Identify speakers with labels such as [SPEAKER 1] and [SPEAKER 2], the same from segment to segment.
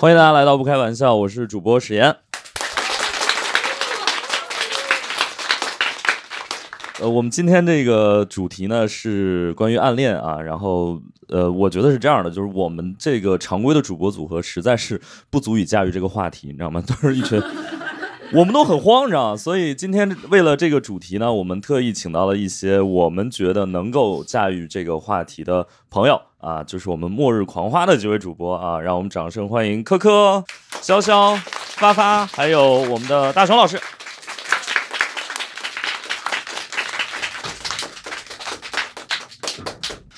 [SPEAKER 1] 欢迎大家来到不开玩笑，我是主播史岩。呃，我们今天这个主题呢是关于暗恋啊，然后呃，我觉得是这样的，就是我们这个常规的主播组合实在是不足以驾驭这个话题，你知道吗？都是一群， 我们都很慌张，所以今天为了这个主题呢，我们特意请到了一些我们觉得能够驾驭这个话题的朋友啊，就是我们末日狂花的几位主播啊，让我们掌声欢迎科科、潇潇、发发，还有我们的大成老师。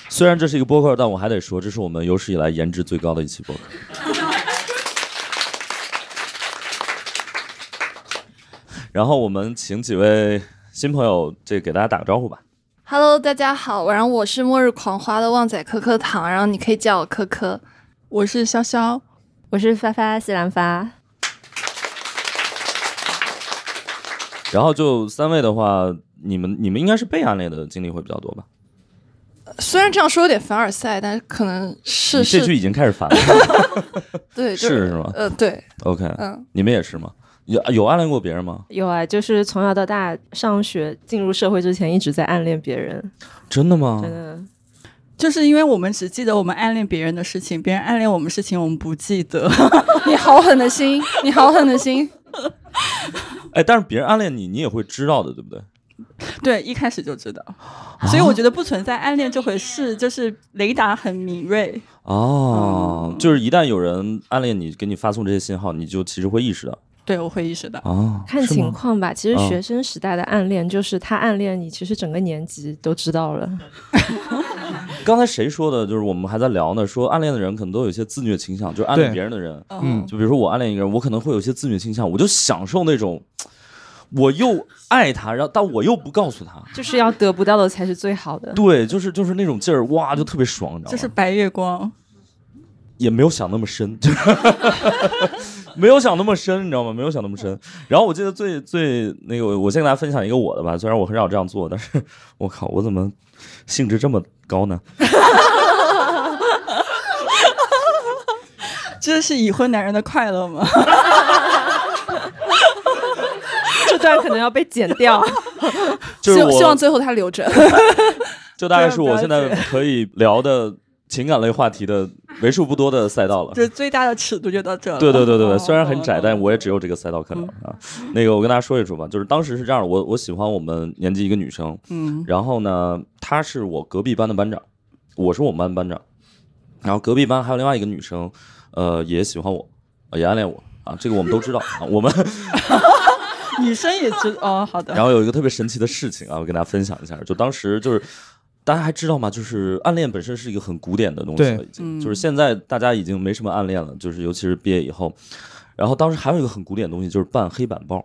[SPEAKER 1] 虽然这是一个播客，但我还得说，这是我们有史以来颜值最高的一期播客。然后我们请几位新朋友，这给大家打个招呼吧。
[SPEAKER 2] Hello，大家好，然后我是末日狂花的旺仔可可糖，然后你可以叫我可可。
[SPEAKER 3] 我是潇潇，
[SPEAKER 4] 我是发发西兰发。
[SPEAKER 1] 然后就三位的话，你们你们应该是被暗恋的经历会比较多吧？
[SPEAKER 2] 虽然这样说有点凡尔赛，但是可能是
[SPEAKER 1] 你
[SPEAKER 2] 是，
[SPEAKER 1] 这句已经开始烦了。
[SPEAKER 2] 对，就是
[SPEAKER 1] 是吗
[SPEAKER 2] 呃，对，
[SPEAKER 1] OK，
[SPEAKER 2] 嗯，
[SPEAKER 1] 你们也是吗？有有暗恋过别人吗？
[SPEAKER 4] 有啊，就是从小到大，上学进入社会之前一直在暗恋别人，
[SPEAKER 1] 真的吗？
[SPEAKER 4] 真的。
[SPEAKER 3] 就是因为我们只记得我们暗恋别人的事情，别人暗恋我们事情我们不记得。
[SPEAKER 2] 你好狠 的心，你好狠的心，
[SPEAKER 1] 哎，但是别人暗恋你，你也会知道的，对不对？
[SPEAKER 3] 对，一开始就知道，
[SPEAKER 1] 啊
[SPEAKER 3] 所以我觉得不存在暗恋这回事，就是雷达很敏锐。
[SPEAKER 1] 哦，就是一旦有人暗恋你，给你发送这些信号，你就其实会意识到
[SPEAKER 3] 对，我会意识到。
[SPEAKER 1] 哦，
[SPEAKER 4] 看
[SPEAKER 1] 是
[SPEAKER 4] 情
[SPEAKER 1] 吗。
[SPEAKER 4] 况吧，其实
[SPEAKER 1] 哦
[SPEAKER 4] 学生时代的暗恋就是他暗恋你，其实整个年级都知道 了。
[SPEAKER 1] 刚才谁说的？就是我们还在聊呢，说暗恋的人可能都有一些自虐倾向，就是暗恋
[SPEAKER 5] 对
[SPEAKER 1] 别人的人，
[SPEAKER 5] 嗯
[SPEAKER 1] 就比如说我暗恋一个人，我可能会有一些自虐倾向，我就享受那种。我又爱他，然后但我又不告诉他，
[SPEAKER 4] 就是要得不到的才是最 好 的。
[SPEAKER 1] 对，就是就是那种劲儿，哇，就特别爽，你知道吗？
[SPEAKER 3] 就是白月光，
[SPEAKER 1] 也没有想那么 深， 就是没有想那么深，你知道吗？没有想那么深。然后我记得最最那个，我先给大家分享一个我的吧，虽然我很少这样做，但是我靠，我怎么兴致这么高呢？
[SPEAKER 3] 这是已婚男人的快乐吗？
[SPEAKER 4] 这段可能要被剪掉。
[SPEAKER 1] 就是
[SPEAKER 2] 希望
[SPEAKER 1] 我
[SPEAKER 2] 希望最后他留着。
[SPEAKER 1] 这大概是
[SPEAKER 3] 这样
[SPEAKER 1] 我
[SPEAKER 3] 了
[SPEAKER 1] 现在
[SPEAKER 3] 解
[SPEAKER 1] 可以聊的情感类话题的为数不多的赛 道了。
[SPEAKER 3] 就是最大的尺度就到这了。
[SPEAKER 1] 对对对对对，
[SPEAKER 3] 哦
[SPEAKER 1] 虽然很窄，
[SPEAKER 3] 哦
[SPEAKER 1] 但我也只有这个赛道可聊
[SPEAKER 2] 嗯
[SPEAKER 1] 啊。那个，我跟大家说一说吧，就是当时是这样的，我我喜欢我们年级一个女生，
[SPEAKER 3] 嗯
[SPEAKER 1] 然后呢，她是我隔壁班的班长，我是我们班班长，然后隔壁班还有另外一个女生，呃，也喜欢我，呃也暗恋我啊，这个我们都知道啊，我们。
[SPEAKER 3] 女生也知哦，好
[SPEAKER 1] 然
[SPEAKER 3] 的，
[SPEAKER 1] 后有一个特别神奇的事情啊，我跟大家分享一下，就当时就是。大家还知道吗？就是暗恋本身是一个很古典的东西了，
[SPEAKER 5] 对
[SPEAKER 1] 已经、就是现在大家已经没什么暗恋了，就是尤其是毕业以后。然后当时还有一个很古典的东西，就是办黑板报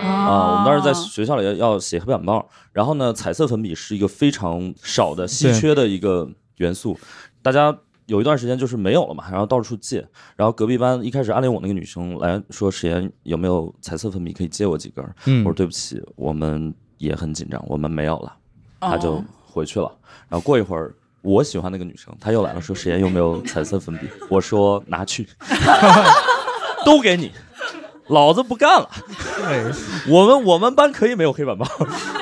[SPEAKER 5] 哦
[SPEAKER 1] 啊。我们当时在学校里要写黑板报，然后呢，彩色粉笔是一个非常少的、稀
[SPEAKER 5] 对
[SPEAKER 1] 缺的一个元素，大家有一段时间就是没有了嘛，然后到处借。然后隔壁班一开始暗恋我那个女生来说，史岩有没有彩色粉笔可以借我几根儿？
[SPEAKER 5] 嗯
[SPEAKER 1] 我说对不起，我们也很紧张，我们没有了，他就
[SPEAKER 3] 哦
[SPEAKER 1] 回去了。然后过一会儿，我喜欢那个女生，她又来了，说谁有没有彩色粉笔？ 我说拿去， 都给你，老子不干了。
[SPEAKER 5] 对，
[SPEAKER 1] 我们我们班可以没有黑板报，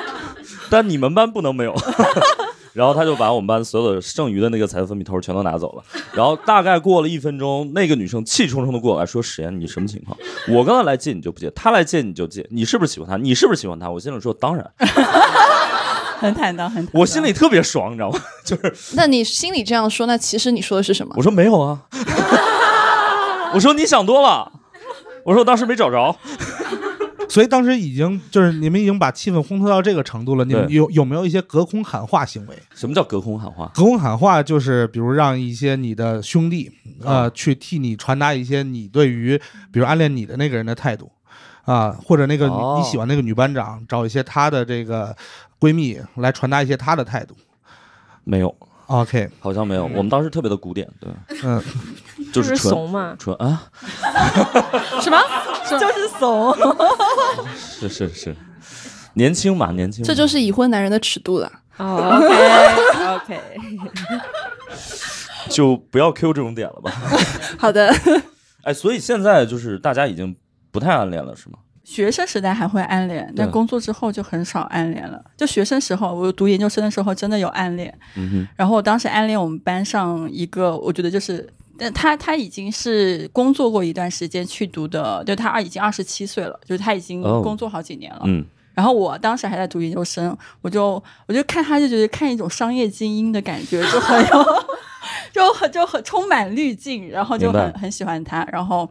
[SPEAKER 1] 但你们班不能没有。 然后他就把我们班所有的剩余的那个彩色粉笔头全都拿走了。然后大概过了一分钟，那个女生气冲冲的过来说：“史岩，你什么情况？我刚才来借你就不借，他来借你就借，你是不是喜欢他？你是不是喜欢他？”我心里说：“当然。
[SPEAKER 3] 很坦荡，很”坦荡。
[SPEAKER 1] 我心里特别爽，你知道吗？就是
[SPEAKER 2] 那你心里这样说，那其实你说的是什么
[SPEAKER 1] 我？说没有 啊，我说你想多了，我说我当时没找着。
[SPEAKER 5] 所以当时已经就是你们已经把气氛烘托到这个程度了，你们
[SPEAKER 1] 对
[SPEAKER 5] 有有没有一些隔空喊话行为？
[SPEAKER 1] 什么叫隔空喊话？
[SPEAKER 5] 隔空喊话就是比如让一些你的兄弟呃去替你传达一些你对于比如暗恋你的那个人的态度。啊，或者那个女、
[SPEAKER 1] 哦
[SPEAKER 5] 你喜欢那个女班长，找一些她的这个闺蜜来传达一些她的态度。
[SPEAKER 1] 没有，嗯
[SPEAKER 5] OK，
[SPEAKER 1] 好像没有。我们当时特别的古典，对，
[SPEAKER 5] 嗯，
[SPEAKER 1] 就是纯
[SPEAKER 4] 怂嘛，
[SPEAKER 1] 纯啊，
[SPEAKER 3] 什么？就是怂。
[SPEAKER 1] 是是是，年轻嘛，年轻嘛。
[SPEAKER 2] 这就是已婚男人的尺度了。
[SPEAKER 4] 哦，OK OK，
[SPEAKER 1] 就不要 Q 这种点了吧。
[SPEAKER 2] 好的，
[SPEAKER 1] 哎，所以现在就是大家已经不太暗恋了，是吗？
[SPEAKER 3] 学生时代还会暗恋，但
[SPEAKER 1] 对
[SPEAKER 3] 工作之后就很少暗恋了。就学生时候，我读研究生的时候真的有暗恋，
[SPEAKER 1] 嗯哼，
[SPEAKER 3] 然后我当时暗恋我们班上一个，我觉得就是，但他他已经是工作过一段时间去读的，就他已经二十七岁了，就是他已经
[SPEAKER 1] 哦
[SPEAKER 3] 工作好几年了。
[SPEAKER 1] 嗯，
[SPEAKER 3] 然后我当时还在读研究生，我就我就看他就觉得看一种商业精英的感觉，就很 有，就很就很充满滤镜，然后就
[SPEAKER 1] 明白
[SPEAKER 3] 很很喜欢他。然后，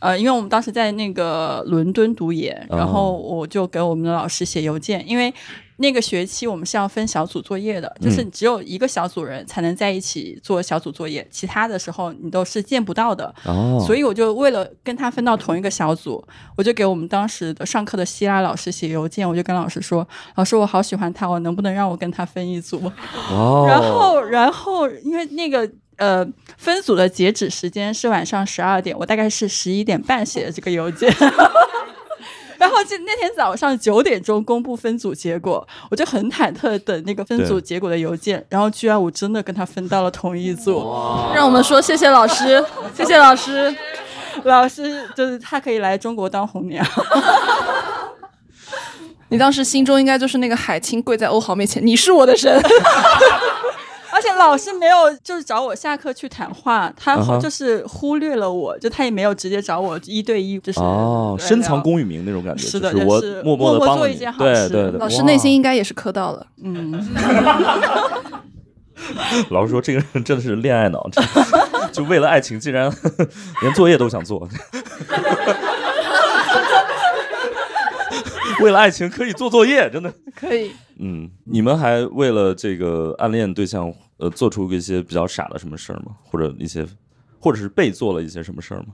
[SPEAKER 3] 呃，因为我们当时在那个伦敦读研，
[SPEAKER 1] 哦
[SPEAKER 3] 然后我就给我们的老师写邮件，因为。那个学期我们是要分小组作业的，
[SPEAKER 1] 嗯
[SPEAKER 3] 就是只有一个小组人才能在一起做小组作业，其他的时候你都是见不到的。
[SPEAKER 1] 哦，
[SPEAKER 3] 所
[SPEAKER 1] 以
[SPEAKER 3] 以我就为了跟他分到同一个小组，我就给我们当时的上课的希拉老师写邮件，我就跟老师说：“老师，我好喜欢他，我能不能让我跟他分一组？”
[SPEAKER 1] 哦，
[SPEAKER 3] 然后，然后因为那个呃分组的截止时间是晚上十二点，我大概是十一点半写的这个邮件。 然后就那天早上九点钟公布分组结果，我就很忐忑地等那个分组
[SPEAKER 1] 对
[SPEAKER 3] 结果的邮件，然后居然我真的跟他分到了同一组。
[SPEAKER 2] 让我们说谢谢老师， 谢谢老师。
[SPEAKER 3] 老师就是他可以来中国当红娘，
[SPEAKER 2] 你当时心中应该就是那个海清跪在欧豪面前，你是我的神。
[SPEAKER 3] 而且老师没有就是找我下课去谈话，他
[SPEAKER 1] 啊哈
[SPEAKER 3] 就是忽略了我，就他也没有直接找我一对啊一，就是
[SPEAKER 1] 哦，
[SPEAKER 3] 来
[SPEAKER 1] 深
[SPEAKER 3] 聊
[SPEAKER 1] 藏功与名那种感觉，
[SPEAKER 3] 是的
[SPEAKER 1] 就是
[SPEAKER 3] 就
[SPEAKER 1] 我
[SPEAKER 3] 是
[SPEAKER 1] 默
[SPEAKER 3] 默
[SPEAKER 1] 的
[SPEAKER 3] 默
[SPEAKER 1] 帮
[SPEAKER 3] 做
[SPEAKER 1] 了
[SPEAKER 3] 一
[SPEAKER 1] 你
[SPEAKER 3] 件，好
[SPEAKER 1] 对
[SPEAKER 3] 事
[SPEAKER 1] 对对，
[SPEAKER 2] 老师
[SPEAKER 1] 哇
[SPEAKER 2] 内心应该也是磕到了。
[SPEAKER 3] 嗯，
[SPEAKER 1] 老师说这个人真的是恋爱脑，这就为了爱情竟然 连作业都想做， 为了爱情可以做作业，真的。
[SPEAKER 2] 可以，
[SPEAKER 1] 嗯，你们还为了这个暗恋对象，呃，做出一些比较傻的什么事儿吗？或者一些，或者是被做了一些什么事儿吗？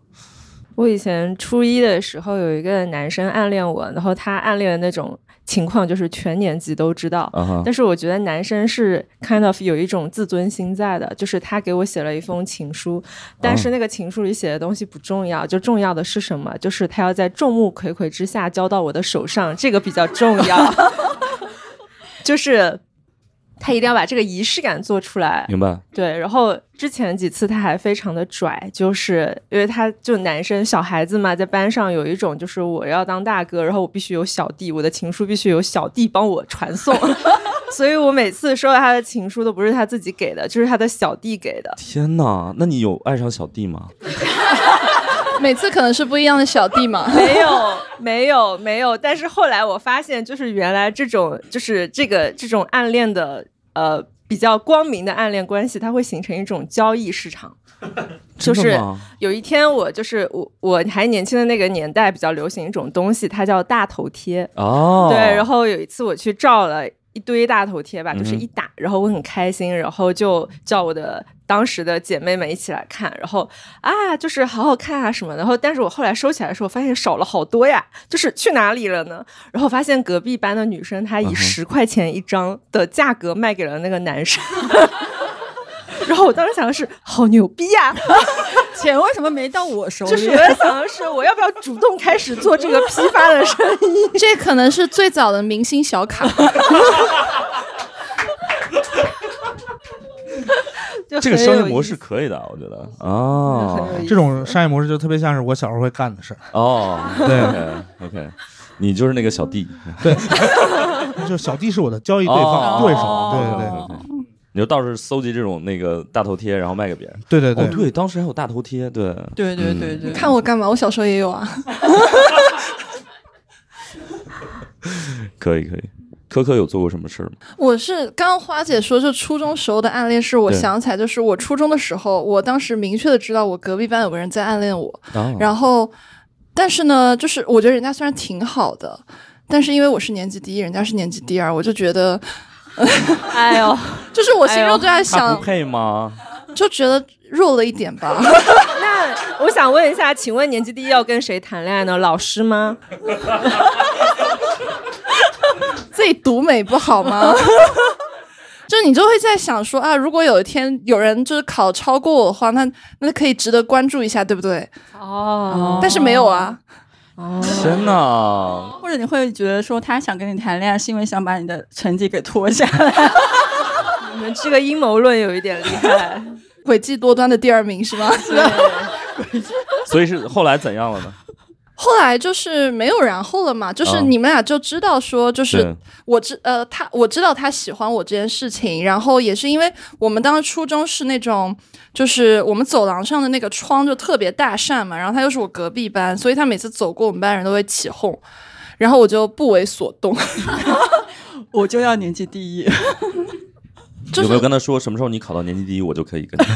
[SPEAKER 4] 我以前初一的时候有一个男生暗恋我，然后他暗恋的那种情况就是全年级都知道。
[SPEAKER 1] 啊哈，
[SPEAKER 4] 但是我觉得男生是 kind of 有一种自尊心在的，就是他给我写了一封情书，但
[SPEAKER 1] 哦
[SPEAKER 4] 是那个情书里写的东西不重要，就重要的是什么？就是他要在众目睽睽之下交到我的手上，这个比较重要。 就是他一定要把这个仪式感做出来，
[SPEAKER 1] 明白。
[SPEAKER 4] 对，然后之前几次他还非常的拽，就是因为他就男生小孩子嘛，在班上有一种就是我要当大哥，然后我必须有小弟，我的情书必须有小弟帮我传送， 所以我每次收到他的情书都不是他自己给的，就是他的小弟给的。
[SPEAKER 1] 天哪，那你有爱上小弟吗？
[SPEAKER 2] 每次可能是不一样的小弟 嘛。
[SPEAKER 4] 没有，没有，没有。但是后来我发现，就是原来这种，就是这个这种暗恋的，呃，比较光明的暗恋关系，它会形成一种交易市场。就
[SPEAKER 1] 真
[SPEAKER 4] 是
[SPEAKER 1] 的吗
[SPEAKER 4] 有一天，我就是我我还年轻的那个年代，比较流行一种东西，它叫大头贴。
[SPEAKER 1] 哦，
[SPEAKER 4] 对，然后有一次我去照了一堆大头贴吧，就是
[SPEAKER 1] 嗯哼
[SPEAKER 4] 一打，然后我很开心，然后就叫我的当时的姐妹们一起来看，然后啊，就是好好看啊什么的。然后，但是我后来收起来的时候，发现少了好多呀，就是去哪里了呢？ 然后发现隔壁班的女生她
[SPEAKER 1] 嗯哼
[SPEAKER 4] 以十块钱一张的价格卖给了那个男生。 然后我当时想的是，好牛逼啊呀、
[SPEAKER 3] 钱为什么没到我手里？
[SPEAKER 4] 就是我在想的是，我要不要主动开始做这个批发的生 意？
[SPEAKER 2] 这可能是最早的明星小卡，
[SPEAKER 4] 就
[SPEAKER 1] 这个
[SPEAKER 4] 很
[SPEAKER 1] 商业
[SPEAKER 4] 有
[SPEAKER 1] 模
[SPEAKER 4] 意
[SPEAKER 1] 式
[SPEAKER 4] 思
[SPEAKER 1] 可以的，我觉得。
[SPEAKER 4] 很
[SPEAKER 1] 哦
[SPEAKER 4] 有意思
[SPEAKER 5] 这种商业模式就特别像是我小时候会干的事儿。
[SPEAKER 1] 哦，对，OK，你就是那个小弟，
[SPEAKER 5] 就小弟是我的交易对方
[SPEAKER 1] 哦
[SPEAKER 5] 对手，
[SPEAKER 3] 哦
[SPEAKER 5] 对
[SPEAKER 1] 你就到处搜集这种那个大头贴，然后卖给别人。
[SPEAKER 5] 对对对
[SPEAKER 1] 哦，
[SPEAKER 5] 对，
[SPEAKER 1] 对，当时还有大头贴，对，
[SPEAKER 3] 对对对对，
[SPEAKER 2] 看我干嘛？我小时候也有啊。
[SPEAKER 1] 可以可以。可可有做过什么事儿吗？
[SPEAKER 2] 我是刚刚花姐说，就初中时候的暗恋，是我
[SPEAKER 1] 对
[SPEAKER 2] 想起来，就是我初中的时候，我当时明确的知道我隔壁班有个人在暗恋我，
[SPEAKER 1] 啊
[SPEAKER 2] 然后，但是呢，就是我觉得人家虽然挺好的，但是因为我是年级第一，人家是年级第二，我就觉得，
[SPEAKER 4] 哎呦，
[SPEAKER 2] 就是我心
[SPEAKER 4] 哎呦
[SPEAKER 2] 中就在
[SPEAKER 1] 他
[SPEAKER 2] 想
[SPEAKER 1] 不，配吗？
[SPEAKER 2] 就觉得弱了一点吧。
[SPEAKER 4] 那我想问一下，请问年级第一要跟谁谈恋爱呢？老师吗？
[SPEAKER 2] 自己独美不好吗？就你就会在想说啊，如果有一天有人就是考超过我的话，那那可以值得关注一下，对不对？
[SPEAKER 4] 哦
[SPEAKER 2] 但是没有啊，
[SPEAKER 1] 天哪！
[SPEAKER 3] 或者你会觉得说他想跟你谈恋爱是因为想把你的成绩给拖下来，
[SPEAKER 4] 你们这个阴谋论有一点厉害。
[SPEAKER 2] 诡计多端的第二名是吗？
[SPEAKER 1] 所以是后来怎样了呢？
[SPEAKER 2] 后来就是没有然后了嘛，就是
[SPEAKER 1] 啊
[SPEAKER 2] 你们俩就知道说，就是我知呃他我知道他喜欢我这件事情，然后也是因为我们当时初中是那种，就是我们走廊上的那个窗就特别大扇嘛，然后他又是我隔壁班，所以他每次走过我们班人都会起哄，然后我就不为所动，
[SPEAKER 3] 我就要年级第一。
[SPEAKER 2] 就是
[SPEAKER 1] 有没有跟他说什么时候你考到年级第一，我就可以跟 你？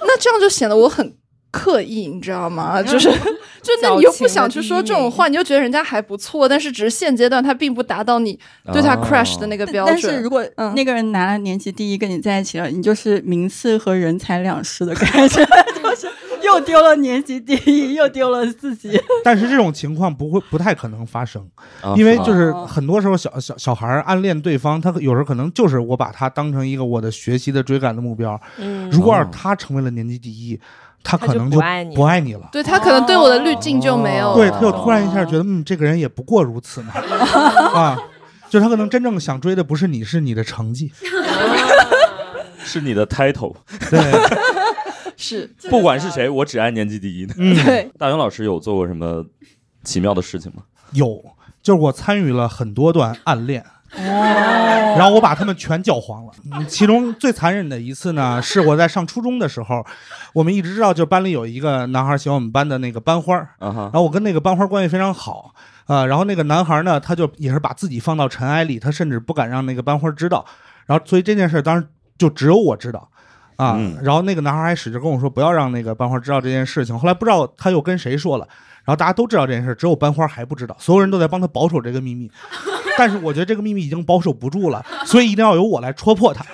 [SPEAKER 2] 那这样就显得我很刻意，你知道吗？就是， 就那你又不想去说这种话，你就觉得人家还不错，但是只是现阶段他并不达到你对他
[SPEAKER 1] 哦
[SPEAKER 2] crush 的那个标
[SPEAKER 3] 但是
[SPEAKER 2] 准。
[SPEAKER 3] 如果
[SPEAKER 2] 嗯
[SPEAKER 3] 那个人拿了年级第一跟你在一起了，你就是名次和人财两失的感觉，就是又丢了年级第一，又丢了自己。
[SPEAKER 5] 但是这种情况不会不太可能发生，
[SPEAKER 1] 啊
[SPEAKER 5] 因为就
[SPEAKER 1] 啊
[SPEAKER 5] 是
[SPEAKER 3] 哦
[SPEAKER 5] 很多时候小小小孩儿暗恋对方，他有时候可能就是我把他当成一个我的学习的追赶的目标。
[SPEAKER 4] 嗯
[SPEAKER 5] 如果要是
[SPEAKER 1] 哦
[SPEAKER 5] 他成为了年级第一，他
[SPEAKER 4] 他
[SPEAKER 5] 可
[SPEAKER 4] 就
[SPEAKER 5] 能
[SPEAKER 4] 不
[SPEAKER 5] 就
[SPEAKER 4] 爱你
[SPEAKER 5] 不爱你了。
[SPEAKER 2] 对他可能对我的滤镜就没有了。
[SPEAKER 5] 哦对，他就
[SPEAKER 1] 哦
[SPEAKER 5] 突然一下觉得，嗯，这个人也不过如 此嘛，啊，就是他可能真正想追的不是你，是你的成绩。
[SPEAKER 1] 是你的 title，
[SPEAKER 5] 对，
[SPEAKER 2] 是
[SPEAKER 1] 不管是谁，我只爱年级第一的。
[SPEAKER 5] 嗯，
[SPEAKER 2] 对，
[SPEAKER 1] 大勇老师有做过什么奇妙的事情吗？
[SPEAKER 5] 有，就是我参与了很多段暗恋，
[SPEAKER 3] 哦，
[SPEAKER 5] 然后我把他们全教黄了。嗯其中最残忍的一次呢，是我在上初中的时候，我们一直知道，就班里有一个男孩喜欢我们班的那个班花儿，
[SPEAKER 1] 啊哈
[SPEAKER 5] 然，后我跟那个班花关系非常好，呃，然后那个男孩呢，他就也是把自己放到尘埃里，他甚至不敢让那个班花知道，然后所以这件事儿当时就只有我知道。啊，
[SPEAKER 1] 嗯
[SPEAKER 5] 然后那个男孩还使劲跟我说不要让那个班花知道这件事情。后来不知道他又跟谁说了，然后大家都知道这件事，只有班花还不知道，所有人都在帮他保守这个秘密。但是我觉得这个秘密已经保守不住了，所以一定要由我来戳破它。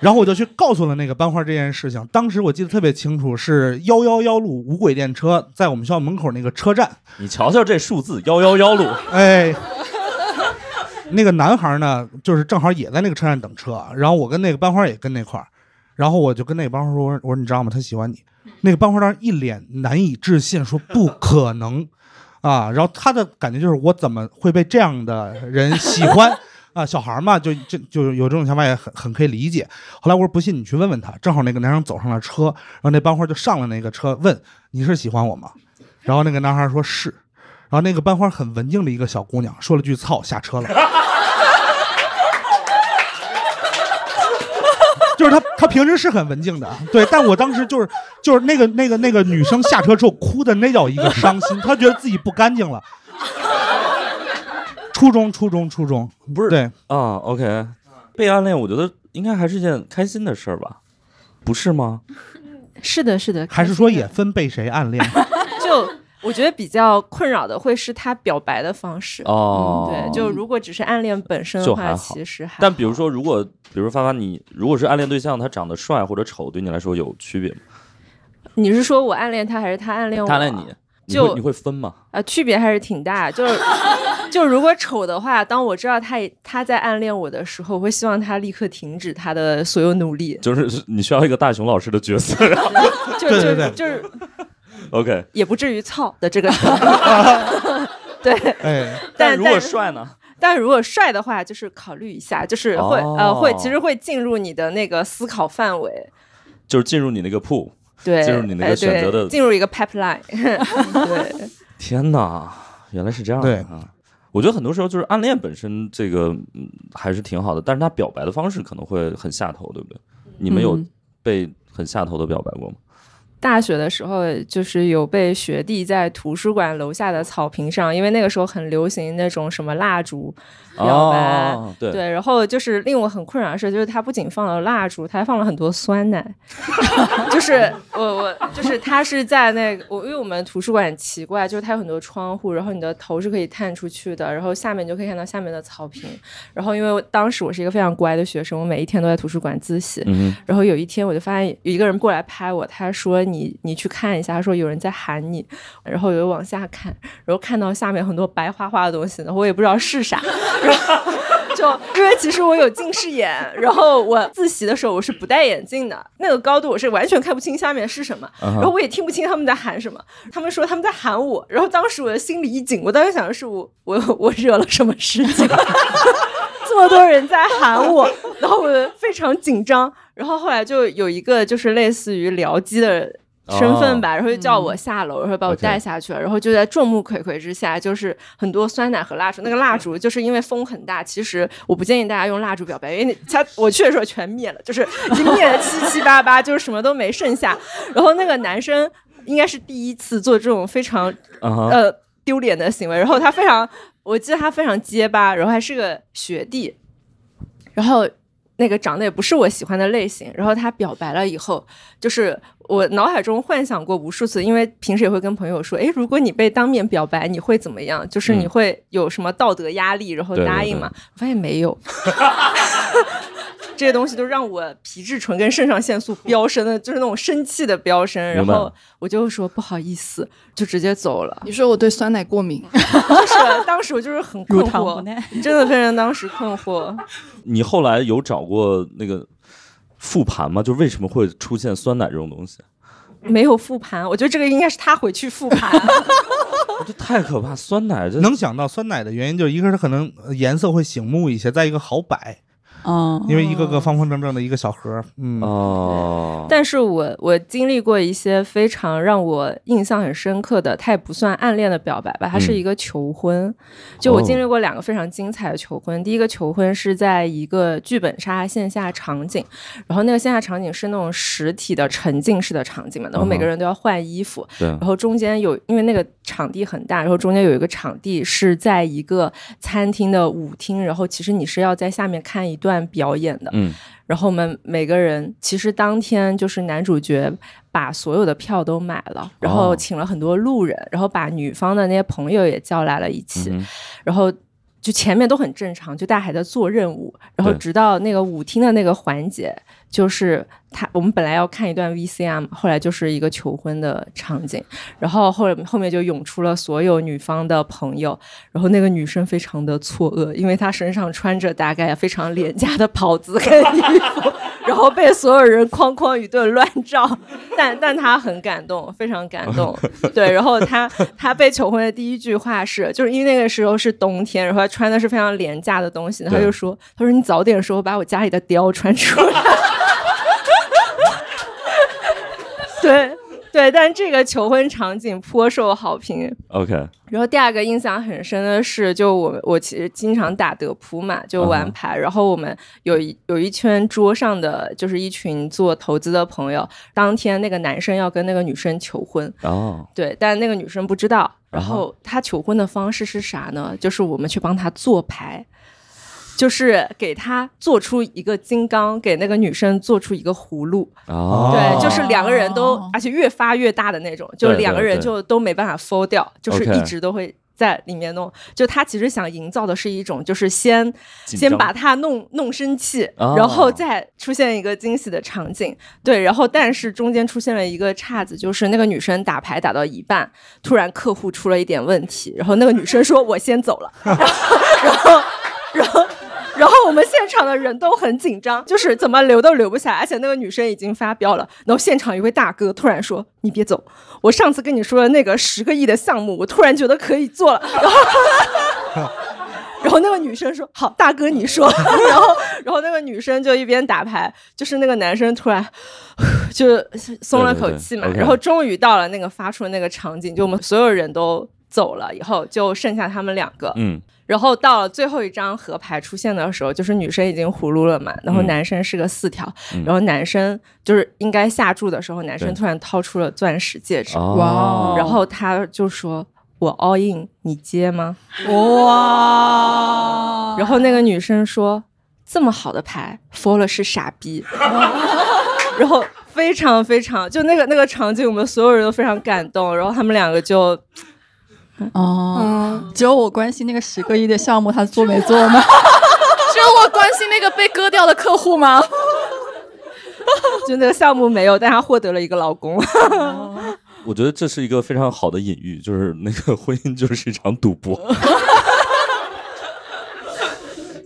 [SPEAKER 5] 然后我就去告诉了那个班花这件事情。当时我记得特别清楚，是幺幺幺路无轨电车在我们学校门口那个车站。
[SPEAKER 1] 你瞧瞧这数字幺幺幺路，
[SPEAKER 5] 哎，那个男孩呢，就是正好也在那个车站等车，然后我跟那个班花也跟那块儿，然后我就跟那个班花说：“我说你知道吗？他喜欢你。”那个班花当时一脸难以置信，说：“不可能啊！”然后他的感觉就是我怎么会被这样的人喜欢？ 啊，小孩嘛，就就就有这种想法也很很可以理解。后来我说不信你去问问他，正好那个男生走上了车，然后那班花就上了那个车问你是喜欢我吗？然后那个男孩说是，然后那个班花很文静的一个小姑娘说了句“操”，下车了。就是她，她平时是很文静的，对。但我当时就是，就是那个那个那个女生下车之后哭的那叫一个伤心，她觉得自己不干净了。初中，初中，初中，
[SPEAKER 1] 不是
[SPEAKER 5] 对，
[SPEAKER 1] 啊，OK，被暗恋，我觉得应该还是一件开心的事儿吧，不是吗？
[SPEAKER 4] 是的，是的，
[SPEAKER 5] 还是说也分被谁暗恋？
[SPEAKER 4] 就我觉得比较困扰的会是他表白的方式。嗯
[SPEAKER 1] 哦，
[SPEAKER 4] 对，就如果只是暗恋本身
[SPEAKER 1] 就
[SPEAKER 4] 的
[SPEAKER 1] 还
[SPEAKER 4] 话，
[SPEAKER 1] 好
[SPEAKER 4] 其实还
[SPEAKER 1] 但比如
[SPEAKER 4] 好
[SPEAKER 1] 说，如果比如发发你，如果是暗恋对象，他长得帅或者丑，对你来说有区别吗？
[SPEAKER 4] 你是说我暗恋他还是他暗恋我？
[SPEAKER 1] 他暗恋你，你
[SPEAKER 4] 啊就
[SPEAKER 1] 会你会分吗？
[SPEAKER 4] 啊，区别还是挺大。就是就如果丑的话，当我知道他也他在暗恋我的时候，我会希望他立刻停止他的所有努力。
[SPEAKER 1] 就是你需要一个大熊老师的角色
[SPEAKER 4] 就
[SPEAKER 5] 对
[SPEAKER 4] 就
[SPEAKER 5] 对对
[SPEAKER 4] 就是
[SPEAKER 1] ，OK。
[SPEAKER 4] 也不至于操的这个程度。对，
[SPEAKER 5] 哎，
[SPEAKER 4] 但
[SPEAKER 1] 如果
[SPEAKER 4] 但
[SPEAKER 1] 帅呢？
[SPEAKER 4] 但如果帅的话，就是考虑一下，就是会、呃会其实会进入你的那个思考范围，
[SPEAKER 1] 就是进入你那个铺。
[SPEAKER 4] 对，
[SPEAKER 1] 进入你那个
[SPEAKER 4] 哎对
[SPEAKER 1] 选择的
[SPEAKER 4] 进入一个 pipeline，对，
[SPEAKER 1] 天哪，原来是这样的
[SPEAKER 5] 对
[SPEAKER 1] 啊！我觉得很多时候就是暗恋本身这个嗯还是挺好的，但是他表白的方式可能会很下头，对不对？你们有
[SPEAKER 3] 嗯
[SPEAKER 1] 被很下头的表白过吗？
[SPEAKER 4] 大学的时候，就是有被学弟在图书馆楼下的草坪上，因为那个时候很流行那种什么蜡烛表白，
[SPEAKER 1] 哦，对，
[SPEAKER 4] 对，然后就是令我很困扰的事，就是他不仅放了蜡烛，他还放了很多酸奶，就是我我就是他是在那个我因为我们图书馆很奇怪，就是它有很多窗户，然后你的头是可以探出去的，然后下面就可以看到下面的草坪。然后因为我当时我是一个非常乖的学生，我每一天都在图书馆自习，
[SPEAKER 1] 嗯哼，
[SPEAKER 4] 然后有一天我就发现有一个人过来拍我，他说你你去看一下，他说有人在喊你，然后我就往下看，然后看到下面很多白花花的东西，然后我也不知道是啥，然后就因为其实我有近视眼，然后我自习的时候我是不戴眼镜的，那个高度我是完全看不清下面是什么，
[SPEAKER 1] 啊哈
[SPEAKER 4] 然后我也听不清他们在喊什么，他们说他们在喊我，然后当时我的心里一紧，我当时想的是我我我惹了什么事情。 这么多人在喊我，然后我非常紧张。然后后来就有一个就是类似于僚机的身份吧，然后就叫我下楼，然后把我
[SPEAKER 1] OK
[SPEAKER 4] 带下去了，然后就在众目睽睽之下，就是很多酸奶和蜡烛。那个蜡烛就是因为风很大，其实我不建议大家用蜡烛表白，因为你它我去的时候全灭了，就是已经灭了七七八八，就是什么都没剩下。然后那个男生应该是第一次做这种非常
[SPEAKER 1] 啊哈
[SPEAKER 4] 呃丢脸的行为，然后他非常，我记得他非常结巴，然后还是个学弟，然后那个长得也不是我喜欢的类型，然后他表白了以后，就是我脑海中幻想过无数次，因为平时也会跟朋友说，诶，如果你被当面表白，你会怎么样？就是你
[SPEAKER 1] 嗯
[SPEAKER 4] 会有什么道德压力，然后
[SPEAKER 1] 对对
[SPEAKER 4] 答应
[SPEAKER 1] 对
[SPEAKER 4] 吗？我发现没有。 这些东西都让我皮质醇跟肾上腺素飙升的，就是那种生气的飙升，然
[SPEAKER 1] 明白
[SPEAKER 4] 后我就说不好意思，就直接走了。
[SPEAKER 2] 你说我对酸奶过敏，
[SPEAKER 4] 就是当时我就是很困
[SPEAKER 3] 乳糖不耐
[SPEAKER 4] 惑，真的非常当时困惑。
[SPEAKER 1] 你后来有找过那个复盘吗？就为什么会出现酸奶这种东西？
[SPEAKER 4] 没有复盘，我觉得这个应该是他回去复盘。
[SPEAKER 1] 啊这太可怕，酸奶这
[SPEAKER 5] 能想到酸奶的原因，就是一个是可能呃颜色会醒目一些，再一个好摆，
[SPEAKER 3] 嗯，
[SPEAKER 5] 因为一个个方方正正的一个小盒，嗯，
[SPEAKER 1] 哦，
[SPEAKER 4] 但是我我经历过一些非常让我印象很深刻的，它也不算暗恋的表白吧，它
[SPEAKER 1] 嗯
[SPEAKER 4] 是一个求婚。就我
[SPEAKER 1] 哦
[SPEAKER 4] 经历过两个非常精彩的求婚，第一个求婚是在一个剧本杀线下场景，然后那个线下场景是那种实体的沉浸式的场景嘛，然后每个
[SPEAKER 1] 嗯哼
[SPEAKER 4] 人都要换衣服，
[SPEAKER 1] 对
[SPEAKER 4] 然后中间有，因为那个场地很大，然后中间有一个场地是在一个餐厅的舞厅，然后其实你是要在下面看一段表演的。
[SPEAKER 1] 嗯，
[SPEAKER 4] 然后我们每个人其实当天就是男主角把所有的票都买了，然
[SPEAKER 1] 哦
[SPEAKER 4] 后请了很多路人，然后把女方的那些朋友也叫来了一起，
[SPEAKER 1] 嗯哼
[SPEAKER 4] 然后。就前面都很正常，就大家还在做任务，然后
[SPEAKER 1] 对
[SPEAKER 4] 直到那个舞厅的那个环节，就是他我们本来要看一段 VCR 嘛，后来就是一个求婚的场景，然后后来后面就涌出了所有女方的朋友，然后那个女生非常的错愕，因为她身上穿着大概非常廉价的袍子跟衣服，然后被所有人哐哐一顿乱照，但但她很感动，非常感动，对，然后她她被求婚的第一句话是，就是因为那个时候是冬天，然后她穿的是非常廉价的东西，她就说，她说你早点说，我把我家里的貂穿出来。 对对，但这个求婚场景颇受好评。
[SPEAKER 1] OK，
[SPEAKER 4] 然后第二个印象很深的是，就我我其实经常打德扑嘛，就玩牌。然后我们有一有一圈桌上的就是一群做投资的朋友，当天那个男生要跟那个女生求婚，
[SPEAKER 1] 哦，
[SPEAKER 4] 对，但那个女生不知道。然
[SPEAKER 1] 然后
[SPEAKER 4] 后他求婚的方式是啥呢？就是我们去帮他做牌，就是给他做出一个金刚，给那个女生做出一个葫芦。
[SPEAKER 1] 哦，
[SPEAKER 4] 对，就是两个人都
[SPEAKER 3] 哦，
[SPEAKER 4] 而且越发越大的那种，就
[SPEAKER 1] 对对
[SPEAKER 4] 两个人
[SPEAKER 1] 对
[SPEAKER 4] 就都没办法 fold 掉，就是一
[SPEAKER 1] OK
[SPEAKER 4] 直都会在里面弄。就他其实想营造的是一种，就是先
[SPEAKER 1] 紧
[SPEAKER 4] 先
[SPEAKER 1] 张
[SPEAKER 4] 把他弄弄生气，
[SPEAKER 1] 哦
[SPEAKER 4] 然后再出现一个惊喜的场景。对，然后但是中间出现了一个岔子，就是那个女生打牌打到一半，突然客户出了一点问题，然后那个女生说：“我先走了。”然后，然后。然后我们现场的人都很紧张，就是怎么留都留不下来，而且那个女生已经发飙了。然后现场一位大哥突然说：“你别走，我上次跟你说的那个十个亿的项目，我突然觉得可以做了。” 然后，然后那个女生说：“好，大哥你说。” 然后，然后那个女生就一边打牌，就是那个男生突然 就松了口气嘛，
[SPEAKER 1] 对对对，OK
[SPEAKER 4] 然后终于到了那个发出的那个场景，就我们所有人都走了以后，就剩下他们两个。
[SPEAKER 1] 嗯，
[SPEAKER 4] 然后到了最后一张合牌出现的时候，就是女生已经葫芦了嘛，然后
[SPEAKER 1] 嗯
[SPEAKER 4] 男生是个四条，
[SPEAKER 1] 嗯
[SPEAKER 4] 然后男生就是应该下注的时候，男生
[SPEAKER 1] 对
[SPEAKER 4] 突然掏出了钻石戒指，
[SPEAKER 1] 哦，
[SPEAKER 3] 哇
[SPEAKER 4] 然后他就说：“我 all in，你接吗？”
[SPEAKER 3] 哇，
[SPEAKER 4] 然后那
[SPEAKER 1] 哦
[SPEAKER 4] 个女生说：“这么好的牌 f o 了是傻逼。” 然后非常非常就那个那个场景，我们所有人都非常感动，然后他们两个就
[SPEAKER 3] 哦，
[SPEAKER 2] 嗯，
[SPEAKER 3] 只有我关心那个十个亿的项目他做没做呢？
[SPEAKER 2] 只有我关心那个被割掉的客户吗？
[SPEAKER 4] 就那个项目没有，但她获得了一个老公。
[SPEAKER 1] 我觉得这是一个非常好的隐喻，就是那个婚姻就是一场赌博。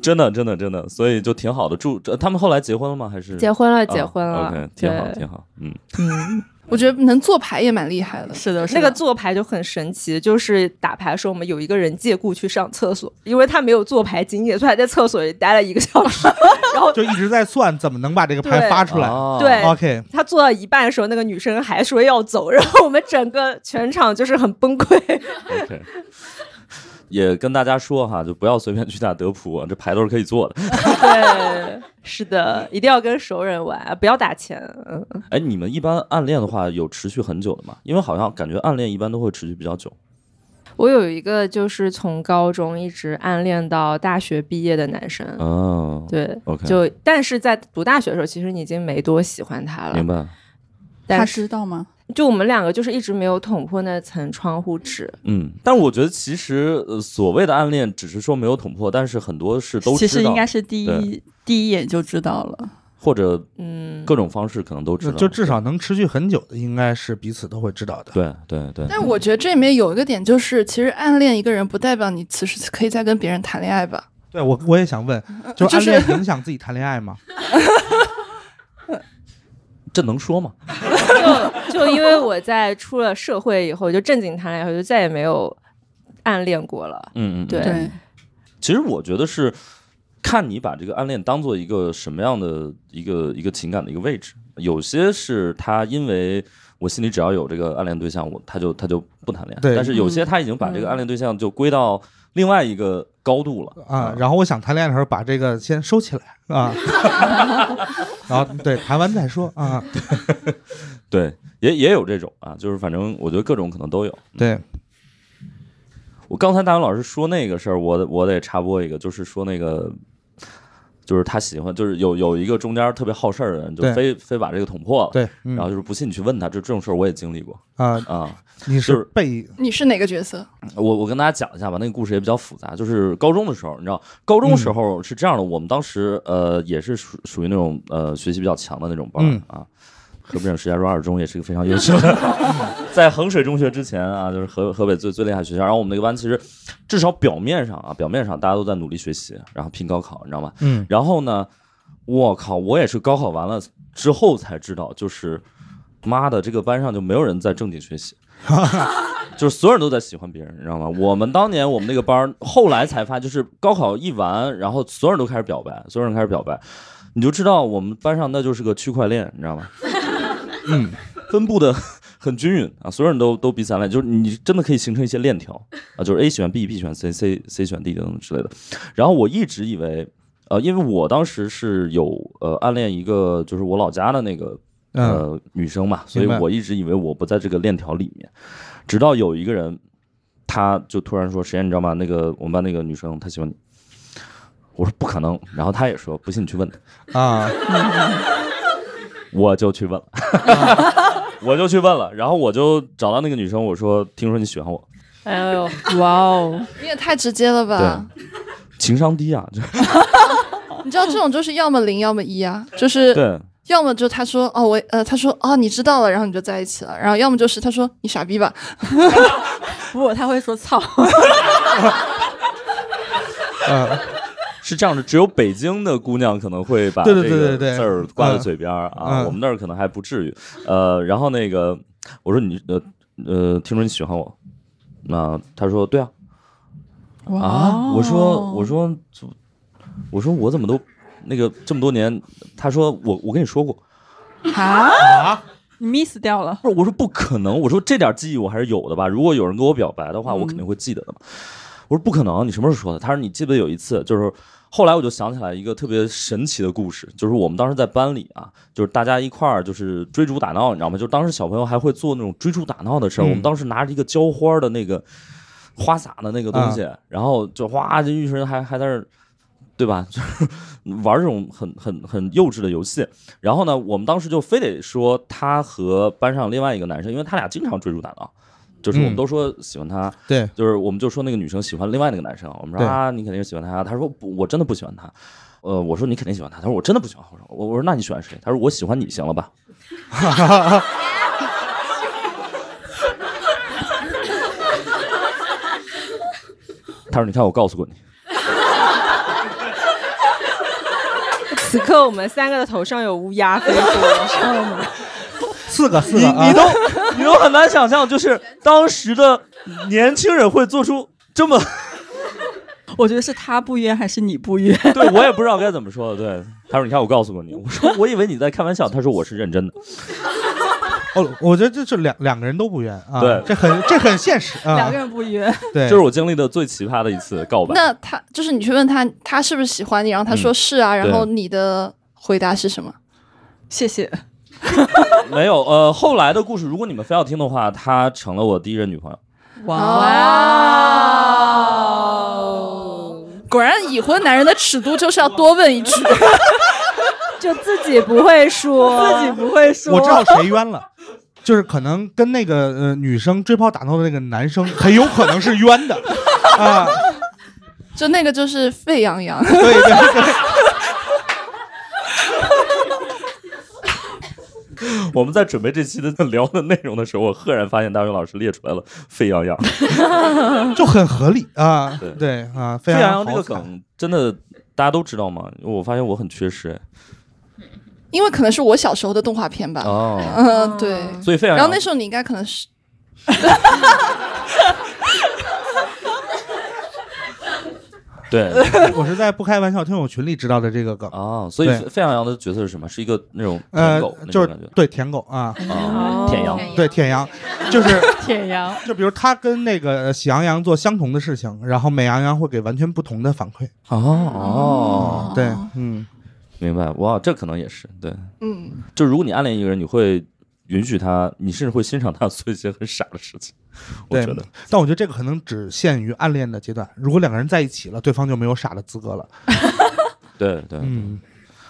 [SPEAKER 1] 真的，真的，真的，所以就挺好的。祝呃他们后来结婚了吗？还是
[SPEAKER 4] 结婚了，
[SPEAKER 1] 啊
[SPEAKER 4] 结婚了，
[SPEAKER 1] ？OK，
[SPEAKER 4] 对
[SPEAKER 1] 挺好，挺好。嗯，
[SPEAKER 2] 我觉得能做牌也蛮厉害的。
[SPEAKER 3] 是的，
[SPEAKER 4] 那个做牌就很神奇，就是打牌的时候，我们有一个人借故去上厕所，因为他没有做牌经验，所以他在厕所里待了一个小时， 然后
[SPEAKER 5] 就一直在算怎么能把这个牌发出来。
[SPEAKER 1] 哦啊
[SPEAKER 4] 对
[SPEAKER 5] ，OK，
[SPEAKER 4] 他做到一半的时候，那个女生还说要走，然后我们整个全场就是很崩溃。
[SPEAKER 1] OK，也跟大家说哈，就不要随便去打德扑、啊，这牌都是可以做的。
[SPEAKER 4] 嗯对，是 的，一定要跟熟人玩，不要打钱。嗯，
[SPEAKER 1] 哎，你们一般暗恋的话有持续很久的吗？因为好像感觉暗恋一般都会持续比较久。
[SPEAKER 4] 我有一个就是从高中一直暗恋到大学毕业的男生，
[SPEAKER 1] 哦，
[SPEAKER 4] 对
[SPEAKER 1] ，OK，
[SPEAKER 4] 嗯就但是在读大学的时候，其实你已经没多喜欢他了。
[SPEAKER 1] 明白。
[SPEAKER 3] 他
[SPEAKER 4] 但是
[SPEAKER 3] 知道吗？
[SPEAKER 4] 就我们两个就是一直没有捅破那层窗户纸，
[SPEAKER 1] 嗯，但我觉得其实呃，所谓的暗恋只是说没有捅破，但是很多是都
[SPEAKER 3] 其
[SPEAKER 1] 知
[SPEAKER 3] 实
[SPEAKER 1] 道，
[SPEAKER 3] 应该是第一第一眼就知道了。
[SPEAKER 1] 或者
[SPEAKER 4] 嗯，
[SPEAKER 1] 各种方式可能都知道，
[SPEAKER 5] 就至少能持续很久的，应该是彼此都会知道的。
[SPEAKER 1] 对对对。
[SPEAKER 2] 但我觉得这里面有一个点就是，其实暗恋一个人不代表你此时此刻可以再跟别人谈恋爱吧？
[SPEAKER 5] 对我我也想问，就
[SPEAKER 2] 就
[SPEAKER 5] 暗
[SPEAKER 2] 是
[SPEAKER 5] 恋影响自己谈恋 爱吗？
[SPEAKER 1] 这能说吗？
[SPEAKER 4] 就就因为我在出了社会以后，就正经谈恋爱以后，就再也没有暗恋过了。
[SPEAKER 1] 嗯嗯，嗯
[SPEAKER 4] 对
[SPEAKER 3] 对，
[SPEAKER 1] 其实我觉得是看你把这个暗恋当做一个什么样的一个一个情感的一个位置。有些是他因为我心里只要有这个暗恋对象，我他就他就不谈恋爱。
[SPEAKER 5] 对
[SPEAKER 1] 但是有些他已经把这个暗恋对象就归到另外一个高度了
[SPEAKER 5] 啊，然后我想谈恋爱的时候把这个先收起来啊，然后对谈完再说啊，
[SPEAKER 1] 对，也也有这种啊，就是反正我觉得各种可能都有。
[SPEAKER 5] 对，
[SPEAKER 1] 我刚才大勇老师说那个事儿，我得我得插播一个，就是说那个，就是他喜欢，就是有有一个中间特别好事儿的人，就
[SPEAKER 5] 对
[SPEAKER 1] 非非把这个捅破了。
[SPEAKER 5] 对，嗯
[SPEAKER 1] 然后就是不信你去问他，这这种事儿我也经历过
[SPEAKER 5] 啊，
[SPEAKER 1] 啊。
[SPEAKER 5] 你
[SPEAKER 1] 就是是
[SPEAKER 5] 被
[SPEAKER 2] 你是哪个角色？
[SPEAKER 1] 我我跟大家讲一下吧，那个故事也比较复杂。就是高中的时候，你知道，高中
[SPEAKER 5] 嗯
[SPEAKER 1] 时候是这样的，我们当时呃也是属属于那种呃学习比较强的那种班儿、
[SPEAKER 5] 嗯
[SPEAKER 1] 啊。河北省石家庄二中也是一个非常优秀 的，在衡水中学之前啊，就是河河北最最厉害的学校。然后我们那个班其实至少表面上啊，表面上大家都在努力学习，然后拼高考，你知道吗？
[SPEAKER 5] 嗯
[SPEAKER 1] 然后呢，我靠，我也是高考完了之后才知道，就是妈的，这个班上就没有人在正经学习，就是所有人都在喜欢别人，你知道吗？我们当年我们那个班儿，后来才发，就是高考一完，然后所有人都开始表白，所有人开始表白，你就知道我们班上那就是个区块链，你知道吗？
[SPEAKER 5] 嗯，
[SPEAKER 1] 分布的很均匀啊，所有人都都彼此暗恋，就是你真的可以形成一些链条啊，就是 A 选 B，B 选 C，C C 选 D 等等之类的。然后我一直以为，呃，因为我当时是有呃暗恋一个就是我老家的那个
[SPEAKER 5] 嗯，
[SPEAKER 1] 呃女生嘛，所以
[SPEAKER 5] 明白
[SPEAKER 1] 我一直以为我不在这个链条里面，直到有一个人，他就突然说：“实验，你知道吗？那个我们班那个女生她喜欢你。”我说不可能，然后他也说不信你去问 她，
[SPEAKER 5] 啊，
[SPEAKER 1] 我就去问了， 我就去问了，然后我就找到那个女生，我说听说你喜欢我，
[SPEAKER 4] 哎呦，哇哦，
[SPEAKER 2] 你也太直接了吧！
[SPEAKER 1] 情商低 啊，就
[SPEAKER 2] 你知道这种就是要么零，要么一啊，就是
[SPEAKER 1] 对，
[SPEAKER 2] 要么就他说哦我呃他说哦你知道了，然后你就在一起了，然后要么就是他说你傻逼吧，
[SPEAKER 3] 不，他会说操。
[SPEAKER 5] 嗯，
[SPEAKER 1] 是这样的，只有北京的姑娘可能会把
[SPEAKER 5] 对
[SPEAKER 1] 这
[SPEAKER 5] 对对
[SPEAKER 1] 个
[SPEAKER 5] 对对
[SPEAKER 1] 字儿挂在嘴边儿啊，
[SPEAKER 5] 嗯
[SPEAKER 1] 我们那儿可能还不至于。呃，然后那个我说你呃呃，听说你喜欢我，那他说对啊
[SPEAKER 3] 哦
[SPEAKER 1] 啊，我说我说我说我怎么都那个这么多年，他说我我跟你说过，
[SPEAKER 3] 啊，你 miss 掉了。
[SPEAKER 1] 不是，我说不可能，我说这点记忆我还是有的吧。如果有人跟我表白的话，我肯定会记得的嘛。我说不可能，你什么时候说的？他说你记不记得有一次，就是后来我就想起来一个特别神奇的故事，就是我们当时在班里啊，就是大家一块儿就是追逐打闹，你知道吗？就当时小朋友还会做那种追逐打闹的事儿，
[SPEAKER 5] 嗯
[SPEAKER 1] 我们当时拿着一个浇花的那个花洒的那个东西，然后就哗，这一群人还还在那儿。对吧？就是玩这种很很很幼稚的游戏，然后呢，我们当时就非得说他和班上另外一个男生，因为他俩经常追逐打闹，就是我们
[SPEAKER 5] 嗯
[SPEAKER 1] 都说喜欢他，
[SPEAKER 5] 对，
[SPEAKER 1] 就是我们就说那个女生喜欢另外那个男生，我们说
[SPEAKER 5] 对
[SPEAKER 1] 啊，你肯定是喜欢他。他说不，我真的不喜欢他。呃，我说你肯定喜欢他。他说我真的不喜欢。我说我我说那你喜欢谁？他说我喜欢你，行了吧？ 他说你看我告诉过你，
[SPEAKER 4] 此刻我们三个的头上有乌鸦飞过，
[SPEAKER 5] 四个四
[SPEAKER 1] 你
[SPEAKER 5] 个啊
[SPEAKER 1] 你，都你都很难想象，就是当时的年轻人会做出这么。
[SPEAKER 3] 我觉得是他不约还是你不约？
[SPEAKER 1] 对我也不知道该怎么说。对，他说：“你看，我告诉过你，我说我以为你在开玩笑。”他说：“我是认真的。
[SPEAKER 5] 哦，我觉得这是两两个人都不冤啊，
[SPEAKER 1] 对
[SPEAKER 5] 这很这很现实啊，
[SPEAKER 3] 两个人不约，
[SPEAKER 5] 对，
[SPEAKER 1] 这是我经历的最奇葩的一次告白。
[SPEAKER 2] 那他就是你去问他，他是不是喜欢你，然后他说是啊，然后你的回答是什么？
[SPEAKER 3] 谢谢。
[SPEAKER 1] 没有，呃，后来的故事，如果你们非要听的话，她成了我第一任女朋友。
[SPEAKER 3] 哇哦！
[SPEAKER 2] 果然，已婚男人的尺度就是要多问一句。
[SPEAKER 4] 就自己不会说，
[SPEAKER 3] 自己不会说，
[SPEAKER 5] 我知道谁冤了，就是可能跟那个呃女生追抛打闹的那个男生很有可能是冤的啊，
[SPEAKER 2] 就那个就是沸羊羊，
[SPEAKER 5] 对对对，
[SPEAKER 1] 我们在准备这期的 聊的内容的时候，我赫然发现大勇老师列出来了沸羊羊。
[SPEAKER 5] 就很合理啊
[SPEAKER 1] 对，
[SPEAKER 5] 对啊，
[SPEAKER 1] 沸
[SPEAKER 5] 非
[SPEAKER 1] 羊
[SPEAKER 5] 常
[SPEAKER 1] 羊这个
[SPEAKER 5] 好惨。
[SPEAKER 1] 梗真的大家都知道吗？我发现我很缺失哎。
[SPEAKER 2] 因为可能是我小时候的动画片吧。
[SPEAKER 1] 哦，
[SPEAKER 2] 嗯，对。
[SPEAKER 1] 所以沸羊
[SPEAKER 2] 然
[SPEAKER 1] 羊
[SPEAKER 2] 后那时候你应该可能是
[SPEAKER 1] 对
[SPEAKER 2] 呃
[SPEAKER 5] 我是在不开玩笑听友群里知道的这个梗，
[SPEAKER 1] 哦，所以
[SPEAKER 5] 啊对
[SPEAKER 1] 沸沸羊羊的角色是什么？是一个那种舔
[SPEAKER 5] 呃
[SPEAKER 1] 狗，那
[SPEAKER 5] 就
[SPEAKER 1] 种
[SPEAKER 5] 是
[SPEAKER 1] 感觉
[SPEAKER 5] 对舔狗啊，
[SPEAKER 1] 啊，舔
[SPEAKER 4] 哦
[SPEAKER 1] 羊。
[SPEAKER 5] 对舔羊，就是
[SPEAKER 3] 铁羊。
[SPEAKER 5] 就比如他跟那个呃喜羊羊做相同的事情，然后美羊羊会给完全不同的反馈。
[SPEAKER 1] 哦哦，
[SPEAKER 5] 对，嗯，
[SPEAKER 1] 明白哇，这可能也是对。
[SPEAKER 2] 嗯，
[SPEAKER 1] 就如果你暗恋一个人，你会允许他，你甚至会欣赏他做一些很傻的事 情。我
[SPEAKER 5] 对
[SPEAKER 1] 觉得，。
[SPEAKER 5] 但我觉得这个可能只限于暗恋的阶段。如果两个人在一起了，对方就没有傻的资格了。
[SPEAKER 1] 对对。
[SPEAKER 5] 嗯，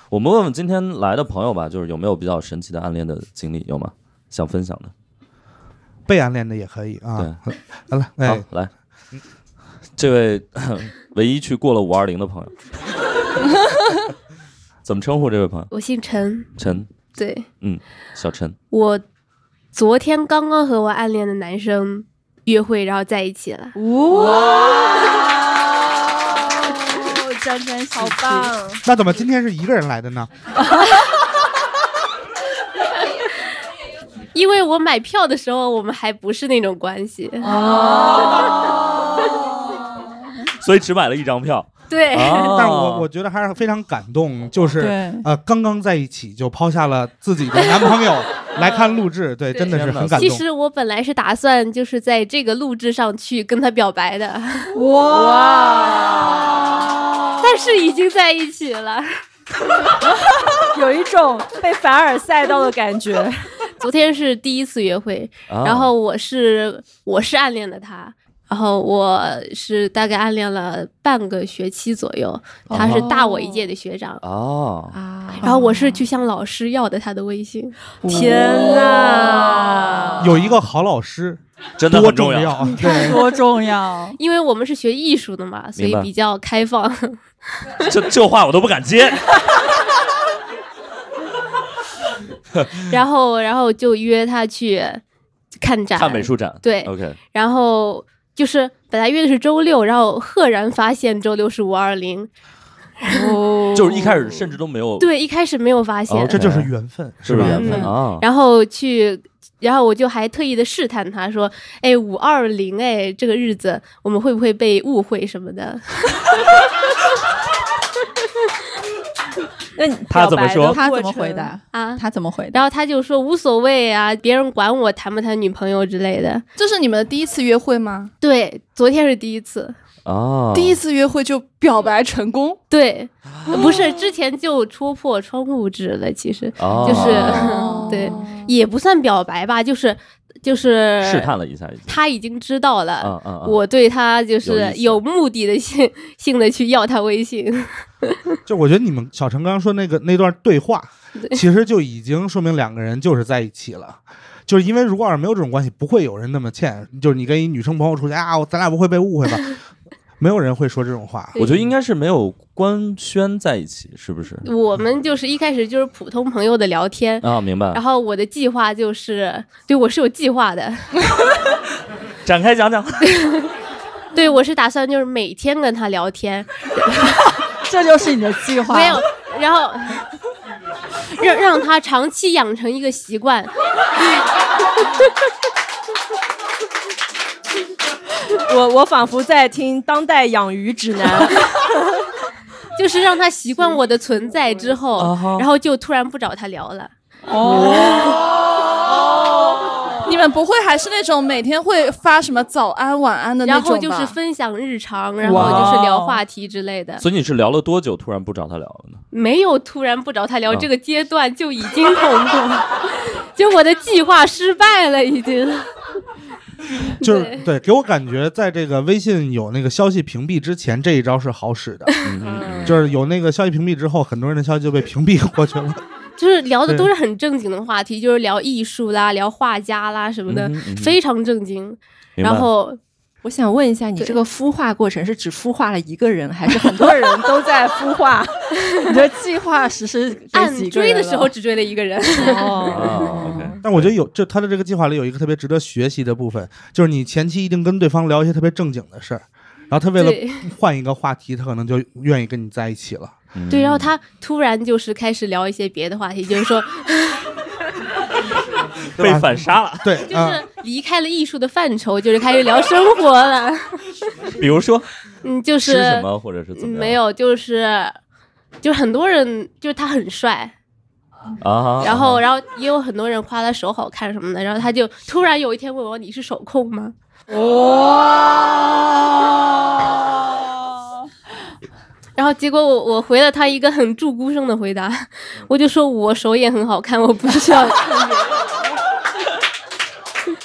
[SPEAKER 1] 我们问问今天来的朋友吧，就是有没有比较神奇的暗恋的经历，有吗？想分享的？
[SPEAKER 5] 被暗恋的也可以啊。 好了，哎
[SPEAKER 1] 好，，来，这位呃唯一去过了五二零的朋友， 怎么称呼这位朋友？
[SPEAKER 6] 我姓陈，
[SPEAKER 1] 陈，
[SPEAKER 6] 对
[SPEAKER 1] 小陈。
[SPEAKER 6] 我昨天刚刚和我暗恋的男生约会，然后在一起了。
[SPEAKER 3] 哦，沾沾喜气，好棒！
[SPEAKER 5] 那怎么今天是一个人来的呢？
[SPEAKER 6] 因为我买票的时候，我们还不是那种关系。
[SPEAKER 1] 所以只买了一张票。
[SPEAKER 6] 对，
[SPEAKER 1] 啊、
[SPEAKER 5] 哎但是我我觉得还是非常感动，就是
[SPEAKER 3] 对，
[SPEAKER 5] 呃，刚刚在一起就抛下了自己的男朋友来看录制，对，
[SPEAKER 6] 对
[SPEAKER 5] 真的是很感
[SPEAKER 6] 其
[SPEAKER 5] 动。
[SPEAKER 6] 实我本来是打算就是在这个录制上去跟他表白的，
[SPEAKER 3] 哇，
[SPEAKER 6] 但是已经在一起了。
[SPEAKER 4] 有一种被凡尔赛到的感觉。
[SPEAKER 6] 昨天是第一次约会，
[SPEAKER 1] 啊
[SPEAKER 6] 然后我是我是暗恋的他，然后我是大概暗恋了半个学期左右，他是大我一届的学长，
[SPEAKER 1] 哦，
[SPEAKER 6] 然后我是去向老师要的他的微信。
[SPEAKER 4] 天哪！
[SPEAKER 5] 有一个好老师
[SPEAKER 1] 真的
[SPEAKER 5] 多
[SPEAKER 1] 很
[SPEAKER 5] 重
[SPEAKER 1] 重要。
[SPEAKER 5] 要，对，
[SPEAKER 3] 多重要！
[SPEAKER 6] 因为我们是学艺术的嘛，所以
[SPEAKER 1] 明白
[SPEAKER 6] 比较开放。
[SPEAKER 1] 这这话我都不敢接。
[SPEAKER 6] 然后，然后就约他去看展，
[SPEAKER 1] 看美。术展。
[SPEAKER 6] 对，
[SPEAKER 1] OK，
[SPEAKER 6] 然后就是本来约的是周六，然后赫然发现周六是五二零。
[SPEAKER 3] 哦
[SPEAKER 1] 就是一开始甚至都没有，
[SPEAKER 6] 对，一开始没有发现，
[SPEAKER 1] 哦
[SPEAKER 5] 这就是缘分，
[SPEAKER 1] 是
[SPEAKER 5] 吧？
[SPEAKER 1] 不是缘分
[SPEAKER 6] 嗯
[SPEAKER 1] 啊？
[SPEAKER 6] 然后去，然后我就还特意的试探他说：“哎，五二零，哎，这个日子我们会不会被误会什么的
[SPEAKER 4] 那你
[SPEAKER 1] 他怎么说
[SPEAKER 4] 表白的
[SPEAKER 3] 他
[SPEAKER 4] 过
[SPEAKER 3] 怎
[SPEAKER 4] 程
[SPEAKER 3] 么回？答？
[SPEAKER 6] 啊？”
[SPEAKER 3] 他怎么回答？
[SPEAKER 6] 然后他就说无所谓啊，别人管我谈不谈女朋友之类的。
[SPEAKER 2] 这是你们的第一次约会吗？
[SPEAKER 6] 对，昨天是第一次，
[SPEAKER 1] 啊，
[SPEAKER 2] 第一次约会就表白成功，
[SPEAKER 6] 对，不是之前就戳破窗户纸了，其实
[SPEAKER 1] 哦
[SPEAKER 6] 就是、
[SPEAKER 2] 哦
[SPEAKER 6] 对，也不算表白吧，就是就是
[SPEAKER 1] 试探了一下已经。
[SPEAKER 6] 他已经知道了。
[SPEAKER 1] 啊啊啊！
[SPEAKER 6] 我对他就
[SPEAKER 1] 有意
[SPEAKER 6] 是
[SPEAKER 1] 思
[SPEAKER 6] 有目的的性性的去要他微信，
[SPEAKER 5] 就我觉得你们小陈刚刚说那个那段对话，其实就已经说明两个人就是在一起了。就是因为如果要是没有这种关系，不会有人那么欠。就是你跟一女生朋友出去啊，我咱俩不会被误会吧？ 没有人会说这种话。
[SPEAKER 1] 我觉得应该是没有官宣在一起，是不是？
[SPEAKER 6] 我们就是一开始就是普通朋友的聊天，
[SPEAKER 1] 啊，明
[SPEAKER 2] 嗯
[SPEAKER 1] 白
[SPEAKER 6] 然。后我的计划就是，对我是有计划的，
[SPEAKER 1] 展开讲 讲。
[SPEAKER 6] 对我是打算就是每天跟他聊天，
[SPEAKER 3] 这就是你的计划？
[SPEAKER 6] 没有，然后让让他长期养成一个习惯，
[SPEAKER 4] 我我仿佛在听当代养鱼指南。
[SPEAKER 6] 就是让他习惯我的存在之后，
[SPEAKER 2] 嗯
[SPEAKER 1] 哈
[SPEAKER 6] 然后就突然不找他聊了。
[SPEAKER 3] 哦
[SPEAKER 2] 你们不会还是那种每天会发什么早安、晚安的那
[SPEAKER 6] 然
[SPEAKER 2] 种吧
[SPEAKER 6] 后就是分享日常，然后就是聊话题之类的，
[SPEAKER 1] 所以你是聊了多久，突然不找他聊了呢？
[SPEAKER 6] 没有突然不找他
[SPEAKER 2] 嗯
[SPEAKER 6] 聊，
[SPEAKER 1] 啊
[SPEAKER 6] 这个阶段就已经恐怖， 就我的计划失败了，已经。
[SPEAKER 5] 就是对，给我感觉在这个微信有那个消息屏蔽之前，这一招是好使的，就是有那个消息屏蔽之后，很多人的消息就被屏蔽过去了。
[SPEAKER 6] 就是聊的
[SPEAKER 5] 对
[SPEAKER 6] 都是很正经的话题，就是聊艺术啦、聊画家啦什么的，
[SPEAKER 1] 嗯哼嗯哼
[SPEAKER 6] 非常正经。
[SPEAKER 1] 明白
[SPEAKER 6] 然后
[SPEAKER 4] 我想问一下，你
[SPEAKER 6] 对
[SPEAKER 4] 这个孵化过程是只孵化了一个人，还是很多人都在孵化？
[SPEAKER 3] 你的计划实施这
[SPEAKER 6] 按
[SPEAKER 3] 几个
[SPEAKER 6] 追
[SPEAKER 3] 人
[SPEAKER 6] 的
[SPEAKER 3] 了嗯
[SPEAKER 6] 时候，只追了一个人，
[SPEAKER 1] 啊
[SPEAKER 4] 哦，
[SPEAKER 1] ，OK，
[SPEAKER 5] 但我觉得有，就他的这个计划里有一个特别值得学习的部分，就是你前期一定跟对方聊一些特别正经的事儿，然后他为了
[SPEAKER 6] 对
[SPEAKER 5] 换一个话题，他可能就愿意跟你在一起了。
[SPEAKER 1] 嗯
[SPEAKER 6] 对，然后他突然就是开始聊一些别的话题，就 是说，
[SPEAKER 1] 被反杀了。
[SPEAKER 5] 对，
[SPEAKER 6] 就
[SPEAKER 5] 啊
[SPEAKER 6] 是离开了艺术的范畴，就是开始聊生活了。
[SPEAKER 1] 比如说
[SPEAKER 6] 嗯，就
[SPEAKER 1] 吃什
[SPEAKER 6] 是
[SPEAKER 1] 么，或者是怎
[SPEAKER 6] 嗯
[SPEAKER 1] 么样？
[SPEAKER 6] 没有，就是就是很多人就是他很帅，
[SPEAKER 1] 啊。
[SPEAKER 6] 然后然后也有很多人夸他手好看什么的，然后他就突然有一天问我你是手控吗？
[SPEAKER 3] 哇，
[SPEAKER 6] 然后结果我我回了他一个很注孤生的回答，
[SPEAKER 1] 嗯
[SPEAKER 6] 我就说我手也很好看，我不 需要看别人。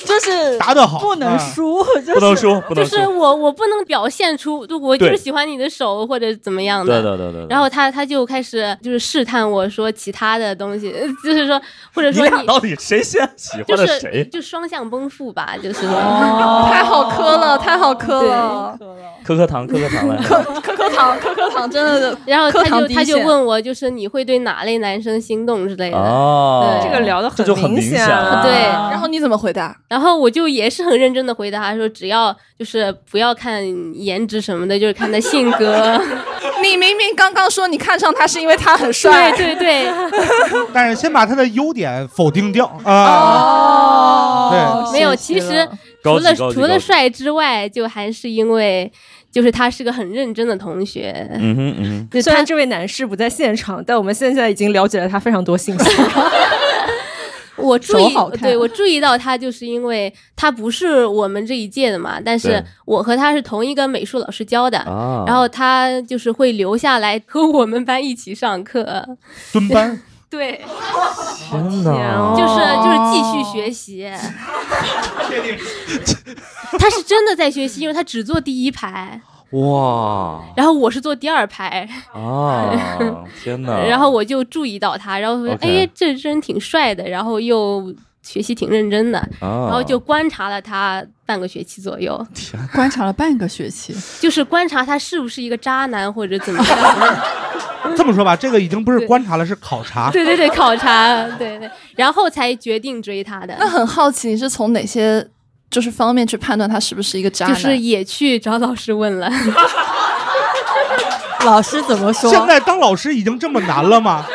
[SPEAKER 3] 就是
[SPEAKER 5] 答得好，
[SPEAKER 3] 不能
[SPEAKER 5] 啊
[SPEAKER 3] 输，就是
[SPEAKER 1] 不能说，不
[SPEAKER 6] 就
[SPEAKER 1] 能
[SPEAKER 6] 是
[SPEAKER 1] 说。
[SPEAKER 6] 我我不能表现出就我就是
[SPEAKER 1] 对
[SPEAKER 6] 喜欢你的手或者怎么样的。
[SPEAKER 1] 对对对对。对
[SPEAKER 6] 然后他他就开始就是试探我说其他的东西， 呃就是说或者
[SPEAKER 1] 你
[SPEAKER 6] 说
[SPEAKER 1] 俩
[SPEAKER 6] 你
[SPEAKER 1] 到底谁先喜欢
[SPEAKER 6] 就
[SPEAKER 1] 了
[SPEAKER 6] 是
[SPEAKER 1] 谁？ 哦
[SPEAKER 6] 就双向奔赴吧，就是。
[SPEAKER 2] 哦太好磕了，太好磕
[SPEAKER 6] 对
[SPEAKER 2] 了，
[SPEAKER 1] 磕磕糖，磕磕糖来着。
[SPEAKER 2] 磕磕 糖，磕磕糖，真的
[SPEAKER 6] 然后
[SPEAKER 2] 课
[SPEAKER 6] 他
[SPEAKER 2] 堂
[SPEAKER 6] 就
[SPEAKER 2] 第一
[SPEAKER 6] 他就
[SPEAKER 2] 线
[SPEAKER 6] 问我，就是你会对哪类男生心动之类的。
[SPEAKER 1] 哦，
[SPEAKER 4] 这个聊的
[SPEAKER 1] 这就很
[SPEAKER 4] 明
[SPEAKER 1] 明显
[SPEAKER 4] 了，
[SPEAKER 1] 了
[SPEAKER 6] 对
[SPEAKER 2] 然后你怎么回答？
[SPEAKER 6] 然后我就也是很认真的回答他说，只要就是不要看颜值什么的，就是看他性格。
[SPEAKER 2] 你明明刚刚说你看上他是因为他很帅
[SPEAKER 6] 对，对 对，
[SPEAKER 5] 但是先把他的优点否定掉啊。
[SPEAKER 3] 哦，
[SPEAKER 6] 没有，
[SPEAKER 3] 学
[SPEAKER 6] 其
[SPEAKER 3] 习
[SPEAKER 6] 实
[SPEAKER 3] 了
[SPEAKER 1] 高
[SPEAKER 6] 除
[SPEAKER 1] 级
[SPEAKER 6] 了
[SPEAKER 1] 高级
[SPEAKER 6] 除
[SPEAKER 1] 高
[SPEAKER 6] 了
[SPEAKER 1] 级
[SPEAKER 6] 帅之外，就还是因为就是他是个很认真的同学。
[SPEAKER 1] 嗯哼嗯
[SPEAKER 6] 对
[SPEAKER 4] 虽
[SPEAKER 6] 他
[SPEAKER 4] 然这位男士不在现场，但我们现在已经了解了他非常多信息。
[SPEAKER 6] 我注意
[SPEAKER 3] 手好，看
[SPEAKER 6] 对我注意到他，就是因为他不是我们这一届的嘛，
[SPEAKER 1] 对
[SPEAKER 6] 但是我和他是同一个美术老师教的
[SPEAKER 1] 哼，啊。
[SPEAKER 6] 然后他就是会留下来和我们班一起上课，
[SPEAKER 5] 蹲班，
[SPEAKER 6] 对，
[SPEAKER 1] 天
[SPEAKER 3] 哦
[SPEAKER 1] 啊哪，
[SPEAKER 6] 就是就是继续学习。 他是真的在学习，因为他只坐第一排，
[SPEAKER 1] 哇
[SPEAKER 6] 然后我是坐第二排，
[SPEAKER 1] 啊！天哪！
[SPEAKER 6] 然后我就注意到他，然后说：“
[SPEAKER 1] OK
[SPEAKER 6] 哎，这人挺帅的，然后又学习挺认真的。”
[SPEAKER 1] 啊，
[SPEAKER 6] 然后就观察了他半个学期左右，
[SPEAKER 3] 观察了半个学期，
[SPEAKER 6] 就是观察他是不是一个渣男或者怎么样。
[SPEAKER 5] 这么说吧，这个已经不是
[SPEAKER 6] 对
[SPEAKER 5] 观察了，是考察。
[SPEAKER 6] 对对对，考察，对对，然后才决定追他的。
[SPEAKER 2] 那很好奇你是从哪些就是方面去判断他是不是一个渣
[SPEAKER 6] 就
[SPEAKER 2] 男？
[SPEAKER 6] 是也去找老师问了，
[SPEAKER 3] 老师怎么说？
[SPEAKER 5] 现在当老师已经这么难了吗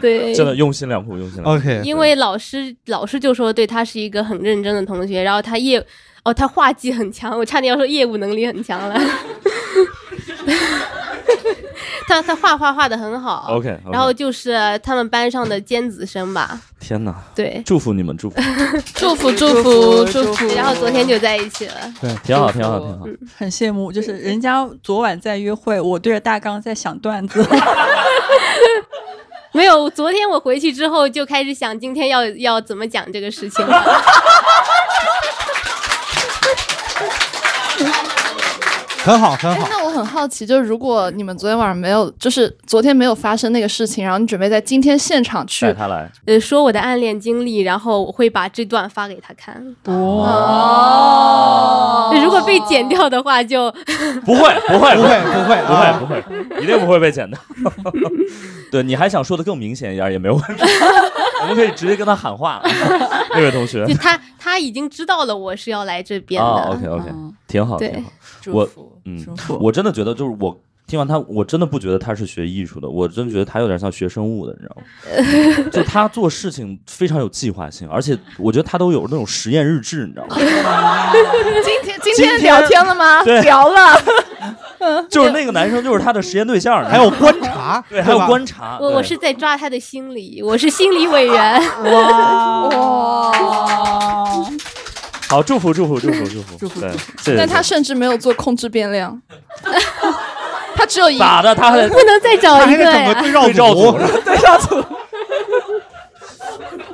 [SPEAKER 6] 对，
[SPEAKER 1] 真的用心良苦，用心良苦。
[SPEAKER 5] ？OK，
[SPEAKER 2] 哎
[SPEAKER 6] 因为老师老师就说对他是一个很认真的同学，然后他业哦他画技很强，我差点要说业务能力很强了。 他他画画画的很好
[SPEAKER 1] OK，
[SPEAKER 6] 然后就是他们班上的尖子生吧，
[SPEAKER 1] 天哪，
[SPEAKER 6] 对，
[SPEAKER 1] 祝福你们，祝福，
[SPEAKER 2] 祝福祝福祝福，
[SPEAKER 6] 然后昨天就在一起了，
[SPEAKER 1] 挺好，挺好，挺好。
[SPEAKER 3] 很羡慕，就是人家昨晚在约会，我对着大纲在想段子。
[SPEAKER 6] 没有，昨天我回去之后就开始想今天要要怎么讲这个事情了。
[SPEAKER 5] 很好，很好
[SPEAKER 2] 哎，。那我很好奇，就是如果你们昨天晚上没有，就是昨天没有发生那个事情，然后你准备在今天现场去
[SPEAKER 1] 带他来，
[SPEAKER 6] 呃，说我的暗恋经历，然后我会把这段发给他看。
[SPEAKER 2] 哦
[SPEAKER 6] 如果被剪掉的话就，
[SPEAKER 1] 不会，不
[SPEAKER 6] 哎
[SPEAKER 1] 会，
[SPEAKER 5] 不会，不会，啊
[SPEAKER 1] 不会，不会，一定不会被剪的。 对，你还想说的更明显一点也没有问题，我们可以直接跟他喊话。那位同 学
[SPEAKER 6] 就他他已经知道了我是
[SPEAKER 1] 啊
[SPEAKER 6] 要来这边的。
[SPEAKER 1] 嗯 啊，OK OK，挺好，
[SPEAKER 6] 对
[SPEAKER 1] 挺好。
[SPEAKER 3] 嗯祝
[SPEAKER 1] 我
[SPEAKER 3] 福
[SPEAKER 1] 嗯
[SPEAKER 3] 祝福
[SPEAKER 1] 我真的觉得就是我。听完他，我真的不觉得他是学艺术的，我真觉得他有点像学生物的，你知道吗？就他做事情非常有计划性，而且我觉得他都有那种实验日志，你知道吗？
[SPEAKER 2] 今天
[SPEAKER 1] 今
[SPEAKER 2] 今天
[SPEAKER 1] 天
[SPEAKER 2] 聊天了吗？
[SPEAKER 1] 对
[SPEAKER 2] 聊了，
[SPEAKER 1] 就是那个男生就是他的实验对象，
[SPEAKER 5] 还有观察，
[SPEAKER 1] 对，还有
[SPEAKER 5] 吧
[SPEAKER 1] 观察。
[SPEAKER 6] 我我
[SPEAKER 1] 对
[SPEAKER 6] 是在抓他的心理，我是心理委 员。
[SPEAKER 2] 哇！
[SPEAKER 1] 好祝福祝福祝福祝福
[SPEAKER 3] 祝福
[SPEAKER 1] 对
[SPEAKER 3] 祝，
[SPEAKER 1] 谢谢
[SPEAKER 2] 但他
[SPEAKER 1] 谢
[SPEAKER 2] 甚至没有做控制变量， 他只有一
[SPEAKER 1] 谢咋的？他还得
[SPEAKER 6] 不能再找
[SPEAKER 5] 他
[SPEAKER 6] 一
[SPEAKER 5] 还得
[SPEAKER 6] 个
[SPEAKER 5] 整个
[SPEAKER 6] 呀！
[SPEAKER 5] 对照
[SPEAKER 1] 对照组
[SPEAKER 5] 组，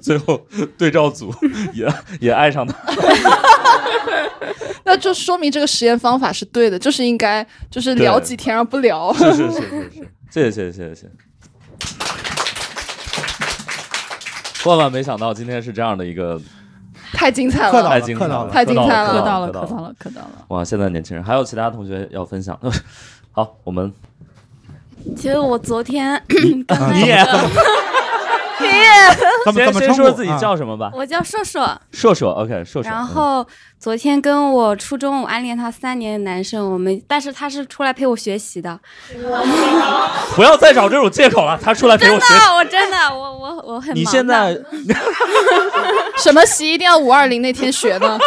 [SPEAKER 1] 最后对照组也也爱上他。
[SPEAKER 2] 那就说明这个实验方法是对的，就是应该就是聊
[SPEAKER 1] 对
[SPEAKER 2] 几天而不聊。
[SPEAKER 1] 是是是是是，谢谢谢谢谢谢。万万没想到今天是这样的一个
[SPEAKER 2] 太精彩
[SPEAKER 5] 客套
[SPEAKER 2] 了，
[SPEAKER 1] 太精彩了，
[SPEAKER 2] 太精彩了
[SPEAKER 1] 磕
[SPEAKER 3] 磕
[SPEAKER 1] 到
[SPEAKER 3] 到
[SPEAKER 1] 了
[SPEAKER 3] 了，
[SPEAKER 1] 磕到
[SPEAKER 3] 磕
[SPEAKER 1] 了磕
[SPEAKER 3] 到
[SPEAKER 1] 到了！
[SPEAKER 3] 了，磕到了。
[SPEAKER 1] 哇，现在年轻人还有其他同学要分享。 好，我们
[SPEAKER 7] 其实我昨天跟
[SPEAKER 5] 啊
[SPEAKER 7] 那
[SPEAKER 1] 也
[SPEAKER 7] 个，
[SPEAKER 5] 怎么
[SPEAKER 1] 先
[SPEAKER 5] 怎么
[SPEAKER 1] 先
[SPEAKER 5] 称
[SPEAKER 1] 说
[SPEAKER 5] 呼啊
[SPEAKER 1] 自己叫什么吧。
[SPEAKER 6] 嗯
[SPEAKER 7] 我叫硕硕，
[SPEAKER 1] 硕嗯硕，OK，硕硕。
[SPEAKER 7] 然后昨天跟我初中我暗恋他三年的男生，我们但是他是出来陪我学习的，
[SPEAKER 1] 嗯不要再找这种借口了，他出来陪我
[SPEAKER 7] 真
[SPEAKER 1] 学
[SPEAKER 7] 的
[SPEAKER 1] 习。，
[SPEAKER 7] 啊我真的，我我我很忙的。
[SPEAKER 1] 哎你现在
[SPEAKER 2] 什么习一定要五二零那天学呢？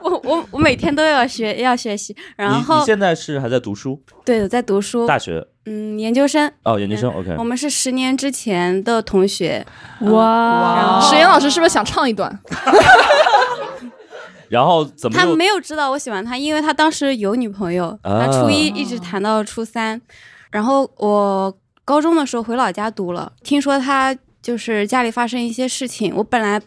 [SPEAKER 7] 我我我每天都要学要学习，
[SPEAKER 1] 你
[SPEAKER 7] 然
[SPEAKER 1] 你
[SPEAKER 7] 后
[SPEAKER 1] 现在是还在读书，
[SPEAKER 7] 对我在读书，
[SPEAKER 1] 大学
[SPEAKER 7] 嗯，研究生，
[SPEAKER 1] 哦，研究生，OK
[SPEAKER 7] 嗯我。们是十年之前的同学，
[SPEAKER 1] 哦
[SPEAKER 4] 哇，
[SPEAKER 2] 史岩老师是不是想唱一段？
[SPEAKER 1] 然后怎么
[SPEAKER 7] 他
[SPEAKER 1] 又
[SPEAKER 7] 没有知道我喜欢他，因为他当时有女朋友，
[SPEAKER 1] 啊
[SPEAKER 7] 他初一一直谈到初三，然后我高中的时候回老家读了，听说他就是家里发生一些事情，我本来。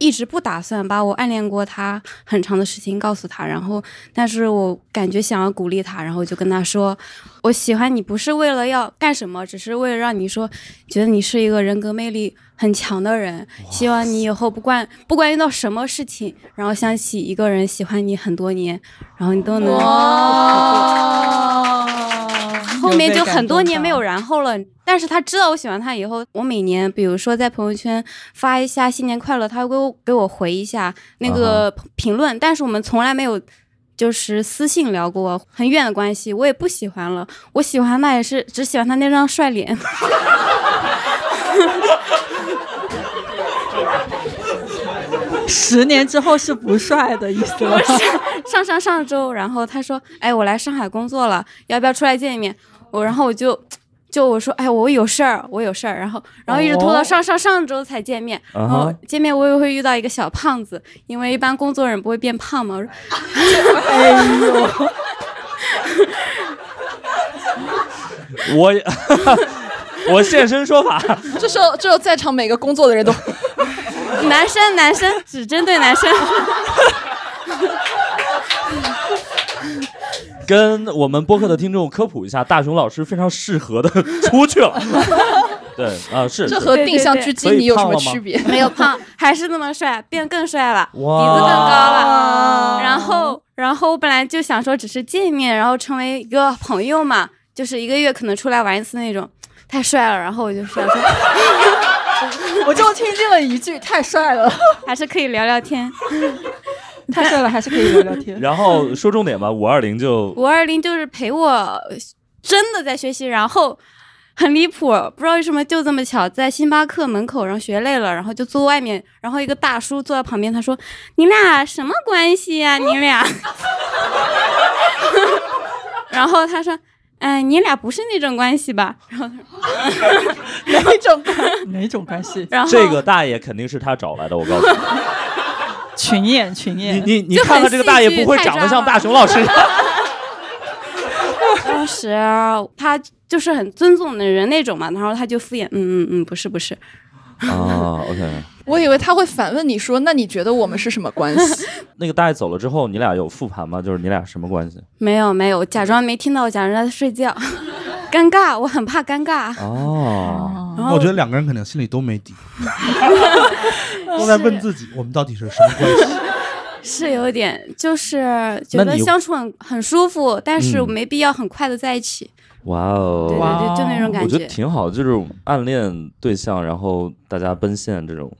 [SPEAKER 7] 一直不打算把我暗恋过他很长的事情告诉他，然后，但是我感觉想要鼓励他，然后就跟他说，我喜欢你不是为了要干什么，只是为了让你说，觉得你是一个人格魅力很强的人，希望你以后不管不管遇到什么事情，然后想起一个人喜欢你很多年，然后你都能后面就很多年没有然后了。但是他知道我喜欢他以后，我每年比如说在朋友圈发一下新年快乐，他会给我给我回一下那
[SPEAKER 1] 啊
[SPEAKER 7] 个评论，但是我们从来没有。就是私信聊过很远的关系，我也不喜欢了。我喜欢他也是只喜欢他那张 帅脸，
[SPEAKER 3] 十年之后是不帅的意思了。
[SPEAKER 7] 上上上周，然后他说：“哎，我来上海工作了，要不要出来见一面？”我然后我就就我说：“哎，我有事儿，我有事儿。”然后然后一直拖到上上上周才见面。
[SPEAKER 1] 哦啊
[SPEAKER 7] 然后
[SPEAKER 1] 哈
[SPEAKER 7] 见面我也会遇到一个小胖子，因为一般工作人不会变胖嘛。我说
[SPEAKER 3] 哎
[SPEAKER 1] 我我现身说法，
[SPEAKER 2] 这时候，这时候在场每个工作 的人都
[SPEAKER 7] 男生男生只针对男生，
[SPEAKER 1] 跟我们播客的听众科普一下，大熊老师非常适合 的出去了。对啊，是
[SPEAKER 2] 这
[SPEAKER 1] 是
[SPEAKER 2] 和定向狙击你有什么
[SPEAKER 1] 所以胖了吗
[SPEAKER 2] 区 别？
[SPEAKER 7] 没有胖，还是那么帅，变更帅了，鼻子更
[SPEAKER 1] 哇
[SPEAKER 7] 高了。然后，然后我本来就想说只是见面，然后成为一个朋友嘛，就是一个月可能出来玩一次那种，太帅了。然后我就想说，
[SPEAKER 3] 我就听见了一句“太帅了
[SPEAKER 7] 还是可以聊聊天。”，
[SPEAKER 3] 太帅了，还是可以聊聊天。
[SPEAKER 1] 然后说重点吧，五二零就
[SPEAKER 7] 五二零就是陪我真的在学习，然后很离谱，不知道为什么就这么巧，在星巴克门口，然后学累了，然后就坐外面，然后一个大叔坐在旁边，他说：“你俩什么关系呀、你俩？” 然后他说。哎，你俩不是那种关系吧？
[SPEAKER 3] 哪种关哪种关系？
[SPEAKER 7] 然后
[SPEAKER 1] 这个大爷肯定是他找来的，我告诉你，
[SPEAKER 3] 群演，群
[SPEAKER 1] 你
[SPEAKER 3] 演。
[SPEAKER 1] 你你看看这个大爷不会长得像大熊老师一 样。
[SPEAKER 7] 当时啊他就是很尊重的人那种嘛，然后他就敷衍，嗯嗯嗯，不是不是，
[SPEAKER 1] 啊，OK。
[SPEAKER 2] 我以为他会反问你说：“那你觉得我们是什么关系
[SPEAKER 1] 那个大爷走了之后，你俩有复盘吗？就是你俩什么关系？
[SPEAKER 7] 没有没有，我假装没听到，我假装在睡觉， 尴尬，我很怕尴尬。
[SPEAKER 1] 哦，
[SPEAKER 7] 然
[SPEAKER 5] 那
[SPEAKER 7] 后
[SPEAKER 5] 我觉得两个人肯定心里都没底，都在问自己我们到底是什么关系。
[SPEAKER 7] 是有点，就是觉
[SPEAKER 1] 那
[SPEAKER 7] 得
[SPEAKER 1] 你
[SPEAKER 7] 相处很很舒服，但是
[SPEAKER 1] 嗯
[SPEAKER 7] 没必要很快的在一起。
[SPEAKER 1] 哇哦，
[SPEAKER 7] 对
[SPEAKER 3] 哇
[SPEAKER 7] 对对，就那种
[SPEAKER 1] 我
[SPEAKER 7] 感
[SPEAKER 1] 觉得
[SPEAKER 7] 觉。
[SPEAKER 1] 挺好的，就是暗恋对象，然后大家奔现这种。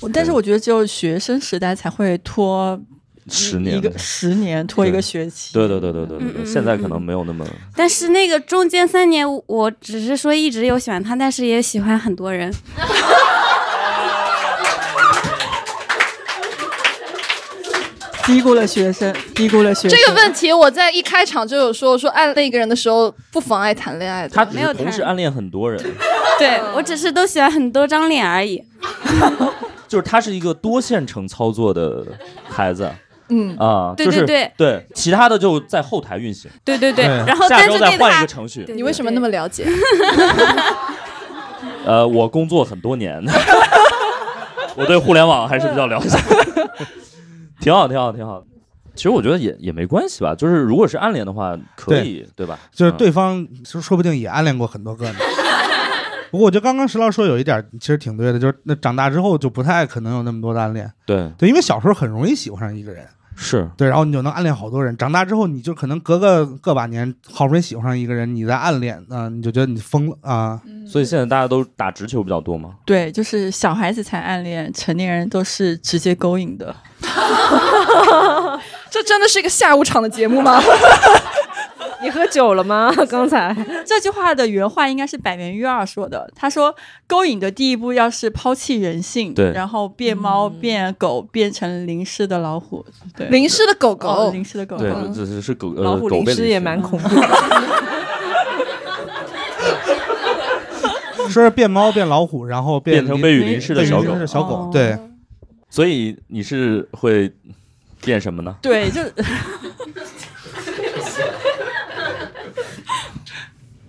[SPEAKER 3] 我但是我觉得只有学生时代才会拖
[SPEAKER 1] 嗯十
[SPEAKER 3] 一
[SPEAKER 1] 年
[SPEAKER 3] 个十年拖一个学期，
[SPEAKER 1] 对对对对对对
[SPEAKER 7] 嗯
[SPEAKER 1] 对，
[SPEAKER 7] 嗯
[SPEAKER 1] 现在可能没有那么
[SPEAKER 7] 但是那个中间三年，我只是说一直有喜欢他，但是也喜欢很多人。
[SPEAKER 3] 低估了学生，低估了学 生。
[SPEAKER 2] 这个问题我在一开场就有说，我说爱那个人的时候不妨碍谈恋爱的。
[SPEAKER 1] 他只
[SPEAKER 7] 有
[SPEAKER 1] 是同
[SPEAKER 7] 谈
[SPEAKER 1] 时暗恋很多人，
[SPEAKER 7] 对我只是都喜欢很多张脸而已。
[SPEAKER 1] 就是他是一个多线程操作的孩 子
[SPEAKER 2] 嗯，
[SPEAKER 1] 啊，
[SPEAKER 7] 对
[SPEAKER 1] 就是
[SPEAKER 7] 对对
[SPEAKER 1] 对，其他的就在后台运行，
[SPEAKER 7] 对对对，
[SPEAKER 5] 对
[SPEAKER 7] 然后
[SPEAKER 1] 下
[SPEAKER 7] 但
[SPEAKER 1] 周
[SPEAKER 7] 是
[SPEAKER 1] 再
[SPEAKER 7] 对
[SPEAKER 1] 换一
[SPEAKER 7] 他
[SPEAKER 1] 个，程序
[SPEAKER 7] 对。
[SPEAKER 2] 你为什么那么了解？
[SPEAKER 1] 呃，我工作很多 年，我对互联网还是比较了解，挺好，挺好，挺好。其实我觉得也也没关系吧，就是如果是暗恋的话，可
[SPEAKER 5] 对
[SPEAKER 1] 以对吧？
[SPEAKER 5] 就是
[SPEAKER 1] 嗯
[SPEAKER 5] 对方说说不定也暗恋过很多个呢。不过我觉得刚刚石老师说有一点其实挺对的，就是那长大之后就不太可能有那么多的暗恋，
[SPEAKER 1] 对
[SPEAKER 5] 对，因为小时候很容易喜欢上一个人，
[SPEAKER 1] 是，
[SPEAKER 5] 对，然后你就能暗恋好多人。长大之后你就可能隔个个把年，好不容易喜欢上一个人，你再暗恋，啊、你就觉得你疯了啊、
[SPEAKER 1] 所以现在大家都打直球比较多嘛。
[SPEAKER 3] 对，就是小孩子才暗恋，成年人都是直接勾引的。
[SPEAKER 2] 这真的是一个下午场的节目吗？
[SPEAKER 4] 你喝酒了吗？ 刚才
[SPEAKER 3] 这句话的原话应该是百元育二说的，他说勾引的第一步要是抛弃人性，
[SPEAKER 1] 对
[SPEAKER 3] 然后变猫、变狗，变成淋湿的老虎，对，
[SPEAKER 2] 淋湿的狗
[SPEAKER 3] 哦，
[SPEAKER 2] 狗，
[SPEAKER 3] 淋湿的狗，
[SPEAKER 1] 对
[SPEAKER 3] 嗯，
[SPEAKER 1] 这是是狗
[SPEAKER 4] 老
[SPEAKER 1] 呃
[SPEAKER 4] 虎
[SPEAKER 1] 狗
[SPEAKER 4] 淋
[SPEAKER 1] 被
[SPEAKER 4] 湿也蛮恐怖的。
[SPEAKER 5] 说是变猫变老虎，然后变
[SPEAKER 1] 变成被雨淋湿的
[SPEAKER 5] 被
[SPEAKER 1] 小
[SPEAKER 5] 淋
[SPEAKER 1] 狗
[SPEAKER 5] 湿，的小狗
[SPEAKER 3] 哦
[SPEAKER 5] 对，
[SPEAKER 1] 所以你是会变什么呢？
[SPEAKER 3] 对，就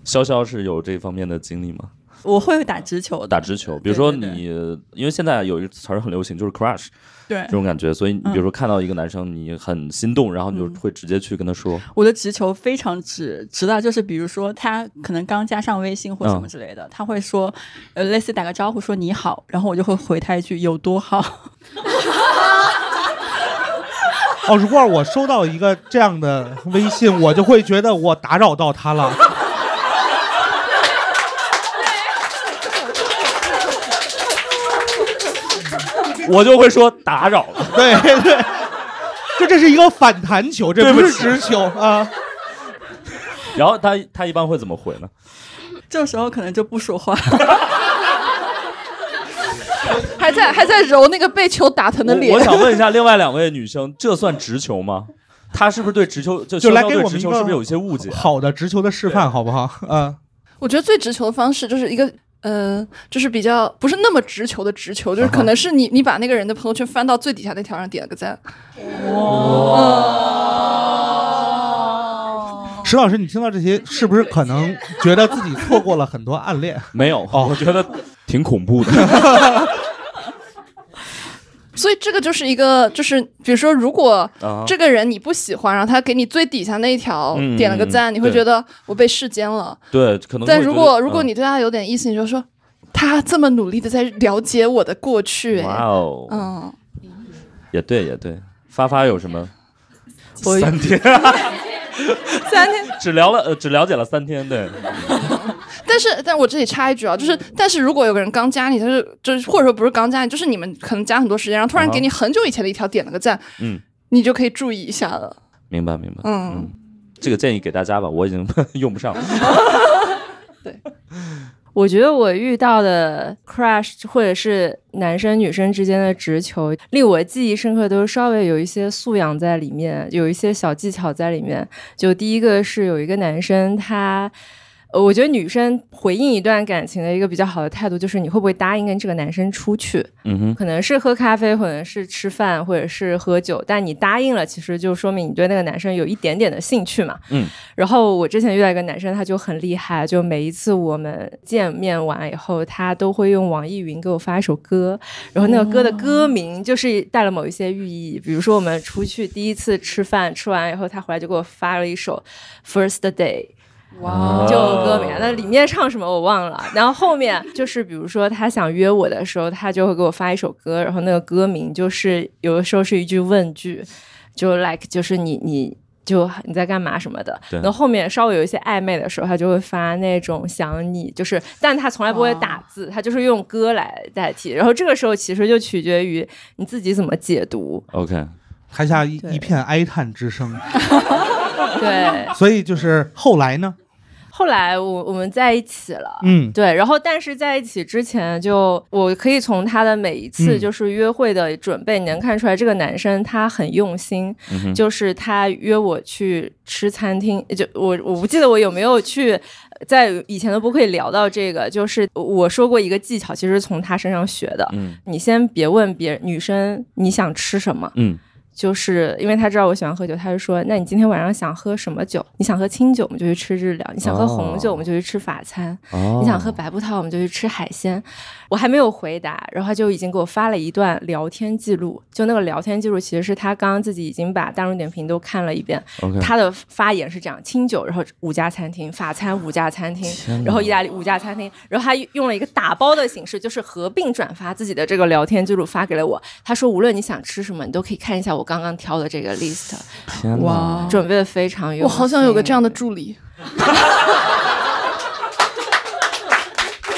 [SPEAKER 1] 潇潇是有这方面的经历吗？
[SPEAKER 3] 我会打直球的，
[SPEAKER 1] 打直球，比如说
[SPEAKER 3] 对对对
[SPEAKER 1] 你，因为现在有一个词儿很流行，就是 crush
[SPEAKER 3] 对
[SPEAKER 1] 这种感觉，所以你
[SPEAKER 3] 嗯
[SPEAKER 1] 比如说看到一个男生，你很心动，然后你就会直接去跟他说，
[SPEAKER 3] 我的直球非常直，直到就是比如说他可能刚加上微信或什么之类
[SPEAKER 1] 嗯
[SPEAKER 3] 的，他会说，呃，类似打个招呼说你好，然后我就会回他一句有多好，
[SPEAKER 5] 哦，如果我收到一个这样的微信，我就会觉得我打扰到他了。
[SPEAKER 1] 我就会说打扰了。
[SPEAKER 5] 对对，就这是一个反弹球，这
[SPEAKER 1] 对不
[SPEAKER 5] 不是
[SPEAKER 1] 起
[SPEAKER 5] 直球啊。
[SPEAKER 1] 然后他他一般会怎么回呢？
[SPEAKER 3] 这时候可能就不说话。
[SPEAKER 2] 还在还在揉那个被球打疼的
[SPEAKER 1] 我
[SPEAKER 2] 脸
[SPEAKER 1] 我。想问一下另外两位女生，这算直球吗？她是不是对直球就
[SPEAKER 5] 就来
[SPEAKER 1] 潇潇
[SPEAKER 5] 给
[SPEAKER 1] 对
[SPEAKER 5] 我
[SPEAKER 1] 直
[SPEAKER 5] 们一
[SPEAKER 1] 球
[SPEAKER 5] 个
[SPEAKER 1] 是不是有一些 误解？
[SPEAKER 5] 好的直球的示
[SPEAKER 1] 啊
[SPEAKER 5] 范，好不好？嗯，
[SPEAKER 2] 我觉得最直球的方式就是一个。呃，就是比较不是那么直球的直 球，就是可能是你你把那个人的朋友圈翻到最底下那条上点了个赞，
[SPEAKER 5] 石老师，你听到这些是不是可能觉得自己错过了很多暗恋？
[SPEAKER 1] 没有，
[SPEAKER 5] 哦
[SPEAKER 1] 我觉得挺恐怖的。
[SPEAKER 2] 所以这个就是一个就是比如说，如果
[SPEAKER 1] 啊
[SPEAKER 2] 这个人你不喜欢，然后他给你最底下那一条
[SPEAKER 1] 嗯
[SPEAKER 2] 点了个
[SPEAKER 1] 嗯
[SPEAKER 2] 赞，你会
[SPEAKER 1] 对
[SPEAKER 2] 觉得我被世间了。
[SPEAKER 1] 对，可能会觉得。
[SPEAKER 2] 但如果如果
[SPEAKER 1] 嗯
[SPEAKER 2] 你对他有点意思，你就说他这么努力的在了解我的过去，哎
[SPEAKER 1] 哇哦，
[SPEAKER 2] 嗯，
[SPEAKER 1] 也对也对。发发有什 么？
[SPEAKER 3] 我
[SPEAKER 1] 三天，
[SPEAKER 2] 三天。
[SPEAKER 1] 只聊了呃，只了解了三天，对，
[SPEAKER 2] 但是，但我这里插一句啊，
[SPEAKER 1] 嗯
[SPEAKER 2] 就是，但是如果有个人刚加你，就是就是，或者说不是刚加你，就是你们可能加很多时间，然后突然给你很久以前的一条点了个赞，
[SPEAKER 1] 啊嗯，
[SPEAKER 2] 你就可以注意一下了。
[SPEAKER 1] 明白明白，
[SPEAKER 2] 嗯
[SPEAKER 1] 这个建议给大家吧，我已经 用不上。
[SPEAKER 4] 我觉得我遇到的 crush 或者是男生女生之间的直球，令我记忆深刻，都是稍微有一些素养在里面，有一些小技巧在里面。就第一个是有一个男生他。呃我觉得女生回应一段感情的一个比较好的态度，就是你会不会答应跟这个男生出去？
[SPEAKER 1] 嗯哼，
[SPEAKER 4] 可能是喝咖啡，或者是吃饭，或者是喝酒，但你答应了，其实就说明你对那个男生有一点点的兴趣嘛。
[SPEAKER 1] 嗯。
[SPEAKER 4] 然后我之前遇到一个男生，他就很厉害，就每一次我们见面完以后，他都会用网易云给我发一首歌，然后那个歌的歌名就是带了某一些寓意，比如说我们出去第一次吃饭，吃完以后他回来就给我发了一首 First Day。
[SPEAKER 1] 哇
[SPEAKER 4] 就有歌名，
[SPEAKER 1] 哦
[SPEAKER 4] 那里面唱什么我忘了。然后后面就是，比如说他想约我的时候，他就会给我发一首歌，然后那个歌名就是有的时候是一句问句，就 like 就是你你。就你在干嘛什么的，
[SPEAKER 1] 对
[SPEAKER 4] 然后后面稍微有一些暧昧的时候，他就会发那种想你，就是，但他从来不会打字，他就是用歌来代替。然后这个时候其实就取决于你自己怎么解读，
[SPEAKER 1] 哦 OK，
[SPEAKER 5] 台下一一片哀叹之声。
[SPEAKER 4] 对，
[SPEAKER 5] 所以就是后来呢，
[SPEAKER 4] 后来我我们在一起了，
[SPEAKER 5] 嗯
[SPEAKER 4] 对，然后但是在一起之前就，我可以从他的每一次
[SPEAKER 5] 嗯
[SPEAKER 4] 就是约会的准备，你能看出来这个男生他很用心，
[SPEAKER 1] 嗯哼
[SPEAKER 4] 就是他约我去吃餐厅，就我我不记得我有没有去。在以前的播客里聊到这个，就是我说过一个技巧，其实是从他身上学的。
[SPEAKER 1] 嗯
[SPEAKER 4] 你先别问别人女生你想吃什么，
[SPEAKER 1] 嗯
[SPEAKER 4] 就是因为他知道我喜欢喝酒，他就说：“那你今天晚上想喝什么酒？你想喝清酒，我们就去吃日料；你想喝红酒，
[SPEAKER 1] 哦
[SPEAKER 4] 我们就去吃法餐；
[SPEAKER 1] 哦
[SPEAKER 4] 你想喝白葡萄，我们就去吃海鲜。”我还没有回答，然后他就已经给我发了一段聊天记录。就那个聊天记录，其实是他刚刚自己已经把大众点评都看了一遍。
[SPEAKER 1] OK
[SPEAKER 4] 他的发言是这样：清酒，然后五家餐厅，法餐五家餐厅
[SPEAKER 1] 天，哪
[SPEAKER 4] 然后意大利五家餐厅。然后他用了一个打包的形式，就是合并转发自己的这个聊天记录发给了我。他说，无论你想吃什么，你都可以看一下我刚刚挑的这个 list，
[SPEAKER 1] 天哪！
[SPEAKER 4] 准备的非常
[SPEAKER 1] 嗯
[SPEAKER 4] 用
[SPEAKER 2] 哦我好想有个
[SPEAKER 4] 心
[SPEAKER 2] 这样的助理。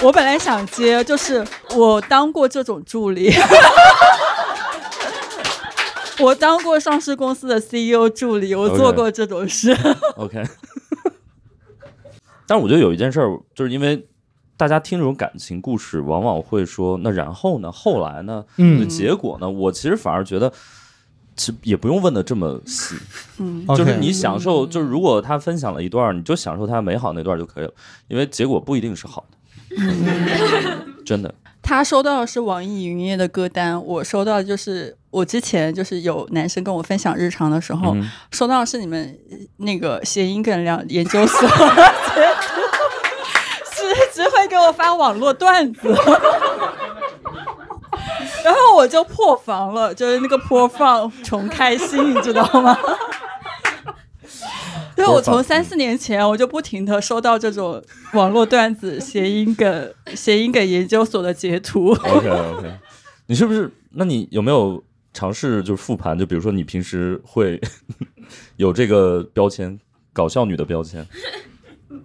[SPEAKER 3] 我本来想接，就是我当过这种助理， 我当过上市公司的 CEO 助理，我做
[SPEAKER 1] OK
[SPEAKER 3] 过这种事。
[SPEAKER 1] OK，但是我觉得有一件事儿，就是因为大家听这种感情故事，往往会说那然后呢，后来呢，
[SPEAKER 5] 嗯
[SPEAKER 1] 那结果呢，我其实反而觉得。其实也不用问的这么细，
[SPEAKER 5] 嗯 OK
[SPEAKER 1] 就是你享受，就是如果他分享了一段儿，你就享受他美好那段儿就可以了，因为结果不一定是好的，真的。
[SPEAKER 3] 他收到的是网易云音乐的歌单，我收到的就是我之前就是有男生跟我分享日常的时候，
[SPEAKER 1] 嗯
[SPEAKER 3] 收到的是你们呃那个谐音梗量研究所， 只只会给我发网络段子。 然后我就破防了，就是那个破放穷开心，你知道吗？ 对，我从三四年前我就不停的收到这种网络段子、谐音梗、谐音梗研究所的截图。
[SPEAKER 1] OK OK，你是不是？那你有没有尝试就是复盘？就比如说你平时会 有这个标签，搞笑女的标签，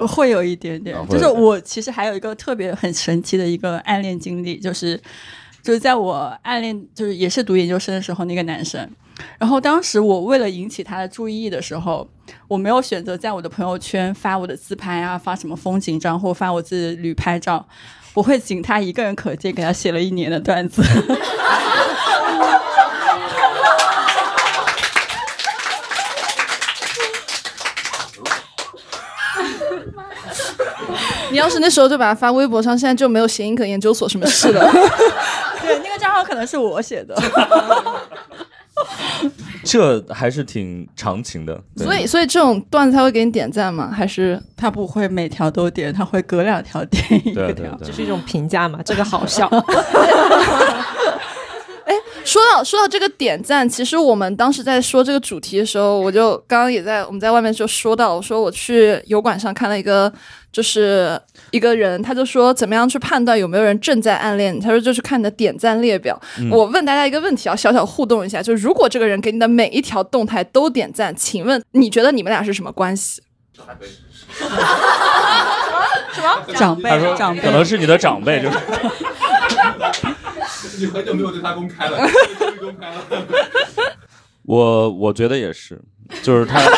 [SPEAKER 3] 会有一点点
[SPEAKER 1] 啊，会
[SPEAKER 3] 就
[SPEAKER 1] 有
[SPEAKER 3] 是我其实还有一个特别很神奇的一个暗恋经历，就是就是在我暗恋就是也是读研究生的时候，那个男生，然后当时我为了引起他的注意的时候，我没有选择在我的朋友圈发我的自拍啊，发什么风景照或发我自己的旅拍照，我会仅他一个人可见，给他写了一年的 段子。
[SPEAKER 2] 你要是那时候就把它发微博上，现在就没有谐音梗研究所什么事 了。
[SPEAKER 3] 对，那个账号可能是我写的。
[SPEAKER 1] 这还是挺长情的。对
[SPEAKER 2] 所以，所以这种段子他会给你点赞吗？还是
[SPEAKER 3] 他不会每条都点，他会隔两条点一个
[SPEAKER 1] 对对
[SPEAKER 3] 条。
[SPEAKER 1] 对
[SPEAKER 4] 这，是一种评价嘛？这个好 笑，
[SPEAKER 2] 说到说到这个点赞，其实我们当时在说这个主题的时候，我就刚刚也在我们在外面就说到，我说我去油管上看了一个，就是一个人，他就说怎么样去判断有没有人正在暗恋你，他说就去看你的点赞列表。我问大家一个问题啊，小小互动一下，就如果这个人给你的每一条动态都点赞，请问你觉得你们俩是什么关系？
[SPEAKER 3] 长辈
[SPEAKER 1] 他说，
[SPEAKER 3] 长辈
[SPEAKER 1] 可能是你的长辈，就是
[SPEAKER 8] 你很久没有对他公开了，终于公开了。
[SPEAKER 1] 我我觉得也是，就是他。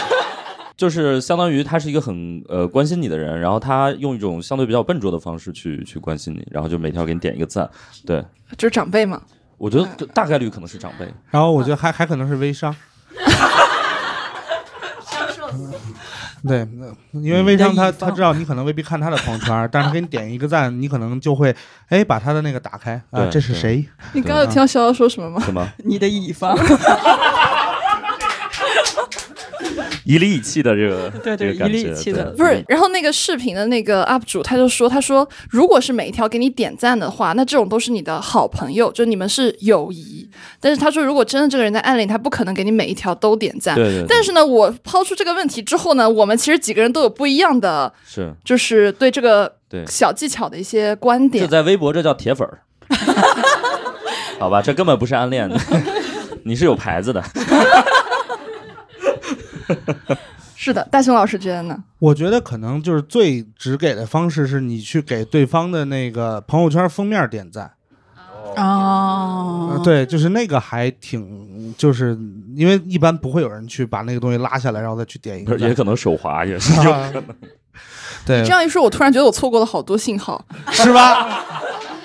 [SPEAKER 1] 就是相当于他是一个很呃关心你的人，然后他用一种相对比较笨拙的方式去去关心你，然后就每条给你点一个赞。对
[SPEAKER 2] 就是长辈嘛。
[SPEAKER 1] 我觉得就大概率可能是长辈，
[SPEAKER 5] 然后我觉得还还可能是 微商。对，因为微商他他知道你可能未必看他的朋 友圈，但是他给你点一个赞，你可能就会哎把他的那个打开啊，
[SPEAKER 1] 对
[SPEAKER 5] 这是
[SPEAKER 1] 对
[SPEAKER 5] 谁？
[SPEAKER 2] 你刚刚有听到小小说什么吗？
[SPEAKER 1] 是吗？
[SPEAKER 3] 你的乙方，
[SPEAKER 1] 一粒一气的这个，
[SPEAKER 3] 对对
[SPEAKER 1] 这个感觉
[SPEAKER 3] 一粒一气的
[SPEAKER 1] 对
[SPEAKER 2] 不是，然后那个视频的那个 UP 主他就说，他说如果是每一条给你点赞的话，那这种都是你的好朋友，就你们是友谊。但是他说，如果真的这个人在暗恋，他不可能给你每一条都点赞。
[SPEAKER 1] 对对对
[SPEAKER 2] 但是呢，我抛出这个问题之后呢，我们其实几个人都有不一样的，
[SPEAKER 1] 是
[SPEAKER 2] 就是对这个
[SPEAKER 1] 对
[SPEAKER 2] 小技巧的一些观
[SPEAKER 1] 这
[SPEAKER 2] 点。
[SPEAKER 1] 在微博这叫铁粉儿， 好吧，这根本不是暗恋的，你是有牌子的。
[SPEAKER 2] 是的，大雄老师觉得呢？
[SPEAKER 5] 我觉得可能就是最直给的方式是你去给对方的那个朋友圈封面点赞，呃
[SPEAKER 1] 啊
[SPEAKER 3] 哦，
[SPEAKER 5] 对，就是那个还挺，就是因为一般不会有人去把那个东西拉下来，然后再去点一
[SPEAKER 1] 不
[SPEAKER 5] 个
[SPEAKER 1] 是，
[SPEAKER 5] 赞，
[SPEAKER 1] 也可能手滑，也是有可能。
[SPEAKER 5] 对
[SPEAKER 1] 嗯
[SPEAKER 2] 这，样一说，我突然觉得我错过了好多信号。
[SPEAKER 5] 是吧？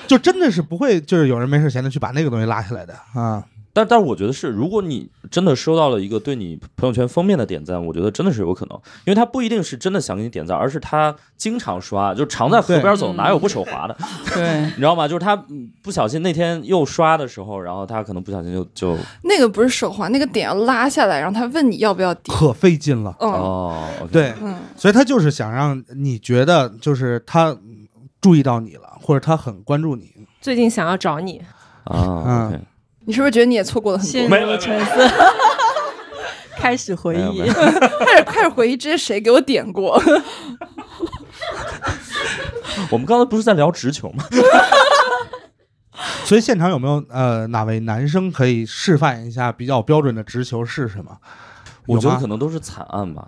[SPEAKER 5] 就真的是不会，就是有人没事闲的去把那个东西拉下来的啊。
[SPEAKER 1] 但但我觉得是，如果你真的收到了一个对你朋友圈封面的点赞，我觉得真的是有可能，因为他不一定是真的想给你点赞，而是他经常刷，就常在河边走，
[SPEAKER 3] 对
[SPEAKER 1] 哪有不手滑的？
[SPEAKER 3] 对，
[SPEAKER 1] 你知道吗？就是他嗯不小心那天又刷的时候，然后他可能不小心就就
[SPEAKER 2] 那个不是手环，那个点要拉下来，然后他问你要不要点。
[SPEAKER 5] 可费劲了。
[SPEAKER 2] 嗯、
[SPEAKER 1] 哦，OK，
[SPEAKER 5] 对，
[SPEAKER 2] 嗯，
[SPEAKER 5] 所以他就是想让你觉得，就是他嗯注意到你了，或者他很关注你。
[SPEAKER 4] 最近想要找你，
[SPEAKER 1] 啊，OK，
[SPEAKER 2] 你是不是觉得你也错过了很
[SPEAKER 3] 陷
[SPEAKER 2] 多？
[SPEAKER 3] 入沉思， 开始回
[SPEAKER 1] 没有
[SPEAKER 3] 忆
[SPEAKER 1] 没有。
[SPEAKER 2] 开始开始回忆这是谁给我点过？
[SPEAKER 1] 我们刚才不是在聊直球吗？
[SPEAKER 5] 所以现场有没有呃哪位男生可以示范一下比较标准的直球是 什么？
[SPEAKER 1] 我觉得可
[SPEAKER 5] 能
[SPEAKER 1] 能都是惨案 吧，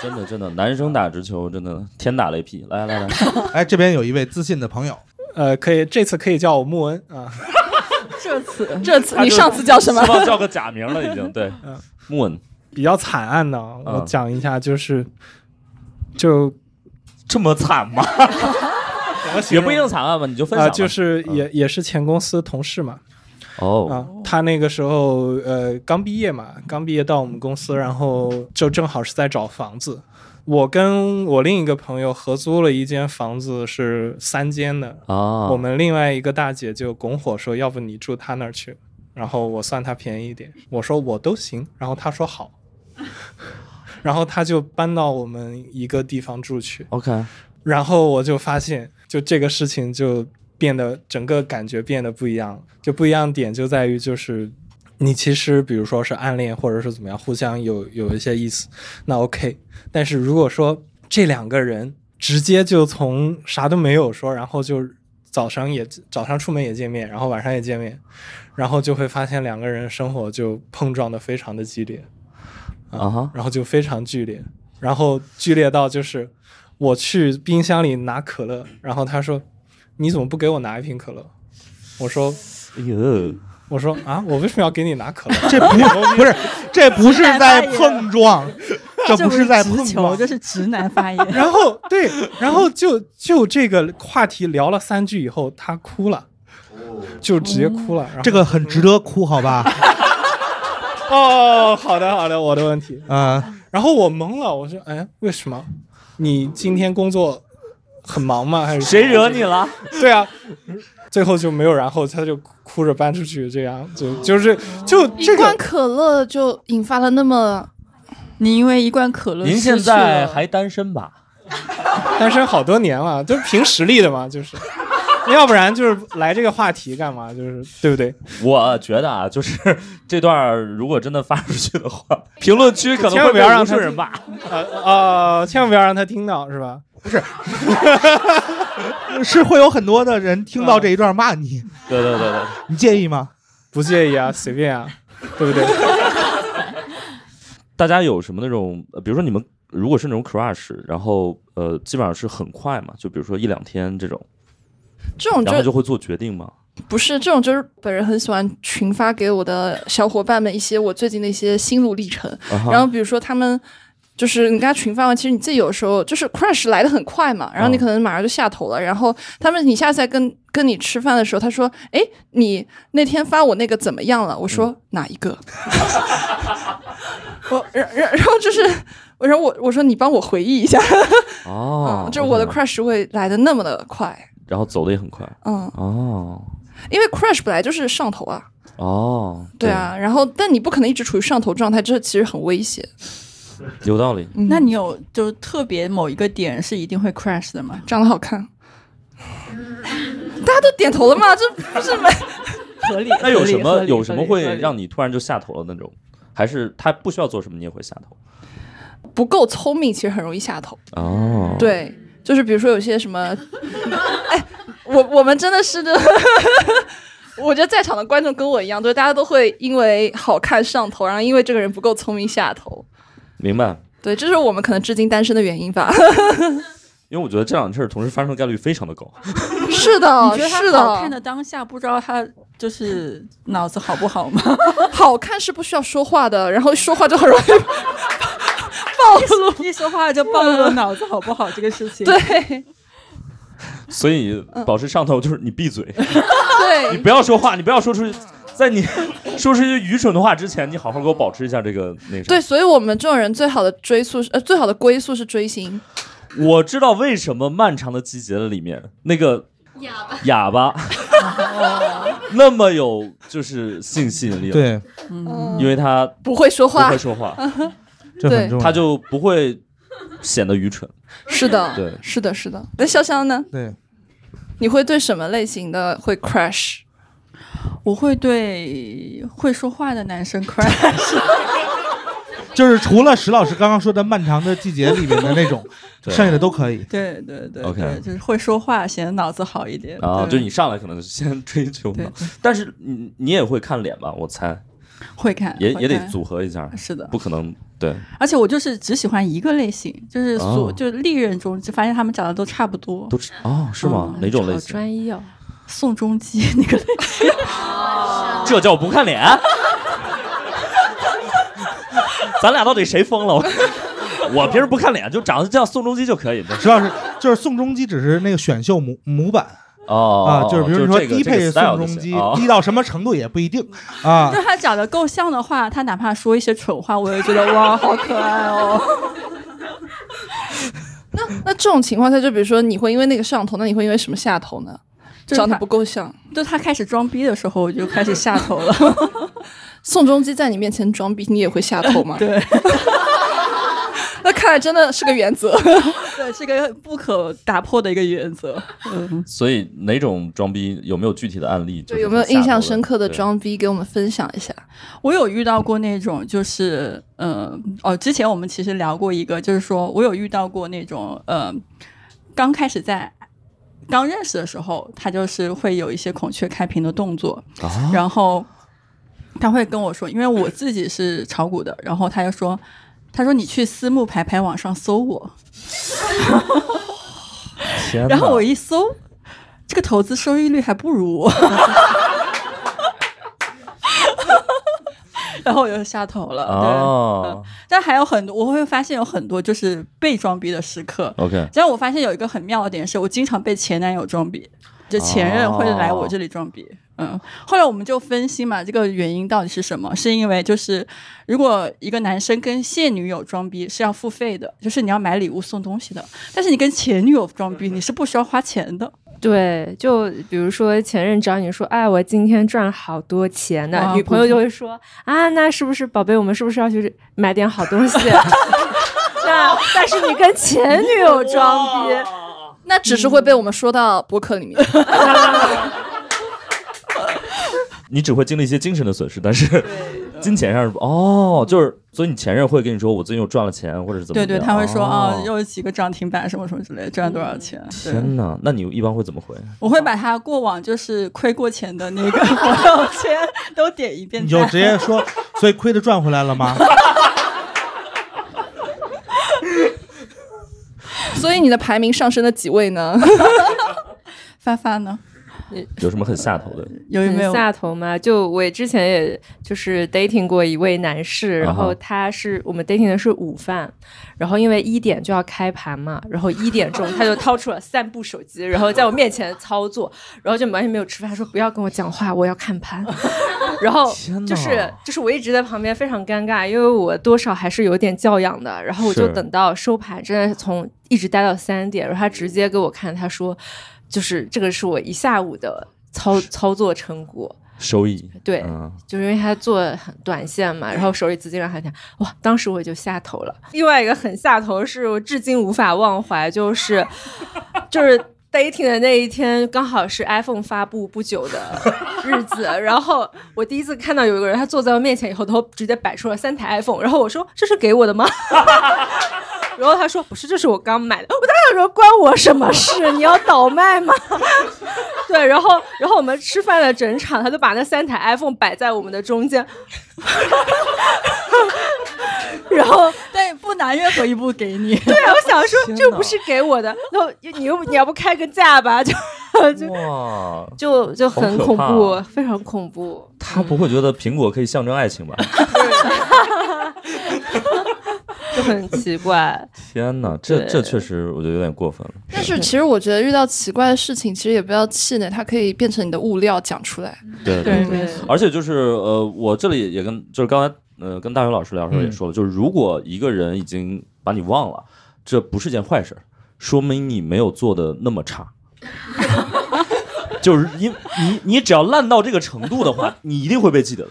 [SPEAKER 1] 真的真的，男生打直球真的天打雷劈，来来 来，
[SPEAKER 5] 哎，这边有一位自信的朋友，
[SPEAKER 9] 呃，可以这次可以叫我穆恩啊，
[SPEAKER 3] 这次
[SPEAKER 2] 这次你上次叫什么
[SPEAKER 1] 希？望叫个假名了已经，对
[SPEAKER 9] 嗯，
[SPEAKER 1] 木恩
[SPEAKER 9] 比较惨案的，
[SPEAKER 1] 啊
[SPEAKER 9] 我讲一下，就是、就
[SPEAKER 1] 这么惨 吗？
[SPEAKER 9] 怎么形
[SPEAKER 1] 也
[SPEAKER 9] 容
[SPEAKER 1] 不一定惨案吧，你就分
[SPEAKER 9] 啊、
[SPEAKER 1] 享吧。
[SPEAKER 9] 就是
[SPEAKER 1] 嗯
[SPEAKER 9] 也、也是前公司同事嘛，
[SPEAKER 1] 哦，
[SPEAKER 9] 啊，他那个时候呃刚毕业嘛，刚毕业到我们公司，然后就正好是在找房子。我跟我另一个朋友合租了一间房子，是三间的。
[SPEAKER 1] 啊，
[SPEAKER 9] 我们另外一个大姐就拱火说，要不你住她那儿去，然后我算她便宜一点。我说我都行，然后她说好， 然后她就搬到我们一个地方住去。
[SPEAKER 1] OK，
[SPEAKER 9] 然后我就发现，就这个事情就变得整个感觉变得不一样了，就不一样点就在于就是。你其实比如说是暗恋，或者是怎么样，互相有有一些意思，那 OK。但是如果说这两个人直接就从啥都没有说，然后就早上也早上出门也见面，然后晚上也见面，然后就会发现两个人生活就碰撞的非常的激烈。
[SPEAKER 1] 啊哈，
[SPEAKER 9] 然后就非常剧烈，然后剧烈到就是我去冰箱里拿可乐，然后他说：“你怎么不给我拿一瓶可乐？”我说
[SPEAKER 1] 哎 呦，：“
[SPEAKER 9] 我说啊，我为什么要给你拿可乐。
[SPEAKER 5] 这不 不是，这不是在碰撞，这
[SPEAKER 3] 这
[SPEAKER 5] 不是在碰
[SPEAKER 3] 直球，
[SPEAKER 5] 撞
[SPEAKER 3] 这，是直男 发言？”
[SPEAKER 9] 然后对，然后就就这个话题聊了三句以后，他哭了，就直接哭了。然后
[SPEAKER 5] 哦这个很值得哭，好吧？
[SPEAKER 9] 哦，好的好的，我的问题。
[SPEAKER 5] 啊，
[SPEAKER 9] 然后我懵了，我说：“哎，为什么？你今天工作很忙吗？还是
[SPEAKER 1] 谁惹你 了？
[SPEAKER 9] 对啊，最后就没有然后，他就哭着搬出去，这样就就是就
[SPEAKER 2] 一
[SPEAKER 9] 这
[SPEAKER 2] 罐
[SPEAKER 9] 个
[SPEAKER 2] 可乐就引发了那么
[SPEAKER 3] 你因为一罐可乐，
[SPEAKER 1] 您现在还单身吧？
[SPEAKER 9] 单身好多年了，就是凭实力的嘛，就是， 要不然就是来这个话题干嘛？就是对不对？
[SPEAKER 1] 我觉得啊，就是 这段儿如果真的发出去的 话，评论区可能
[SPEAKER 9] 千
[SPEAKER 1] 会
[SPEAKER 9] 万不要
[SPEAKER 1] 被
[SPEAKER 9] 让
[SPEAKER 1] 无数
[SPEAKER 9] 他
[SPEAKER 1] 人骂。
[SPEAKER 9] 呃呃，千万不要让他听到，是吧？
[SPEAKER 5] 是会有很多的人听到这一段骂你，
[SPEAKER 1] 对对对对，
[SPEAKER 5] 你介意吗？
[SPEAKER 9] 不介意啊，随便啊，对不对？
[SPEAKER 1] 大家有什么那种，呃比如说你们如果是那种 crush，然后呃，基本上是很快嘛，就比如说一两天这种，
[SPEAKER 2] 这种
[SPEAKER 1] 然后就
[SPEAKER 2] 嗯就
[SPEAKER 1] 会做决定嘛。
[SPEAKER 2] 不是这种，就是本人很喜欢群发给我的小伙伴们一些我最近的一些心路历程。
[SPEAKER 1] 啊哈
[SPEAKER 2] 然后比如说他们。就是你跟他群发完，其实你自己有时候就是 crush 来的很快嘛，然后
[SPEAKER 1] 嗯
[SPEAKER 2] 你可能马上就下头了。然后他们你下次再跟跟你吃饭的时候，他说：“哎，你那天发我那个怎么样了？”我说：“
[SPEAKER 1] 嗯
[SPEAKER 2] 哪一个？” 我然然然后就是，我然后我我说你帮我回忆一下，
[SPEAKER 1] 哦
[SPEAKER 2] 嗯，就是我的
[SPEAKER 1] OK
[SPEAKER 2] crush 会来的那么的快，
[SPEAKER 1] 然后走的也很快。
[SPEAKER 2] 嗯，
[SPEAKER 1] 哦
[SPEAKER 2] 因为 crush 本来就是上头啊，
[SPEAKER 1] 哦，
[SPEAKER 2] 对，啊，然后但你不可能一直处于上头状态，这其实很危险。
[SPEAKER 1] 有道理。
[SPEAKER 2] 嗯
[SPEAKER 3] 那你有就特别某一个点是一定会 crash 的吗？
[SPEAKER 2] 长得好看， 大家都点头了吗？这不是没
[SPEAKER 3] 合理。
[SPEAKER 1] 那有什
[SPEAKER 3] 合
[SPEAKER 1] 么
[SPEAKER 3] 理
[SPEAKER 1] 有什么会让
[SPEAKER 3] 合理
[SPEAKER 1] 你突然就下头了那种？还是他不需要做什么你也会下头？
[SPEAKER 2] 不够聪明，其实很容易下头。
[SPEAKER 1] 哦，，
[SPEAKER 2] 对，就是比如说有些什么，哎，我我们真的是这。 我觉得在场的观众跟我一样，就是大家都会因为好看上头，然后因为这个人不够聪明下头。
[SPEAKER 1] 明白。
[SPEAKER 2] 对，这是我们可能至今单身的原因吧。
[SPEAKER 1] 因为我觉得这两件事同时发生的概率非常的高。
[SPEAKER 2] 是的，
[SPEAKER 3] 你觉得
[SPEAKER 2] 哦是
[SPEAKER 3] 他好看
[SPEAKER 2] 的，
[SPEAKER 3] 的当下，不知道他就是脑子好不 好吗？
[SPEAKER 2] 好看是不需要说话的，然后说话就很容易暴露。
[SPEAKER 3] 一说话就暴露了脑子好不好这个事情。，
[SPEAKER 2] 对
[SPEAKER 1] 所以
[SPEAKER 2] 嗯
[SPEAKER 1] 保持上头就是你闭嘴，你
[SPEAKER 2] 对，
[SPEAKER 1] 不要说话，你不要说出去，在你 说出一些愚蠢的话之前，你好好给我保持一下这个那个。
[SPEAKER 2] 对，，所以我们这种人最好的追溯是，呃，最好的归宿是追星。
[SPEAKER 1] 我知道为什么漫长的季节里面那个
[SPEAKER 6] 哑巴，
[SPEAKER 1] 哑巴
[SPEAKER 3] 哦
[SPEAKER 1] 那么有就是性吸引力了，，
[SPEAKER 5] 对，
[SPEAKER 1] 因为他不
[SPEAKER 2] 不会说话
[SPEAKER 1] 会，说话，
[SPEAKER 5] 这
[SPEAKER 2] 对
[SPEAKER 5] 很重要。
[SPEAKER 1] 他就不会显得愚蠢。
[SPEAKER 2] 是的，
[SPEAKER 1] 对
[SPEAKER 2] 是的，是的。那潇潇呢？
[SPEAKER 5] 对，
[SPEAKER 2] 你会对什么类型的会 crush？
[SPEAKER 3] 我会对会说话的男生 crush。
[SPEAKER 5] 就是除了石老师刚刚说的《漫长的季节》里面的那种，
[SPEAKER 1] 对
[SPEAKER 5] 剩下的都可以。
[SPEAKER 3] 对对对
[SPEAKER 1] OK
[SPEAKER 3] 对，就是会说话，显得脑子好一点。
[SPEAKER 1] 啊，就
[SPEAKER 3] 对
[SPEAKER 1] 你上来可能先追求
[SPEAKER 3] 对
[SPEAKER 1] 嘛，但是你你也会看脸吧？我猜
[SPEAKER 3] 会看，
[SPEAKER 1] 也
[SPEAKER 3] 会
[SPEAKER 1] 也得
[SPEAKER 3] 看。
[SPEAKER 1] 组合一下，
[SPEAKER 3] 是的，
[SPEAKER 1] 不可能对。
[SPEAKER 3] 而且我就是只喜欢一个类型，就是所、
[SPEAKER 1] 哦
[SPEAKER 3] 就历任中就发现他们长得都差不多。
[SPEAKER 1] 都是哦，是
[SPEAKER 3] 嗯
[SPEAKER 1] 吗？哪种类
[SPEAKER 4] 好
[SPEAKER 1] 型？
[SPEAKER 4] 专一哦。
[SPEAKER 3] 宋仲 基那个类型，
[SPEAKER 1] 这叫不看脸？咱俩到底谁疯了？我 我平时不看脸，就长得像宋仲基就可以了。
[SPEAKER 5] 石老师就是宋仲基，只是那个选秀模模板啊
[SPEAKER 1] 哦，，
[SPEAKER 5] 就是比如说
[SPEAKER 1] 这个
[SPEAKER 5] 低
[SPEAKER 1] 这
[SPEAKER 5] 配
[SPEAKER 1] 个
[SPEAKER 5] 宋
[SPEAKER 1] style 就
[SPEAKER 5] 仲
[SPEAKER 1] 行
[SPEAKER 5] 基
[SPEAKER 1] 哦，
[SPEAKER 5] 低到什么程度也不一定 啊
[SPEAKER 3] 就。是他长得够像的话，他哪怕说一些蠢话，我也觉得 哇，好可爱哦。
[SPEAKER 2] 那那这种情况下，就比如说你会因为那个上头，那你会因为什么下头呢？
[SPEAKER 3] 就是
[SPEAKER 2] 长得
[SPEAKER 3] 他
[SPEAKER 2] 不够像。
[SPEAKER 3] 就他开始装逼的时候，我就开始下头 了。
[SPEAKER 2] 宋仲基在你面前装逼，你也会下头吗？
[SPEAKER 3] 对，
[SPEAKER 2] 那看来真的是个原则。
[SPEAKER 3] 对，是个不可打破的一个原则。嗯，
[SPEAKER 1] 所以哪种装逼有没有具体的案例？就
[SPEAKER 2] 对，
[SPEAKER 1] 是
[SPEAKER 2] 有没有
[SPEAKER 1] 下头
[SPEAKER 2] 印象深刻的
[SPEAKER 1] 对
[SPEAKER 2] 装逼给我们分享一下？
[SPEAKER 3] 我有遇到过那种，就是呃，哦，之前我们其实聊过一个，就是说我有遇到过那种，呃，刚开始在刚认识的时候，他就是会有一些孔雀开屏的动作，然后他会跟我说，因为我自己是炒股的，然后他就说，他说你去私募排排网上搜我，
[SPEAKER 1] 天
[SPEAKER 3] 然后
[SPEAKER 1] 哪
[SPEAKER 3] 我一搜，这个投资收益率还不如我， 然后我就下头了。对，
[SPEAKER 1] 哦
[SPEAKER 3] 但还有很多，我会发现有很多就是被装逼的时刻。
[SPEAKER 1] ，OK，
[SPEAKER 3] 但我发现有一个很妙的点是，我经常被前男友装逼，就前任会来我这里装逼。嗯，后来我们就分析嘛，这个原因到底是什么？是因为就是如果一个男生跟现女友装逼是要付费的，就是你要买礼物送东西的，但是你跟前女友装逼，你是不需要花钱的。
[SPEAKER 4] 对，就比如说前任找你说，哎，我今天赚好多钱呢、
[SPEAKER 3] 啊
[SPEAKER 4] 女朋友
[SPEAKER 3] 不
[SPEAKER 4] 就会说，啊，那是不是宝贝，我们是不是要去买点好东西？啊 那但是你跟前女友装逼，
[SPEAKER 2] 那只是会被我们说到博客 里面。
[SPEAKER 1] 你只会经历一些精神的损失，但是金钱上是不哦，就是所以你前任会跟你说我最近又赚了钱，或者是怎么
[SPEAKER 3] 对
[SPEAKER 1] 样？
[SPEAKER 3] 对，他会说啊、
[SPEAKER 1] 哦
[SPEAKER 3] 又有几个涨停板什么什么之类的，赚了多少钱？对。
[SPEAKER 1] 天哪，那你一般会怎么回？
[SPEAKER 3] 我会把他过往就是亏过钱的那个朋友圈都点一遍
[SPEAKER 5] 你
[SPEAKER 3] 赞，
[SPEAKER 5] 就直接说，所以亏的赚回来 了吗？
[SPEAKER 2] 所以你的排名上升了几位呢？
[SPEAKER 3] 发发呢？
[SPEAKER 1] 有什么很下头的？
[SPEAKER 3] 有没有
[SPEAKER 4] 很？下头吗？就我之前也就是 dating 过一位男士，然
[SPEAKER 1] 啊
[SPEAKER 4] 后
[SPEAKER 1] 哈
[SPEAKER 4] 他是我们 dating 的是午饭，然后因为一点就要开盘嘛，然后一点钟他就掏出了三部手机，然后在我面前操作，然后就完全没有吃饭，他说不要跟我讲话，我要看盘。 然后
[SPEAKER 1] 天哪
[SPEAKER 4] 就是就是我一直在旁边非常尴尬，因为我多少还是有点教养的，然后我就是等到收盘，真的是从一直待到三点，然后他直接给我看，他说就是这个是我一下午的操操作成果，
[SPEAKER 1] 收益？
[SPEAKER 4] 对，
[SPEAKER 1] 嗯，
[SPEAKER 4] 就是因为他做很短线嘛，然后手里资金量还挺，哇，当时我就下头了。另外一个很下头是我至今无法忘怀，就是就是 dating 的那一天，刚好是 iPhone 发布不久的日子，然后我第一次看到有一个人，他坐在我面前以后，他直接摆出了三台 iPhone，然后我说这是给我的吗？ 然后他说不是，这是我刚买的。我当时想说关我什么事？你要倒卖吗？ 对，然后然后我们吃饭的整场，他就把那三台 iPhone 摆在我们的中间，然后
[SPEAKER 3] 但不拿任何一部给你。
[SPEAKER 4] 对啊，我想说
[SPEAKER 9] 天
[SPEAKER 4] 这
[SPEAKER 9] 哪
[SPEAKER 4] 不是给我的，那我你又你要不开个价吧？就就
[SPEAKER 1] 哇，
[SPEAKER 4] 就就很
[SPEAKER 1] 好可
[SPEAKER 4] 恐
[SPEAKER 1] 怕哦
[SPEAKER 4] 怖，非常恐怖。
[SPEAKER 1] 他不会觉得苹果可以象征爱情 吧？
[SPEAKER 4] 就很奇怪。
[SPEAKER 1] 天哪，这
[SPEAKER 4] 对
[SPEAKER 1] 这确实我觉得有点过分了。
[SPEAKER 2] 但是其实我觉得遇到奇怪的事情，其实也不要气馁，它可以变成你的物料讲出来。
[SPEAKER 1] 对
[SPEAKER 3] 对
[SPEAKER 4] 对
[SPEAKER 1] 而且就是呃，我这里也跟就是刚才呃跟大学老师聊的时候也
[SPEAKER 4] 嗯
[SPEAKER 1] 说了，就是如果一个人已经把你忘了，这不是件坏事儿，说明你没有做的那么 差。就是因你你只要烂到这个程度的话，你一定会被记得的。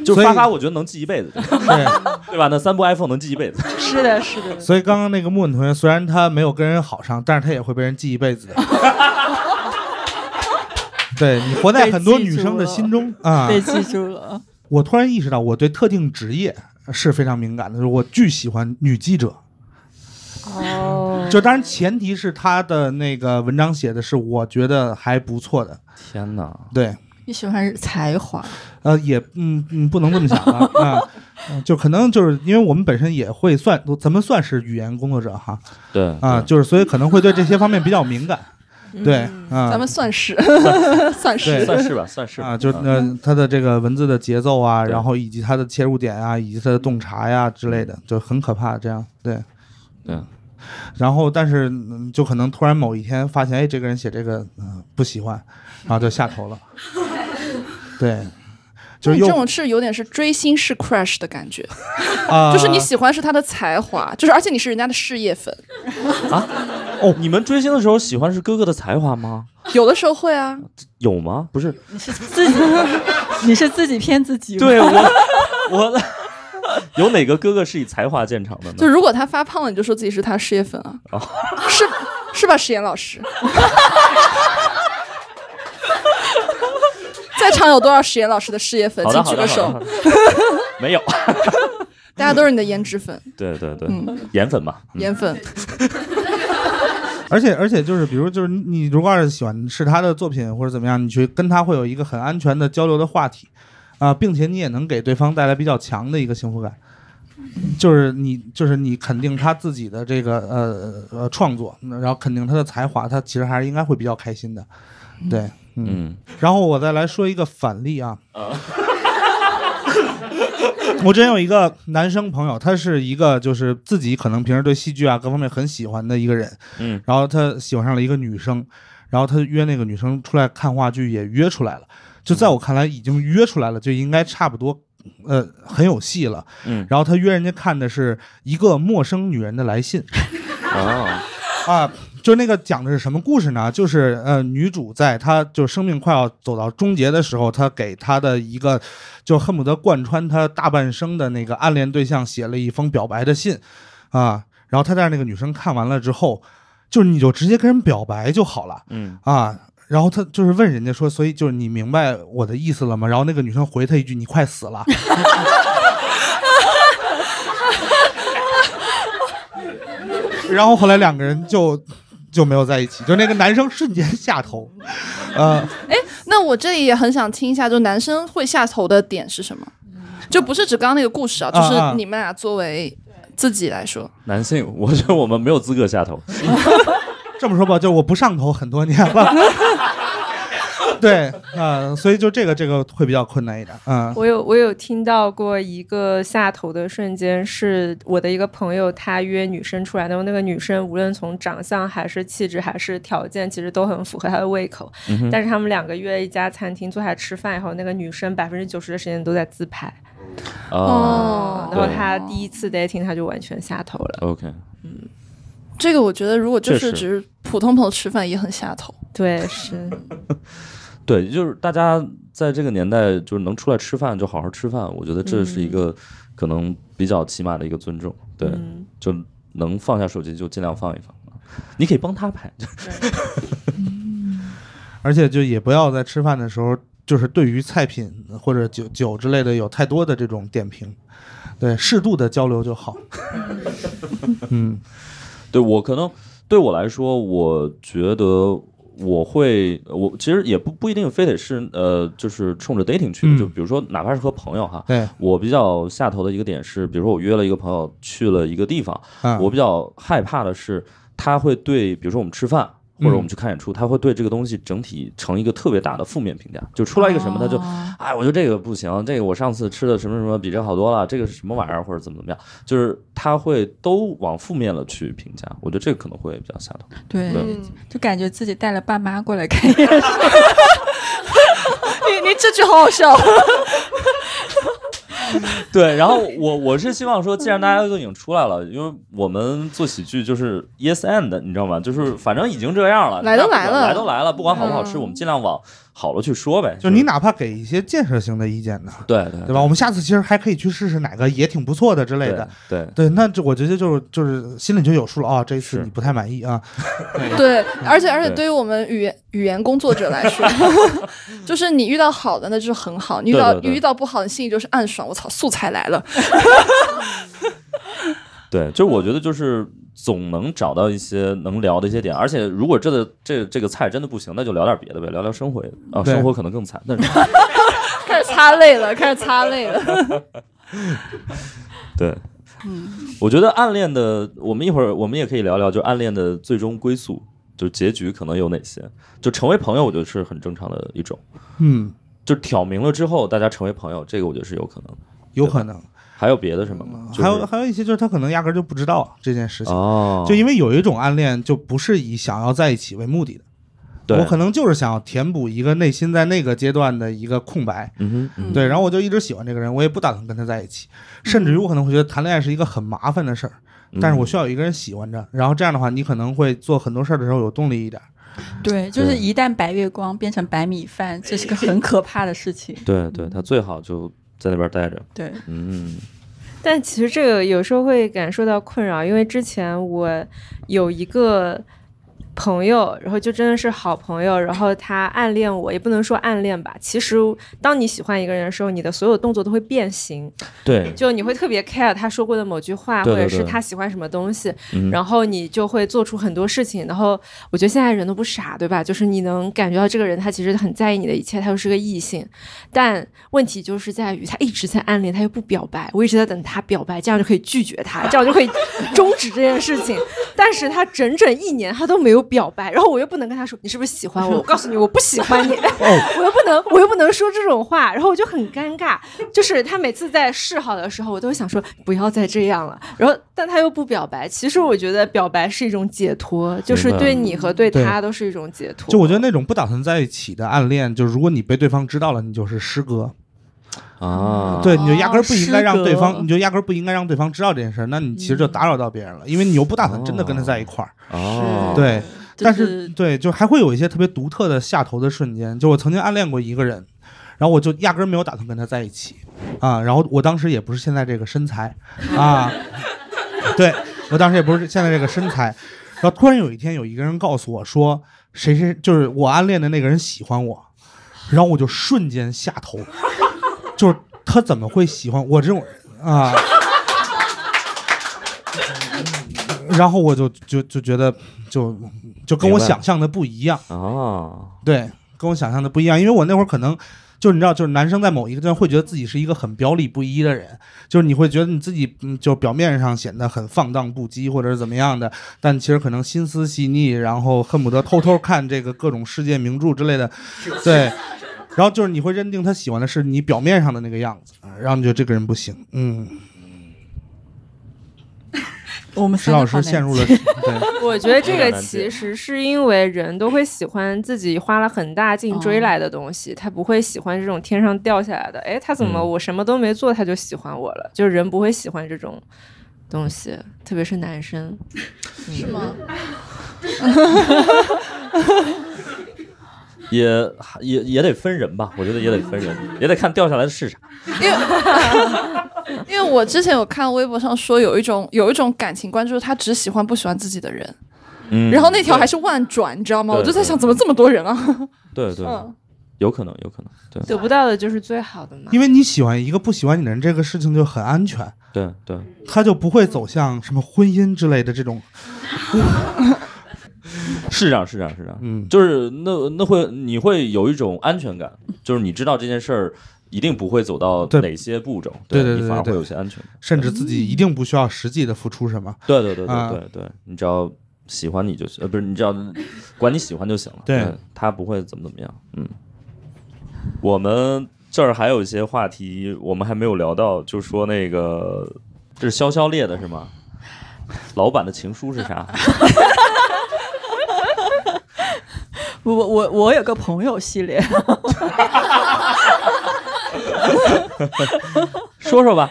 [SPEAKER 1] 就是
[SPEAKER 5] 所以
[SPEAKER 1] 发发，我觉得能记一辈子，
[SPEAKER 5] 对，
[SPEAKER 1] 对吧？那三部 iPhone 能记一辈子，
[SPEAKER 4] 是的，是的，
[SPEAKER 5] 所以刚刚那个木本同学，虽然他没有跟人好上，但是他也会被人记一 辈子的。对你活在很多女生的心中啊！
[SPEAKER 3] 被记住了，
[SPEAKER 5] 我突然意识到，我对特定职业是非常敏感的，就是我巨喜欢女记者。
[SPEAKER 4] 哦，
[SPEAKER 5] 就当然前提是她的那个文章写的是我觉得还不错的，
[SPEAKER 1] 天哪！
[SPEAKER 5] 对，
[SPEAKER 3] 你喜欢才华，
[SPEAKER 1] 啊
[SPEAKER 5] 呃，也嗯嗯，不能这么想啊 啊、嗯就可能就是因为我们本身也会算，咱们算是语言工作者哈
[SPEAKER 1] 对
[SPEAKER 5] 啊，就是所以可能会对这些方面比较敏感，对啊
[SPEAKER 2] 嗯咱们 算是算
[SPEAKER 1] 对
[SPEAKER 2] 是
[SPEAKER 1] 算是吧，算是吧
[SPEAKER 5] 啊，就是
[SPEAKER 1] 嗯
[SPEAKER 5] 呃它的这个文字的节奏啊，
[SPEAKER 1] 对嗯
[SPEAKER 5] 然后以及它的切入点啊，以及它的洞察呀、之类的，就很可怕，这样对。
[SPEAKER 1] 对
[SPEAKER 5] 然后，但是嗯就可能突然某一天发现，哎，这个人写这个，嗯、不喜欢，然后就下 头了。对，
[SPEAKER 2] 那
[SPEAKER 5] 就是
[SPEAKER 2] 你
[SPEAKER 5] 又
[SPEAKER 2] 这种是有点是追星式 crush 的感觉，
[SPEAKER 5] 啊，
[SPEAKER 2] 就是你喜欢是他的才华，就是而且你是人家的事业粉，
[SPEAKER 1] 哦，你们追星的时候喜欢是哥哥的才华吗？
[SPEAKER 2] 有的时候会啊，
[SPEAKER 1] 有吗？不是，
[SPEAKER 3] 你是自己，你是自己骗自己吗？
[SPEAKER 1] 对 我我有哪个哥哥是以才华见长的
[SPEAKER 2] 就
[SPEAKER 1] 呢？
[SPEAKER 2] 如果他发胖了，你就说自己是他事业粉啊，
[SPEAKER 1] 哦
[SPEAKER 2] 是是吧，石岩老师？ 在场有多少石岩老师的事业粉？
[SPEAKER 1] 好的，好
[SPEAKER 2] 请举
[SPEAKER 1] 的，
[SPEAKER 2] 个手
[SPEAKER 1] 好，的。 没有，
[SPEAKER 2] 大家都是你的颜值粉、
[SPEAKER 1] 对对对
[SPEAKER 2] 嗯，
[SPEAKER 1] 颜粉嘛，
[SPEAKER 2] 颜粉。
[SPEAKER 5] 而且而且就是，比如就是你你如果要是喜欢是他的作品或者怎么样，你去跟他会有一个很安全的交流的话题，啊、并且你也能给对方带来比较强的一个幸福感，就是你就是你肯定他自己的这个呃呃创作，然后肯定他的才华，他其实还是应该会比较开心的，对，嗯。
[SPEAKER 1] 嗯，
[SPEAKER 5] 然后我再来说一个反例啊， 我之前有一个男生朋友，他是一个就是自己可能平时对戏剧啊各方面很喜欢的一个人，
[SPEAKER 1] 嗯，
[SPEAKER 5] 然后他喜欢上了一个女生，然后他约那个女生出来看话剧也约出来了，就在我看来已经约出来了，就应该差不多。呃，很有戏了。
[SPEAKER 1] 嗯
[SPEAKER 5] 然后他约人家看的是一个陌生女人的来信，
[SPEAKER 2] 哦
[SPEAKER 1] 啊，
[SPEAKER 5] 啊，就是那个讲的是什么故事呢？就是呃，女主在她就生命快要走到终结的时候，她给她的一个就恨不得贯穿她大半生的那个暗恋对象写了一封表白的信啊。然后她带着那个女生看完了之后，就是你就直接跟人表白就好了
[SPEAKER 1] 嗯，
[SPEAKER 5] 啊。然后她就是问人家说，所以就是你明白我的意思了吗？然后那个女生回他一句：“你快死了。”然后后来两个人就就没有在一起，就那个男生瞬间下头，呃，
[SPEAKER 2] 那我这里也很想听一下，就男生会下头的点是什么？就不是指刚刚那个故事啊，就
[SPEAKER 5] 啊啊
[SPEAKER 2] 是你们俩作为自己来说，
[SPEAKER 1] 男性，我觉得我们没有资格下头，
[SPEAKER 5] 这么说吧，就我不上头很多年了。对，呃，所以就这个这个会比较困难一点，嗯、
[SPEAKER 4] 我有我有听到过一个下头的瞬间，是我的一个朋友，他约女生出来，然后那个女生无论从长相还是气质还是条件，其实都很符合他的胃口。但是他们两个约一家餐厅坐下来吃饭以后，那个女生百分之九十的时间都在自拍，
[SPEAKER 1] 啊
[SPEAKER 2] 哦
[SPEAKER 4] 然后他第一次 dating 他就完全下头了。
[SPEAKER 1] ，OK，
[SPEAKER 2] 这个我觉得如果就
[SPEAKER 1] 确
[SPEAKER 2] 是
[SPEAKER 1] 实
[SPEAKER 2] 只是普通朋友吃饭也很下头。
[SPEAKER 4] 对，是，
[SPEAKER 1] 对，就是大家在这个年代，就是能出来吃饭就好好吃饭，我觉得这
[SPEAKER 2] 嗯
[SPEAKER 1] 是一个可能比较起码的一个尊重，对，
[SPEAKER 4] 嗯，
[SPEAKER 1] 就能放下手机就尽量放一放。你可以帮他拍，
[SPEAKER 5] 而且就也不要在吃饭的时候，就是对于菜品或者酒酒之类的有太多的这种点评，对，适度的交流就好。嗯，
[SPEAKER 1] 对我可能对我来说，我觉得我会我其实也不不一定非得是呃，就是冲着 dating 去的，
[SPEAKER 5] 嗯
[SPEAKER 1] 就比如说哪怕是和朋友哈，
[SPEAKER 5] 对，
[SPEAKER 1] 我比较下头的一个点是，比如说我约了一个朋友去了一个地方，
[SPEAKER 5] 啊
[SPEAKER 1] 我比较害怕的是他会对，比如说我们吃饭。或
[SPEAKER 5] 嗯
[SPEAKER 1] 者我们去看演出，他会对这个东西整体成一个特别大的负面评价，就出来一个什么，他就，
[SPEAKER 3] 哦
[SPEAKER 1] 哎，我觉得这个不行，这个我上次吃的什么什么比这个好多了，这个是什么玩意儿，或者怎么怎么样，就是他会都往负面了去评价，我觉得这个可能会比较下头。
[SPEAKER 5] 嗯
[SPEAKER 3] 对
[SPEAKER 1] 对
[SPEAKER 3] 就感觉自己带了爸妈过来看 演出。
[SPEAKER 2] 你你这句好好笑，
[SPEAKER 1] 对，然后我我是希望说，既然大家都已经出来了，因为我们做喜剧就是 yes and，你知道吗？就是反正已经这样了，
[SPEAKER 2] 来都
[SPEAKER 1] 那不管
[SPEAKER 2] 来了嗯
[SPEAKER 1] 来都来了，不管好不好吃，我们尽量往好了去说呗。
[SPEAKER 5] 就是你哪怕给一些建设性的意见呢，
[SPEAKER 1] 对对
[SPEAKER 5] 对吧？我们下次其实还可以去试试哪个也挺不错的之类
[SPEAKER 1] 对
[SPEAKER 5] 的。
[SPEAKER 1] 对
[SPEAKER 5] 对，那这我觉得就是就是心里就有数了啊、这一次
[SPEAKER 1] 是
[SPEAKER 5] 你不太满意啊，
[SPEAKER 2] 对，而且而且
[SPEAKER 1] 对
[SPEAKER 2] 对于我们语言语言工作者 来说，就是你遇到好的那就是很好，你遇到
[SPEAKER 1] 对对对
[SPEAKER 2] 你遇到不好，你心里就是暗爽，我操，素材来了，
[SPEAKER 1] 对，就是我觉得就是总能找到一些能聊的一些点，而且如果这个这这个菜真的不行，那就聊点别的呗，聊聊生活也啊，
[SPEAKER 5] 对
[SPEAKER 1] 生活可能更惨，但是
[SPEAKER 2] 开始擦泪了，开始擦泪了。 嗯
[SPEAKER 1] 对，我觉得暗恋的，我们一会儿我们也可以聊聊，就暗恋的最终归宿，就结局可能有哪些，就成为朋友，我觉得是很正常的一种，
[SPEAKER 5] 嗯，
[SPEAKER 1] 就挑明了之后，大家成为朋友，这个我觉得是有可能的。
[SPEAKER 5] 有可能，
[SPEAKER 1] 还有别的什么吗？就是
[SPEAKER 5] 嗯还有还有一些就是他可能压根儿就不知道啊这件事情，
[SPEAKER 1] 哦，
[SPEAKER 5] 就因为有一种暗恋就不是以想要在一起为目的的。
[SPEAKER 1] 对
[SPEAKER 5] 我可能就是想要填补一个内心在那个阶段的一个空白，
[SPEAKER 1] 嗯哼嗯
[SPEAKER 5] 对，然后我就一直喜欢这个人，我也不打算跟他在一起，甚至于我可能会觉得谈恋爱是一个很麻烦的事儿，
[SPEAKER 1] 嗯
[SPEAKER 5] 但是我需要有一个人喜欢着，然后这样的话，你可能会做很多事儿的时候有动力一点。
[SPEAKER 3] 对，就是
[SPEAKER 1] 对
[SPEAKER 3] 一旦白月光变成白米饭，这是个很可怕的事情。
[SPEAKER 1] 对对，他最好就在那边待着，
[SPEAKER 3] 对，
[SPEAKER 1] 嗯，
[SPEAKER 4] 但其实这个有时候会感受到困扰，因为之前我有一个朋友，然后就真的是好朋友，然后他暗恋我，也不能说暗恋吧。其实当你喜欢一个人的时候，你的所有动作都会变形，
[SPEAKER 1] 对，
[SPEAKER 4] 就你会特别 care 他说过的某句话，
[SPEAKER 1] 对对
[SPEAKER 4] 或者是
[SPEAKER 1] 对
[SPEAKER 4] 他喜欢什么东西，
[SPEAKER 1] 嗯
[SPEAKER 4] 然后你就会做出很多事情。然后我觉得现在人都不傻，对吧？就是你能感觉到这个人他其实很在意你的一切，他又是个异性，但问题就是在于他一直在暗恋，他又不表白，我一直在等他表白，这样就可以拒绝他，这样就可以终止这件事情。但是他整整一年他都没有表白，然后我又不能跟他说你是不是喜 欢我，我告诉你我不喜欢你，
[SPEAKER 5] 哦
[SPEAKER 4] 我又不能我又不能说这种话，然后我就很尴尬。就是他每次在示好的时候，我都会想说不要再这样了，然后但他又不表白。其实我觉得表白是一种解脱，就是
[SPEAKER 1] 明白
[SPEAKER 4] 对你和对
[SPEAKER 5] 对
[SPEAKER 4] 他都是一种解脱。
[SPEAKER 5] 就我觉得那种不打算在一起的暗恋，就如果你被对方知道了，你就是诗歌，
[SPEAKER 1] 啊，
[SPEAKER 5] 对，你就压根儿不应该让对
[SPEAKER 4] 诗
[SPEAKER 5] 方，
[SPEAKER 4] 歌
[SPEAKER 5] 你就压根儿不应该让对方知道这件事儿，那你其实就打扰到别人了，因为你又不打算真的跟他在一块儿，
[SPEAKER 1] 哦，
[SPEAKER 5] 对。
[SPEAKER 3] 就
[SPEAKER 5] 但
[SPEAKER 3] 是
[SPEAKER 5] 是对，就还会有一些特别独特的下头的瞬间。就我曾经暗恋过一个人，然后我就压根儿没有打算跟他在一起啊。然后我当时也不是现在这个身材啊， 对我当时也不是现在这个身材。然后突然有一天，有一个人告诉我说，谁谁就是我暗恋的那个人喜欢我，然后我就瞬间下头， 就是他怎么会喜欢我这种人啊？ 然后我就就就觉得就就跟我
[SPEAKER 1] 明白
[SPEAKER 5] 想象的不一样，
[SPEAKER 1] 哦，
[SPEAKER 5] 对，跟我想象的不一样，因为我那会儿可能。就是你知道，就是男生在某一个阶段会觉得自己是一个很表里不一的人，就是你会觉得你自己，嗯，就表面上显得很放荡不羁或者是怎么样的，但其实可能心思细腻，然后恨不得偷偷看这个各种世界名著之类的，对。然后就是你会认定他喜欢的是你表面上的那个样子，然后你觉得这个人不行，嗯。
[SPEAKER 3] 我们
[SPEAKER 5] 石
[SPEAKER 3] 三个好
[SPEAKER 5] 老师
[SPEAKER 3] 难
[SPEAKER 5] 陷入
[SPEAKER 3] 接
[SPEAKER 5] 了，对，
[SPEAKER 4] 我觉得这
[SPEAKER 1] 有点
[SPEAKER 4] 个
[SPEAKER 1] 难
[SPEAKER 4] 其
[SPEAKER 1] 解
[SPEAKER 4] 实是因为人都会喜欢自己花了很大劲追来的东西，他不会喜欢这种天上掉下来的。哎，他怎么
[SPEAKER 1] 嗯
[SPEAKER 4] 我什么都没做他就喜欢我了？就是人不会喜欢这种东西，特别是男 生。嗯
[SPEAKER 2] 是吗？
[SPEAKER 1] 也也也得分人吧，我觉得也得分人，也得看掉下来的是啥。
[SPEAKER 2] 因为我之前有看微博上说有一种有一种感情观，就是他只喜欢不喜欢自己的人，
[SPEAKER 1] 嗯
[SPEAKER 2] 然后那条还是万转，你知道吗？
[SPEAKER 1] 对
[SPEAKER 2] 我就在想怎么这么多人啊？
[SPEAKER 1] 对对，
[SPEAKER 2] 嗯
[SPEAKER 1] 有可能，有可能，对
[SPEAKER 4] 得不到的就是最好的嘛。
[SPEAKER 5] 因为你喜欢一个不喜欢你的人，这个事情就很安全，
[SPEAKER 1] 对对。
[SPEAKER 5] 嗯他就不会走向什么婚姻之类的这种。
[SPEAKER 1] 是这样，是这样，是这样。嗯，就是那那会你会有一种安全感，就是你知道这件事儿一定不会走到
[SPEAKER 5] 对
[SPEAKER 1] 哪些步骤，
[SPEAKER 5] 对对
[SPEAKER 1] 对
[SPEAKER 5] 对
[SPEAKER 1] 你反而
[SPEAKER 5] 对
[SPEAKER 1] 会有些安全感。
[SPEAKER 5] 甚至自
[SPEAKER 2] 嗯
[SPEAKER 5] 己一定不需要实际的付出什么。
[SPEAKER 1] 对对对对
[SPEAKER 5] 啊
[SPEAKER 1] 对对，你只要喜欢你就行，呃，不是你只要管你喜欢就行了。嗯
[SPEAKER 5] 对，
[SPEAKER 1] 他不会怎么怎么样。嗯，我们这儿还有一些话题我们还没有聊到，就说那个这是潇潇列的是吗？老板的情书是啥？
[SPEAKER 3] 我我我我有个朋友系列，
[SPEAKER 1] 说说吧。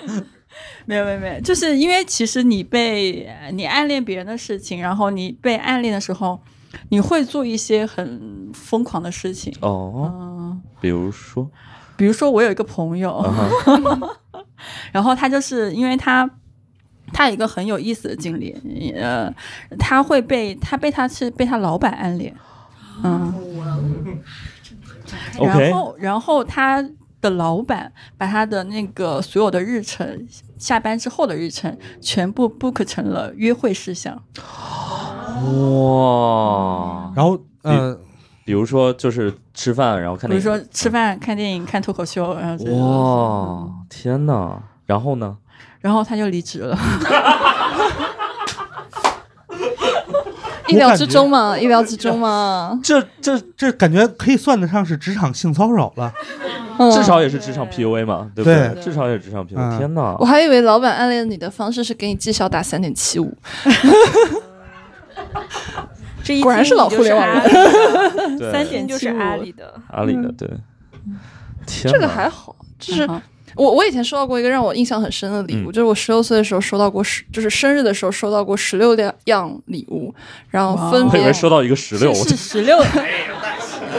[SPEAKER 3] 没有没有没有，就是因为其实你被呃你暗恋别人的事情，然后你被暗恋的时候，你会做一些很疯狂的事情。
[SPEAKER 1] 哦，
[SPEAKER 3] 嗯
[SPEAKER 1] 比如说，
[SPEAKER 3] 比如说，我有一个朋友，
[SPEAKER 1] 啊哈
[SPEAKER 3] 然后他就是因为他。他有一个很有意思的经历，呃，他会被他被他是被他老板暗恋，嗯，
[SPEAKER 1] OK
[SPEAKER 3] 然后然后他的老板把他的那个所有的日程，下班之后的日程全部 book 成了约会事项，
[SPEAKER 1] 哇，
[SPEAKER 5] 然后呃，
[SPEAKER 1] 比如说就是吃饭，然后看
[SPEAKER 3] 比如
[SPEAKER 1] 电影。
[SPEAKER 3] 说吃饭、看电影、看脱口秀，然后这种
[SPEAKER 1] 哇，天哪！然后呢？
[SPEAKER 3] 然后他就离职了。
[SPEAKER 2] 意料之中嘛，意料之中嘛，
[SPEAKER 5] 这这这感觉可以算得上是职场性骚扰了。
[SPEAKER 2] 嗯
[SPEAKER 1] 至少也是职场 PUA 嘛，对不
[SPEAKER 5] 对
[SPEAKER 1] 至少也是职场 PUA。
[SPEAKER 5] 嗯
[SPEAKER 1] 天哪
[SPEAKER 2] 我！还以为老板暗恋你的方式是给你绩效打三点七五，
[SPEAKER 4] 这一
[SPEAKER 2] 果然
[SPEAKER 4] 听
[SPEAKER 2] 是
[SPEAKER 4] 你
[SPEAKER 2] 老
[SPEAKER 4] 就
[SPEAKER 2] 互联网
[SPEAKER 4] 阿
[SPEAKER 2] 人
[SPEAKER 4] 里 的
[SPEAKER 1] 对
[SPEAKER 4] 三点就是阿里的，
[SPEAKER 1] 阿里的对，天哪
[SPEAKER 2] 这个还好，就是。
[SPEAKER 3] 嗯
[SPEAKER 2] 我我以前收到过一个让我印象很深的礼物，
[SPEAKER 1] 嗯
[SPEAKER 2] 就是我十六岁的时候收到过十，就是生日的时候收到过十六样样礼物，然后分
[SPEAKER 1] 我以
[SPEAKER 2] 别
[SPEAKER 1] 为收到一个十六，
[SPEAKER 3] 是
[SPEAKER 1] 我
[SPEAKER 3] 是 十六，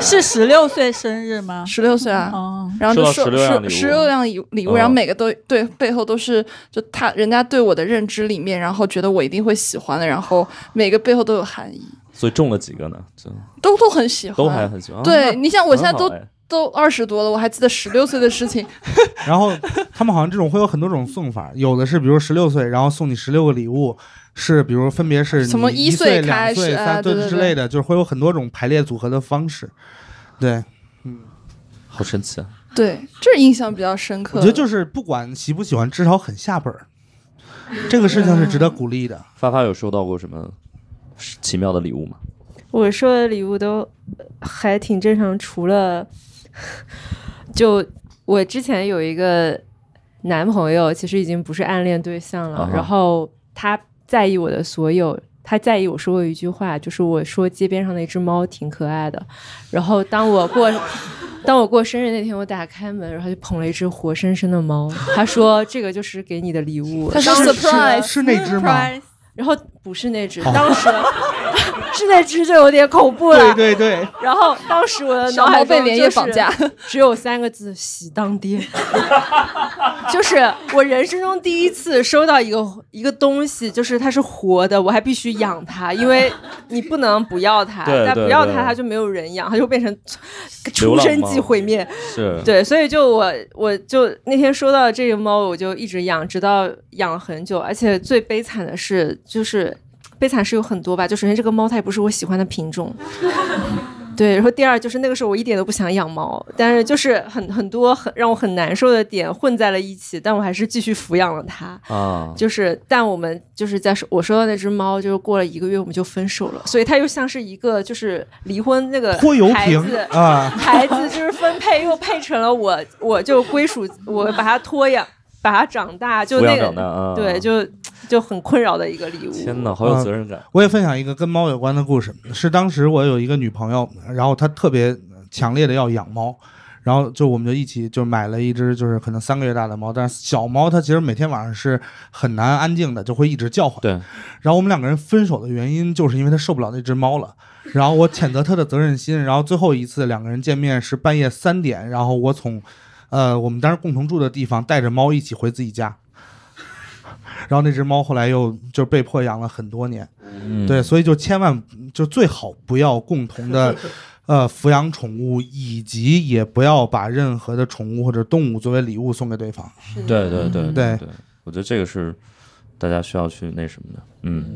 [SPEAKER 3] 是十六岁生日吗？
[SPEAKER 2] 十六岁啊，
[SPEAKER 3] 哦，
[SPEAKER 2] 然后就
[SPEAKER 1] 收
[SPEAKER 2] 收
[SPEAKER 1] 到16样礼物
[SPEAKER 2] 十六样礼礼物，
[SPEAKER 1] 嗯
[SPEAKER 2] 然后每个都对背后都是就他人家对我的认知里面，然后觉得我一定会喜欢的，然后每个背后都有含义，
[SPEAKER 1] 所以中了几个呢？就
[SPEAKER 2] 都都很喜欢，
[SPEAKER 1] 都还很喜欢。
[SPEAKER 2] 对，你想
[SPEAKER 1] 那
[SPEAKER 2] 我现在都
[SPEAKER 1] 很好哎
[SPEAKER 2] 都二十多了，我还记得十六岁的事情，
[SPEAKER 5] 然后他们好像这种会有很多种送法，有的是比如十六岁，然后送你十六个礼物，是比如分别是
[SPEAKER 2] 什么
[SPEAKER 5] 你
[SPEAKER 2] 一
[SPEAKER 5] 一
[SPEAKER 2] 岁开
[SPEAKER 5] 两
[SPEAKER 2] 始
[SPEAKER 5] 岁、
[SPEAKER 2] 啊
[SPEAKER 5] 三
[SPEAKER 2] 对对
[SPEAKER 5] 岁之类的，就是会有很多种排列组合的方式。对，
[SPEAKER 1] 好神奇啊！
[SPEAKER 2] 对，这是印象比较深刻
[SPEAKER 5] 我
[SPEAKER 2] 的。
[SPEAKER 5] 觉得就是不管喜不喜欢，至少很下本儿，这个事情是值得鼓励的。
[SPEAKER 1] 发发有收到过什么奇妙的礼物吗？
[SPEAKER 4] 我收的礼物都呃还挺正常，除了 就我之前有一个男朋友，其实已经不是暗恋对象了，
[SPEAKER 1] 啊哈
[SPEAKER 4] 然后他在意我的所有。他在意我说过一句话，就是我说街边上那只猫挺可爱的。然后当我过， 当我过生日那天，我打开门，然后就捧了一只活生生的猫。他说这个就是给你的礼物。
[SPEAKER 2] 他说
[SPEAKER 4] 当时
[SPEAKER 2] surprise，
[SPEAKER 5] 是是那只吗？
[SPEAKER 4] 然后不是那只，当时 是那只就有点恐怖了
[SPEAKER 1] 啊
[SPEAKER 5] 对。对对，
[SPEAKER 4] 然后当时我的
[SPEAKER 2] 小猫
[SPEAKER 4] 脑海
[SPEAKER 2] 被
[SPEAKER 4] 中
[SPEAKER 2] 连
[SPEAKER 4] 就
[SPEAKER 2] 夜
[SPEAKER 4] 是
[SPEAKER 2] 绑架，
[SPEAKER 4] 只有三个字：喜当爹。 就是我人生中第一次收到一个一个东西，就是它是活的，我还必须养它，因为你不能不要它，
[SPEAKER 1] 对
[SPEAKER 4] 但
[SPEAKER 1] 对
[SPEAKER 4] 不要
[SPEAKER 1] 对
[SPEAKER 4] 它它就没有人养，它就变成
[SPEAKER 1] 流
[SPEAKER 4] 除
[SPEAKER 1] 浪
[SPEAKER 4] 生
[SPEAKER 1] 猫
[SPEAKER 4] 即毁灭。
[SPEAKER 5] 嗯
[SPEAKER 1] 是，
[SPEAKER 4] 对，所以就我我就那天说到这个猫，我就一直养，直到养了很久。而且最悲惨的是，就是悲惨是有很多吧，就首先这个猫它也不是我喜欢的品 种。对，然后第二就是那个时候我一点都不想养猫，但是就是很很多很让我很难受的点混在了一起，但我还是继续抚养了它。
[SPEAKER 1] 啊，
[SPEAKER 4] 就是，但我们就是在说我说的那只猫，就是过了一个月我们就分手了，所以它又像是一个就是离婚那个
[SPEAKER 5] 拖油
[SPEAKER 4] 孩
[SPEAKER 5] 瓶
[SPEAKER 4] 子
[SPEAKER 5] 啊，
[SPEAKER 4] 孩子就是分配又配成了我， 我就归属我把他托养，把他长大，
[SPEAKER 1] 抚
[SPEAKER 4] 就那
[SPEAKER 1] 养
[SPEAKER 4] 个
[SPEAKER 1] 长大啊，
[SPEAKER 4] 对，就就很困扰的一个礼物。
[SPEAKER 1] 天哪，好有责任感。
[SPEAKER 5] 我也分享一个跟猫有关的故事，是当时我有一个女朋友，然后她特别强烈的要养猫，然后就我们就一起就买了一只就是可能三个月大的猫，但是小猫它其实每天晚上是很难安静的，就会一直叫唤。
[SPEAKER 1] 对，
[SPEAKER 5] 然后我们两个人分手的原因就是因为她受不了那只猫了，然后我谴责她的责任心，然后最后一次两个人见面是半夜三点，然后我从呃我们当时共同住的地方带着猫一起回自己家。然后那只猫后来又就被迫养了很多年，
[SPEAKER 1] 嗯，
[SPEAKER 5] 对，所以就千万就最好不要共 同的呃抚养宠物，以及也不要把任何的宠物或者动物作为礼物送给对方。
[SPEAKER 1] 对对对
[SPEAKER 5] 对
[SPEAKER 1] 对，我觉得这个是大家需要去那什么的，嗯。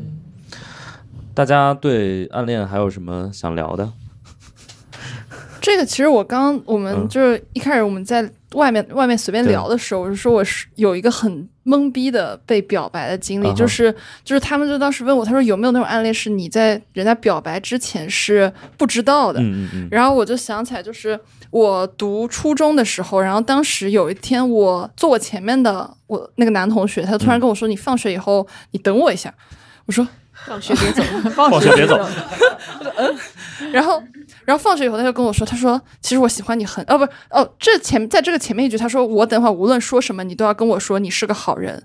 [SPEAKER 1] 大家对暗恋还有什么想聊的？
[SPEAKER 2] 这个其实我刚我们
[SPEAKER 1] 嗯
[SPEAKER 2] 就是一开始我们在外面外面随便
[SPEAKER 1] 对
[SPEAKER 2] 聊的时候，我是说我是有一个很懵逼的被表白的经历，
[SPEAKER 1] 啊哈
[SPEAKER 2] 就是就是他们就当时问我，他说有没有那种暗恋是你在人家表白之前是不知道的，
[SPEAKER 1] 嗯嗯嗯，
[SPEAKER 2] 然后我就想起来，就是我读初中的时候，然后当时有一天，我坐我前面的我那个男同学，他突然跟我说：“你放学以后，你等我一下。”我说：“
[SPEAKER 6] 放学别走。
[SPEAKER 1] 放学别走，
[SPEAKER 2] 然后，然后放学以后，他就跟我说，他说其实我喜欢你很，哦不，哦这前在这个前面一句，他说我等会儿无论说什么，你都要跟我说你是个好人。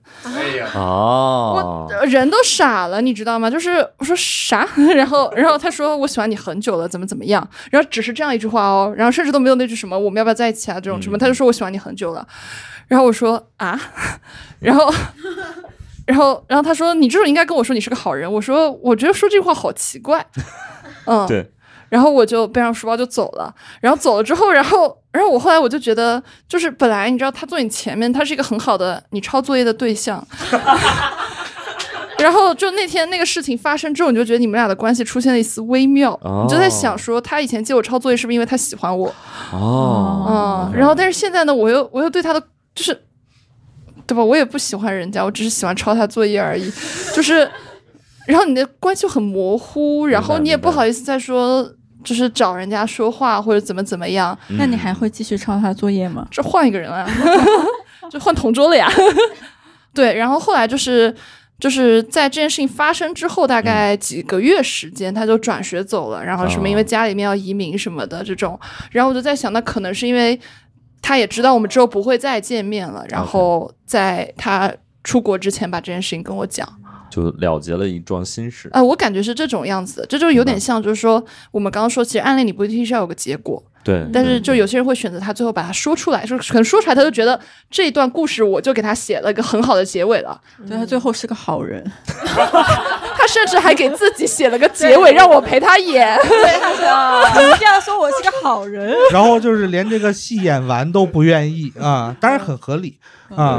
[SPEAKER 1] 哦
[SPEAKER 2] 我，呃人都傻了，你知道吗？就是我说啥， 然后然后他说我喜欢你很久了，怎么怎么样，然后只是这样一句话哦，然后甚至都没有那句什么我们要不要在一起啊这种什么，
[SPEAKER 1] 嗯
[SPEAKER 2] 他就说我喜欢你很久了，然后我说啊， 然后。然后，然后他说：“你这种应该跟我说你是个好人。”我说：“我觉得说这句话好奇怪。”嗯，
[SPEAKER 1] 对，
[SPEAKER 2] 然后我就背上书包就走了。然后走了之后，然后然后我后来我就觉得，就是本来你知道他坐你前面，他是一个很好的你抄作业的对象。 然后就那天那个事情发生之后，你就觉得你们俩的关系出现了一丝微妙，
[SPEAKER 1] 哦
[SPEAKER 2] 你就在想说他以前借我抄作业是不是因为他喜欢我？
[SPEAKER 1] 哦，
[SPEAKER 2] 嗯，然后但是现在呢，我又我又对他的就是，对吧？我也不喜欢人家，我只是喜欢抄他作业而已，就是，然后你的关系很模糊，然后你也
[SPEAKER 1] 明白
[SPEAKER 2] 不好意思再说，就是找人家说话或者怎么怎么样，
[SPEAKER 3] 那你还会继续抄他作业吗？
[SPEAKER 2] 这换一个人啊， 就换同桌了呀。 对，然后后来就是就是在这件事情发生之后，大概几个月时间，他就转学走了，然后什
[SPEAKER 1] 哦
[SPEAKER 2] 么因为家里面要移民什么的这种，然后我就在想，那可能是因为他也知道我们之后不会再见面了，然后在他出国之前把这件事情跟我讲。
[SPEAKER 1] 就了结了一桩心事。
[SPEAKER 2] 啊，我感觉是这种样子的，这就有
[SPEAKER 1] 明白
[SPEAKER 2] 点像，就是说我们刚刚说，其实暗恋你不一定是要有个结果，
[SPEAKER 1] 对，
[SPEAKER 2] 但是就有些人会选择他最后把它说出来，就是可能说出来他就觉得这一段故事我就给他写了一个很好的结尾了，
[SPEAKER 3] 对他最后是个好人，
[SPEAKER 2] 他甚至还给自己写了个结尾让我陪他演，
[SPEAKER 3] 你这样说我是个好人，
[SPEAKER 5] 然后就是连这个戏演完都不愿意 啊，当然很合理啊，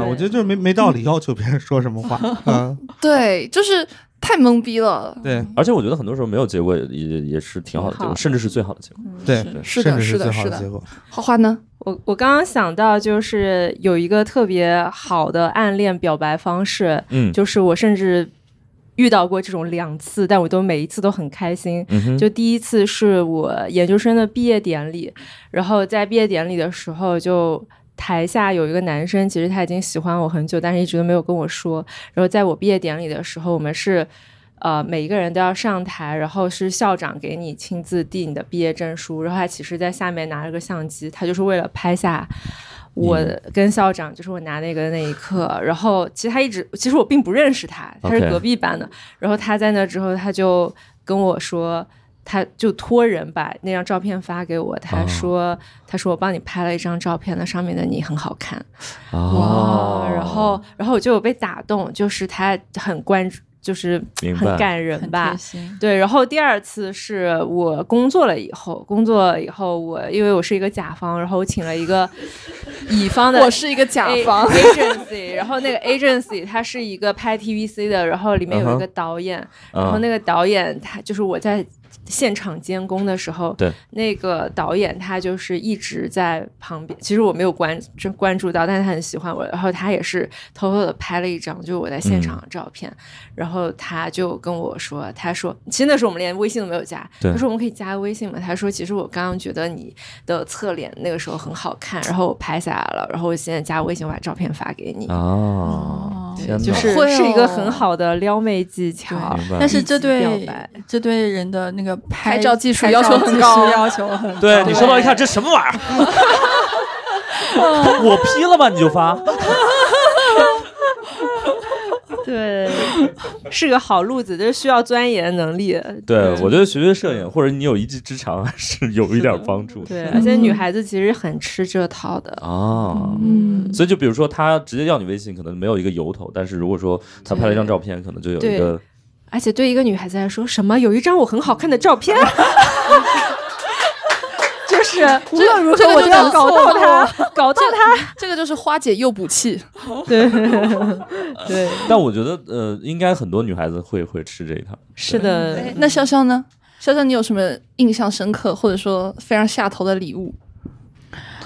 [SPEAKER 2] 嗯
[SPEAKER 3] 对
[SPEAKER 5] 我觉得就是没没道理要求别人说什 么话，嗯，
[SPEAKER 2] 对，就是太懵逼了，
[SPEAKER 5] 对
[SPEAKER 1] 而且我觉得很多时候没有结果也也也是挺好的结
[SPEAKER 4] 挺好
[SPEAKER 1] 果，
[SPEAKER 4] 的
[SPEAKER 1] 甚至是最好的结果。
[SPEAKER 5] 对，
[SPEAKER 2] 是
[SPEAKER 5] 甚
[SPEAKER 2] 的，
[SPEAKER 5] 至
[SPEAKER 2] 是
[SPEAKER 5] 最
[SPEAKER 2] 的，
[SPEAKER 5] 好
[SPEAKER 2] 是
[SPEAKER 5] 的结
[SPEAKER 2] 的。
[SPEAKER 5] 果。
[SPEAKER 2] 花花呢？
[SPEAKER 4] 我我刚刚想到，就是有一个特别好的暗恋表白方式，
[SPEAKER 1] 嗯，
[SPEAKER 4] 就是我甚至遇到过这种两次，但我都每一次都很开心。
[SPEAKER 1] 嗯哼，
[SPEAKER 4] 就第一次是我研究生的毕业典礼，然后在毕业典礼的时候就。台下有一个男生，其实他已经喜欢我很久，但是一直都没有跟我说。然后在我毕业典礼的时候，我们是，呃，每一个人都要上台，然后是校长给你亲自递你的毕业证书。然后他其实在下面拿了个相机，他就是为了拍下我
[SPEAKER 1] 嗯
[SPEAKER 4] 跟校长，就是我拿那个那一刻。然后其实他一直，其实我并不认识他，他是
[SPEAKER 1] OK
[SPEAKER 4] 隔壁班的。然后他在那之后，他就跟我说，他就托人把那张照片发给我，他
[SPEAKER 1] 哦
[SPEAKER 4] 说，他说我帮你拍了一张照片，那上面的你很好看，
[SPEAKER 1] 哦，
[SPEAKER 4] 然后然后我就有被打动，就是他很关注，就是
[SPEAKER 1] 明白
[SPEAKER 4] 很感人
[SPEAKER 3] 很
[SPEAKER 4] 吧
[SPEAKER 3] 贴，心。
[SPEAKER 4] 对，然后第二次是我工作了以后，工作以后我因为我是一个甲方，然后我请了一个乙 方的，
[SPEAKER 2] 我是一个甲
[SPEAKER 4] A-
[SPEAKER 2] 方，
[SPEAKER 4] 哎 agency，然后那个 agency 它是一个拍 TVC 的，然后里面有
[SPEAKER 1] 嗯
[SPEAKER 4] 一
[SPEAKER 1] 哼
[SPEAKER 4] 个导演然后
[SPEAKER 1] 嗯
[SPEAKER 4] 那个导演他就是我在现场监工的时候，
[SPEAKER 1] 对
[SPEAKER 4] 那个导演他就是一直在旁边，其实我没有关真关注到，但是他很喜欢我，然后他也是偷偷的拍了一张就是我在现场的照片，
[SPEAKER 1] 嗯
[SPEAKER 4] 然后他就跟我说，他说其实那时候我们连微信都没有加，
[SPEAKER 1] 对
[SPEAKER 4] 他说我们可以加微信嘛，他说其实我刚刚觉得你的侧脸那个时候很好看，然后我拍下来了，然后我现在加微信我把照片发给你，
[SPEAKER 1] 嗯哦，天哪，
[SPEAKER 4] 就是
[SPEAKER 2] 会哦
[SPEAKER 4] 是一个很好的撩妹技巧。
[SPEAKER 1] 明白
[SPEAKER 3] 但是这
[SPEAKER 4] 表
[SPEAKER 3] 对
[SPEAKER 4] 白
[SPEAKER 3] 这对人的那个拍
[SPEAKER 2] 拍照技术
[SPEAKER 3] 拍
[SPEAKER 2] 要求
[SPEAKER 3] 照
[SPEAKER 2] 很
[SPEAKER 3] 技术
[SPEAKER 2] 高
[SPEAKER 3] 要求很高。
[SPEAKER 1] 对你收到一看，这什么玩意儿？我 P 了吧，你就发。
[SPEAKER 4] 对，是个好路子，就是需要钻研能力。
[SPEAKER 1] 对，我觉得学学摄影，或者你有一技之长， 还是有一点帮助。
[SPEAKER 4] 对，而且女孩子其实很吃这套的。
[SPEAKER 1] 哦，
[SPEAKER 2] 嗯，
[SPEAKER 1] 所以就比如说他直接要你微信，可能没有一个由头，但是如果说他拍了一张照片，可能就有一个
[SPEAKER 4] 而且对一 个女孩子来说，什么有一张我很好看的照片，就是是无
[SPEAKER 2] 这
[SPEAKER 4] 论如
[SPEAKER 2] 这
[SPEAKER 4] 何
[SPEAKER 2] 个
[SPEAKER 4] 我
[SPEAKER 2] 就
[SPEAKER 4] 都
[SPEAKER 2] 叫
[SPEAKER 4] 要搞
[SPEAKER 2] 错
[SPEAKER 4] 到
[SPEAKER 2] 过
[SPEAKER 4] 他，搞到他。
[SPEAKER 2] 这个就是花姐诱捕器，
[SPEAKER 4] 对对，
[SPEAKER 1] 但我觉得呃，应该很多女孩子会会吃这一套。
[SPEAKER 4] 是的，
[SPEAKER 2] 那潇潇呢？潇潇，你有什么印象深刻或者说非常下头的礼物？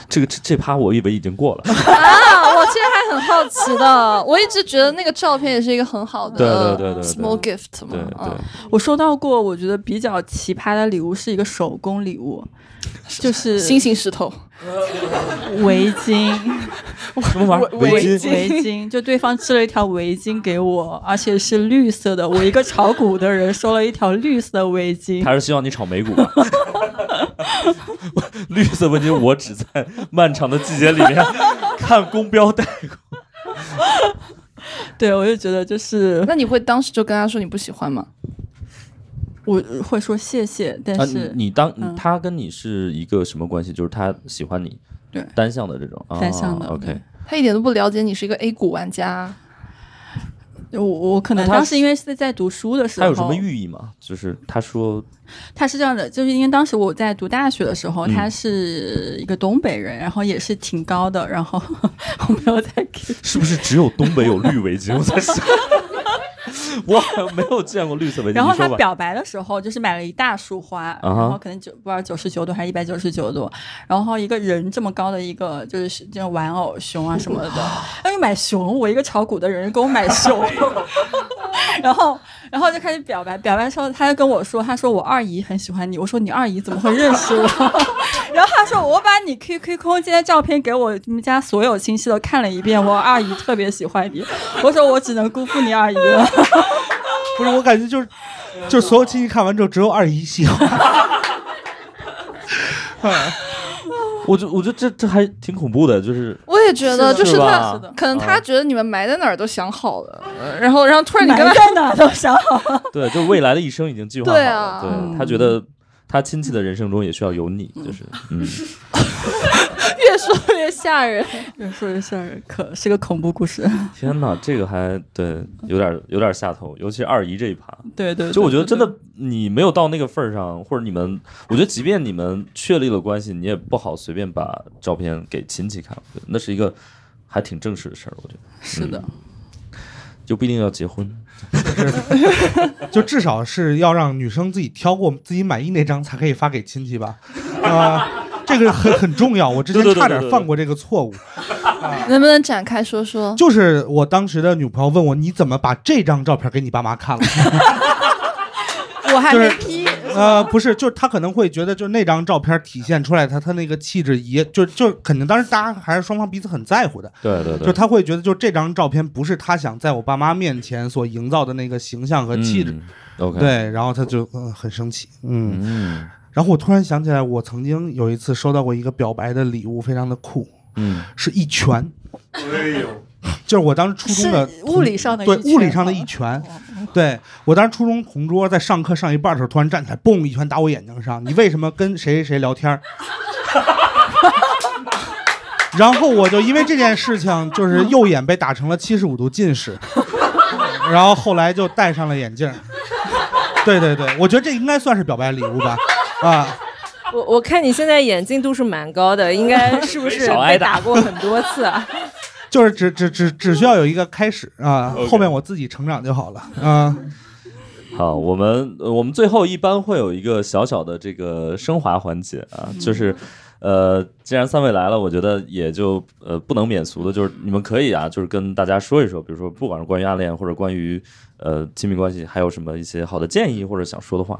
[SPEAKER 1] 这个这这趴我以为已经 过了。
[SPEAKER 2] 啊，我其实还很好奇的，我一直觉得那个照片也是一个很好的
[SPEAKER 1] 对对对对对
[SPEAKER 2] small gift 嘛，
[SPEAKER 1] 对
[SPEAKER 2] 嗯
[SPEAKER 1] 对，
[SPEAKER 3] 我收到过，我觉得比较奇葩的礼物是一个手工礼物，就是
[SPEAKER 2] 星星嗯石头，
[SPEAKER 3] 围巾。
[SPEAKER 1] 什么玩意儿？围
[SPEAKER 3] 围
[SPEAKER 1] 巾？
[SPEAKER 3] 巾，就对方织了一条围巾给我，而且是绿色的。我一个炒股的人收了一条绿色围巾，
[SPEAKER 1] 他是希望你炒美股吧？ 绿色围巾，我只在漫长的季节 里面看公标带过。
[SPEAKER 3] 对我就觉得就是
[SPEAKER 2] 那你会当时就跟他说你不喜欢吗？
[SPEAKER 3] 我会说谢谢，但
[SPEAKER 1] 啊，你
[SPEAKER 3] 是
[SPEAKER 1] 你当
[SPEAKER 3] 嗯
[SPEAKER 1] 他跟你是一个什么关系？就是他喜欢你，
[SPEAKER 3] 对
[SPEAKER 1] 单向的这种，啊
[SPEAKER 3] 单向的
[SPEAKER 1] OK，
[SPEAKER 2] 他一点都不了解你是一个 A 股玩家啊，
[SPEAKER 3] 我我可能
[SPEAKER 1] 那他
[SPEAKER 3] 当时因为是在读书的时
[SPEAKER 1] 他
[SPEAKER 3] 候，
[SPEAKER 1] 有什么寓意吗？就是他说
[SPEAKER 3] 他是这样的，就是因为当时我在读大学的时候，
[SPEAKER 1] 嗯
[SPEAKER 3] 他是一个东北人，然后也是挺高的，然后 我没有在给
[SPEAKER 1] 是不是只有东北有绿围巾？我 在 想，我好像没有见过绿色围巾。
[SPEAKER 3] 然后
[SPEAKER 1] 你说
[SPEAKER 3] 他
[SPEAKER 1] 吧啊
[SPEAKER 3] 表白的时候，就是买了一大束花，
[SPEAKER 1] 哈
[SPEAKER 3] 然后可能九不知道九十九朵还是一百九十九朵，然后一个人这么高的一个就是这种玩偶熊啊什么的，他就买熊，我一个炒股的人给我买熊， 然后然后就开始表白，表白的时候他就跟我说，他说我二姨很喜欢你，我说你二姨怎么会认识我？ 然后他说我把你 QQ 空间的照片给我你们家所有亲戚都看了一遍，我二姨特别喜欢你，我说我只能辜负你二姨了。
[SPEAKER 5] 不是，我感觉就是，就是所有亲戚看完之后，只有二姨喜欢。
[SPEAKER 1] 我就我觉得这这还挺恐怖的， 就是
[SPEAKER 2] 我也觉得，
[SPEAKER 3] 是的
[SPEAKER 2] 就是
[SPEAKER 1] 是
[SPEAKER 2] 他
[SPEAKER 1] 吧
[SPEAKER 3] 是的
[SPEAKER 2] 可能他觉得你们埋在哪儿都想好了，呃然后然后突然你
[SPEAKER 3] 埋
[SPEAKER 2] 跟他
[SPEAKER 3] 在哪都想好了。
[SPEAKER 1] 对，就是未来的一生已经计划好了。
[SPEAKER 2] 对啊
[SPEAKER 1] 对
[SPEAKER 3] 嗯
[SPEAKER 1] 他觉得他亲戚的人生中也需要有你，就是嗯，
[SPEAKER 2] 越说越吓人，
[SPEAKER 3] 越说越吓人，可是个恐怖故事。
[SPEAKER 1] 天哪，这个还对有点有点下头，尤其是二姨这一趴。
[SPEAKER 3] 对对，
[SPEAKER 1] 就我觉得真的你没有到那个份儿上，或者你们，我觉得即便你们确立了关系，你也不好随便把照片给亲戚看，我觉得那是一个还挺正式的事儿，我觉得
[SPEAKER 3] 是
[SPEAKER 1] 嗯
[SPEAKER 3] 的，
[SPEAKER 1] 就不一定要结婚。
[SPEAKER 5] 就至少是要让女生自己挑过自己满意那张才可以发给亲戚吧，啊、这个很很重要。我之前
[SPEAKER 1] 对对对
[SPEAKER 5] 差点
[SPEAKER 1] 对对对
[SPEAKER 5] 犯过这个错误，
[SPEAKER 2] 能不能展开说说？
[SPEAKER 5] 就是我当时的女朋友问我你怎么把这张照片给你爸妈看了，
[SPEAKER 3] 我还
[SPEAKER 5] 就是
[SPEAKER 3] 没批。
[SPEAKER 5] 呃，不是，就是他可能会觉得，就是那张照片体现出来他他那个气质也，就就肯定当时大家还是双方彼此很在乎的，
[SPEAKER 1] 对对
[SPEAKER 5] 就他会觉得，就这张照片不是他想在我爸妈面前所营造的那个形象和气质，
[SPEAKER 1] 嗯、OK，，
[SPEAKER 5] 对，然后他就、呃、很生气，嗯，
[SPEAKER 1] 嗯
[SPEAKER 5] 然后我突然想起来，我曾经有一次收到过一个表白的礼物，非常的酷，
[SPEAKER 1] 嗯，
[SPEAKER 5] 是一拳，
[SPEAKER 8] 哎呦，
[SPEAKER 5] 就是我当时初中的
[SPEAKER 3] 是物理上的一
[SPEAKER 5] 对
[SPEAKER 3] 拳哦
[SPEAKER 5] 物理上的一拳，对我当时初中同桌在上课上一半的时候，突然站起来，嘣一拳打我眼睛上，你为什么跟谁谁谁聊天儿？ 然后我就因为这件事情，就是右眼被打成了七十五度近视，然后后来就戴上了眼镜儿。对对对，我觉得这应该算是表白礼物吧，啊。
[SPEAKER 4] 我我看你现在眼镜度数蛮高的，应该是不是
[SPEAKER 1] 少挨
[SPEAKER 4] 被
[SPEAKER 1] 打
[SPEAKER 4] 打过很多次啊？
[SPEAKER 5] 就是只只只只需要有一个开始啊，后面我自己成长就好了啊。
[SPEAKER 1] 好，我们呃我们最后一般会有一个小小的这个升华环节啊，就是。呃，既然三位来了，我觉得也就呃不能免俗的，就是你们可以啊，就是跟大家说一说，比如说不管是关于暗恋或者关于呃亲密关系，还有什么一些好的建议或者想说的话。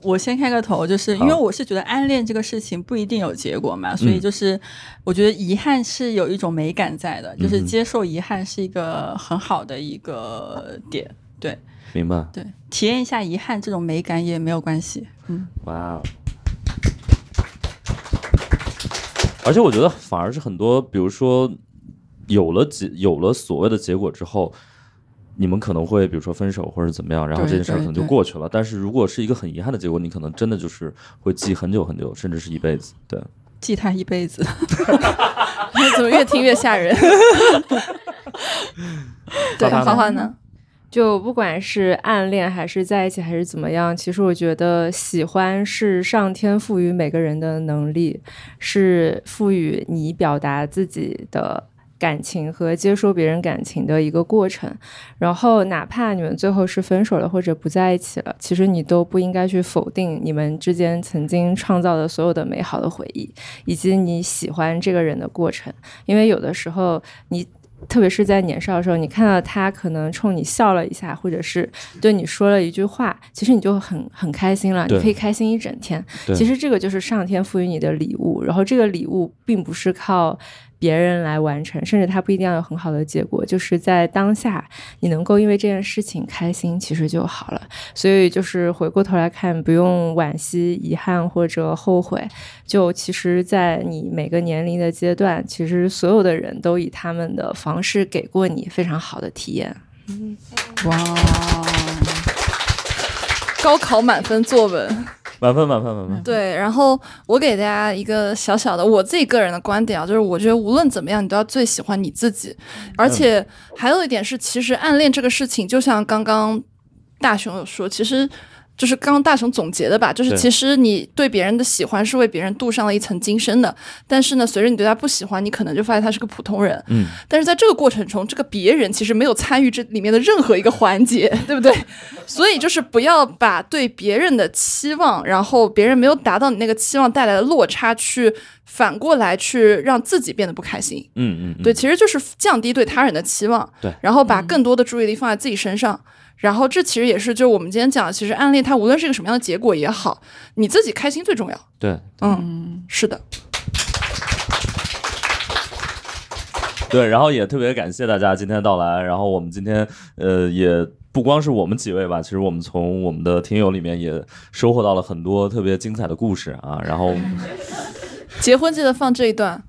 [SPEAKER 3] 我先开个头，就是因为我是觉得暗恋这个事情不一定有结果
[SPEAKER 1] 嗯
[SPEAKER 3] 嘛，所以就是我觉得遗憾是有一种美感在的，就是
[SPEAKER 1] 嗯哼
[SPEAKER 3] 接受遗憾是一个很好的一个点。对
[SPEAKER 1] 明白？
[SPEAKER 3] 对，体验一下遗憾这种美感也没有关系。嗯，
[SPEAKER 1] 哇哦！而且我觉得反而是很多，比如说有了结有了所谓的结果之后，你们可能会比如说分手或者怎么样，然后
[SPEAKER 3] 对
[SPEAKER 1] 这件事儿
[SPEAKER 3] 对
[SPEAKER 1] 可能就
[SPEAKER 3] 对
[SPEAKER 1] 过去了。但是如果是一个很遗憾的结果，你可能真的就是会记很久很久，甚至是一辈子。对，
[SPEAKER 3] 记他一辈子。
[SPEAKER 2] 怎么越听越吓人？对，
[SPEAKER 1] 花花呢
[SPEAKER 2] 花花呢？
[SPEAKER 4] 就不管是暗恋还是在一起还是怎么样，其实我觉得喜欢是上天赋予每个人的能力，是赋予你表达自己的感情和接收别人感情的一个过程。然后，哪怕你们最后是分手了或者不在一起了，其实你都不应该去否定你们之间曾经创造的所有的美好的回忆，以及你喜欢这个人的过程。因为有的时候你。特别是在年少的时候，你看到他可能冲你笑了一下，或者是对你说了一句话，其实你就很很开心了，
[SPEAKER 1] 对
[SPEAKER 4] 你可以开心一整天。
[SPEAKER 1] 对
[SPEAKER 4] 其实这个就是上天赋予你的礼物，然后这个礼物并不是靠别人来完成，甚至它不一定要有很好的结果，就是在当下你能够因为这件事情开心，其实就好了。所以就是回过头来看，不用惋惜、遗憾或者后悔，就其实，在你每个年龄的阶段，其实所有的人都以他们的方式给过你非常好的体验。
[SPEAKER 3] 哇，
[SPEAKER 2] 高考满分作文。
[SPEAKER 1] 满分满分满分。
[SPEAKER 2] 对，然后我给大家一个小小的我自己个人的观点啊，就是我觉得无论怎么样，你都要最喜欢你自己。而且还有一点是，其实暗恋这个事情，就像刚刚大雄有说，其实。就是刚刚大雄总结的吧，就是
[SPEAKER 1] 对
[SPEAKER 2] 其实你对别人的喜欢是为别人镀上了一层金身的，但是呢，随着你对他不喜欢，你可能就发现他是个普通人。
[SPEAKER 1] 嗯，
[SPEAKER 2] 但是在这个过程中，这个别人其实没有参与这里面的任何一个环节， 对不对？所以就是不要把对别人的期望，然后别人没有达到你那个期望带来的落差，去反过来去让自己变得不开心。
[SPEAKER 1] 嗯嗯嗯，
[SPEAKER 2] 对，其实就是降低对他人的期望，
[SPEAKER 1] 对
[SPEAKER 2] 然后把更多的注意力放在自己身上。然后这其实也是，就我们今天讲的，其实案例它无论是一个什么样的结果也好，你自己开心最重要。
[SPEAKER 1] 对
[SPEAKER 2] 嗯，是的，
[SPEAKER 1] 对，然后也特别感谢大家今天的到来。然后我们今天呃也。不光是我们几位吧，其实我们从我们的听友里面也收获到了很多特别精彩的故事啊。然后，
[SPEAKER 2] 结婚记得放这一段。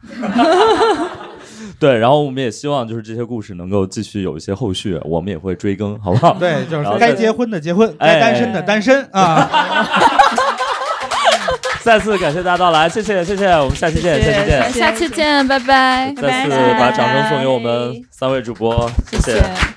[SPEAKER 1] 对，然后我们也希望就是这些故事能够继续有一些后续，我们也会追更，好不好？
[SPEAKER 5] 对，就是
[SPEAKER 1] 然后
[SPEAKER 5] 该
[SPEAKER 1] 再
[SPEAKER 5] 结婚的结婚，
[SPEAKER 1] 哎
[SPEAKER 5] 该单身的单身啊！
[SPEAKER 1] 再次感谢大家到来，谢谢谢谢，我们下期见，下期见，
[SPEAKER 2] 下期见，拜拜。
[SPEAKER 1] 再次把掌声送给我们三位主播，谢谢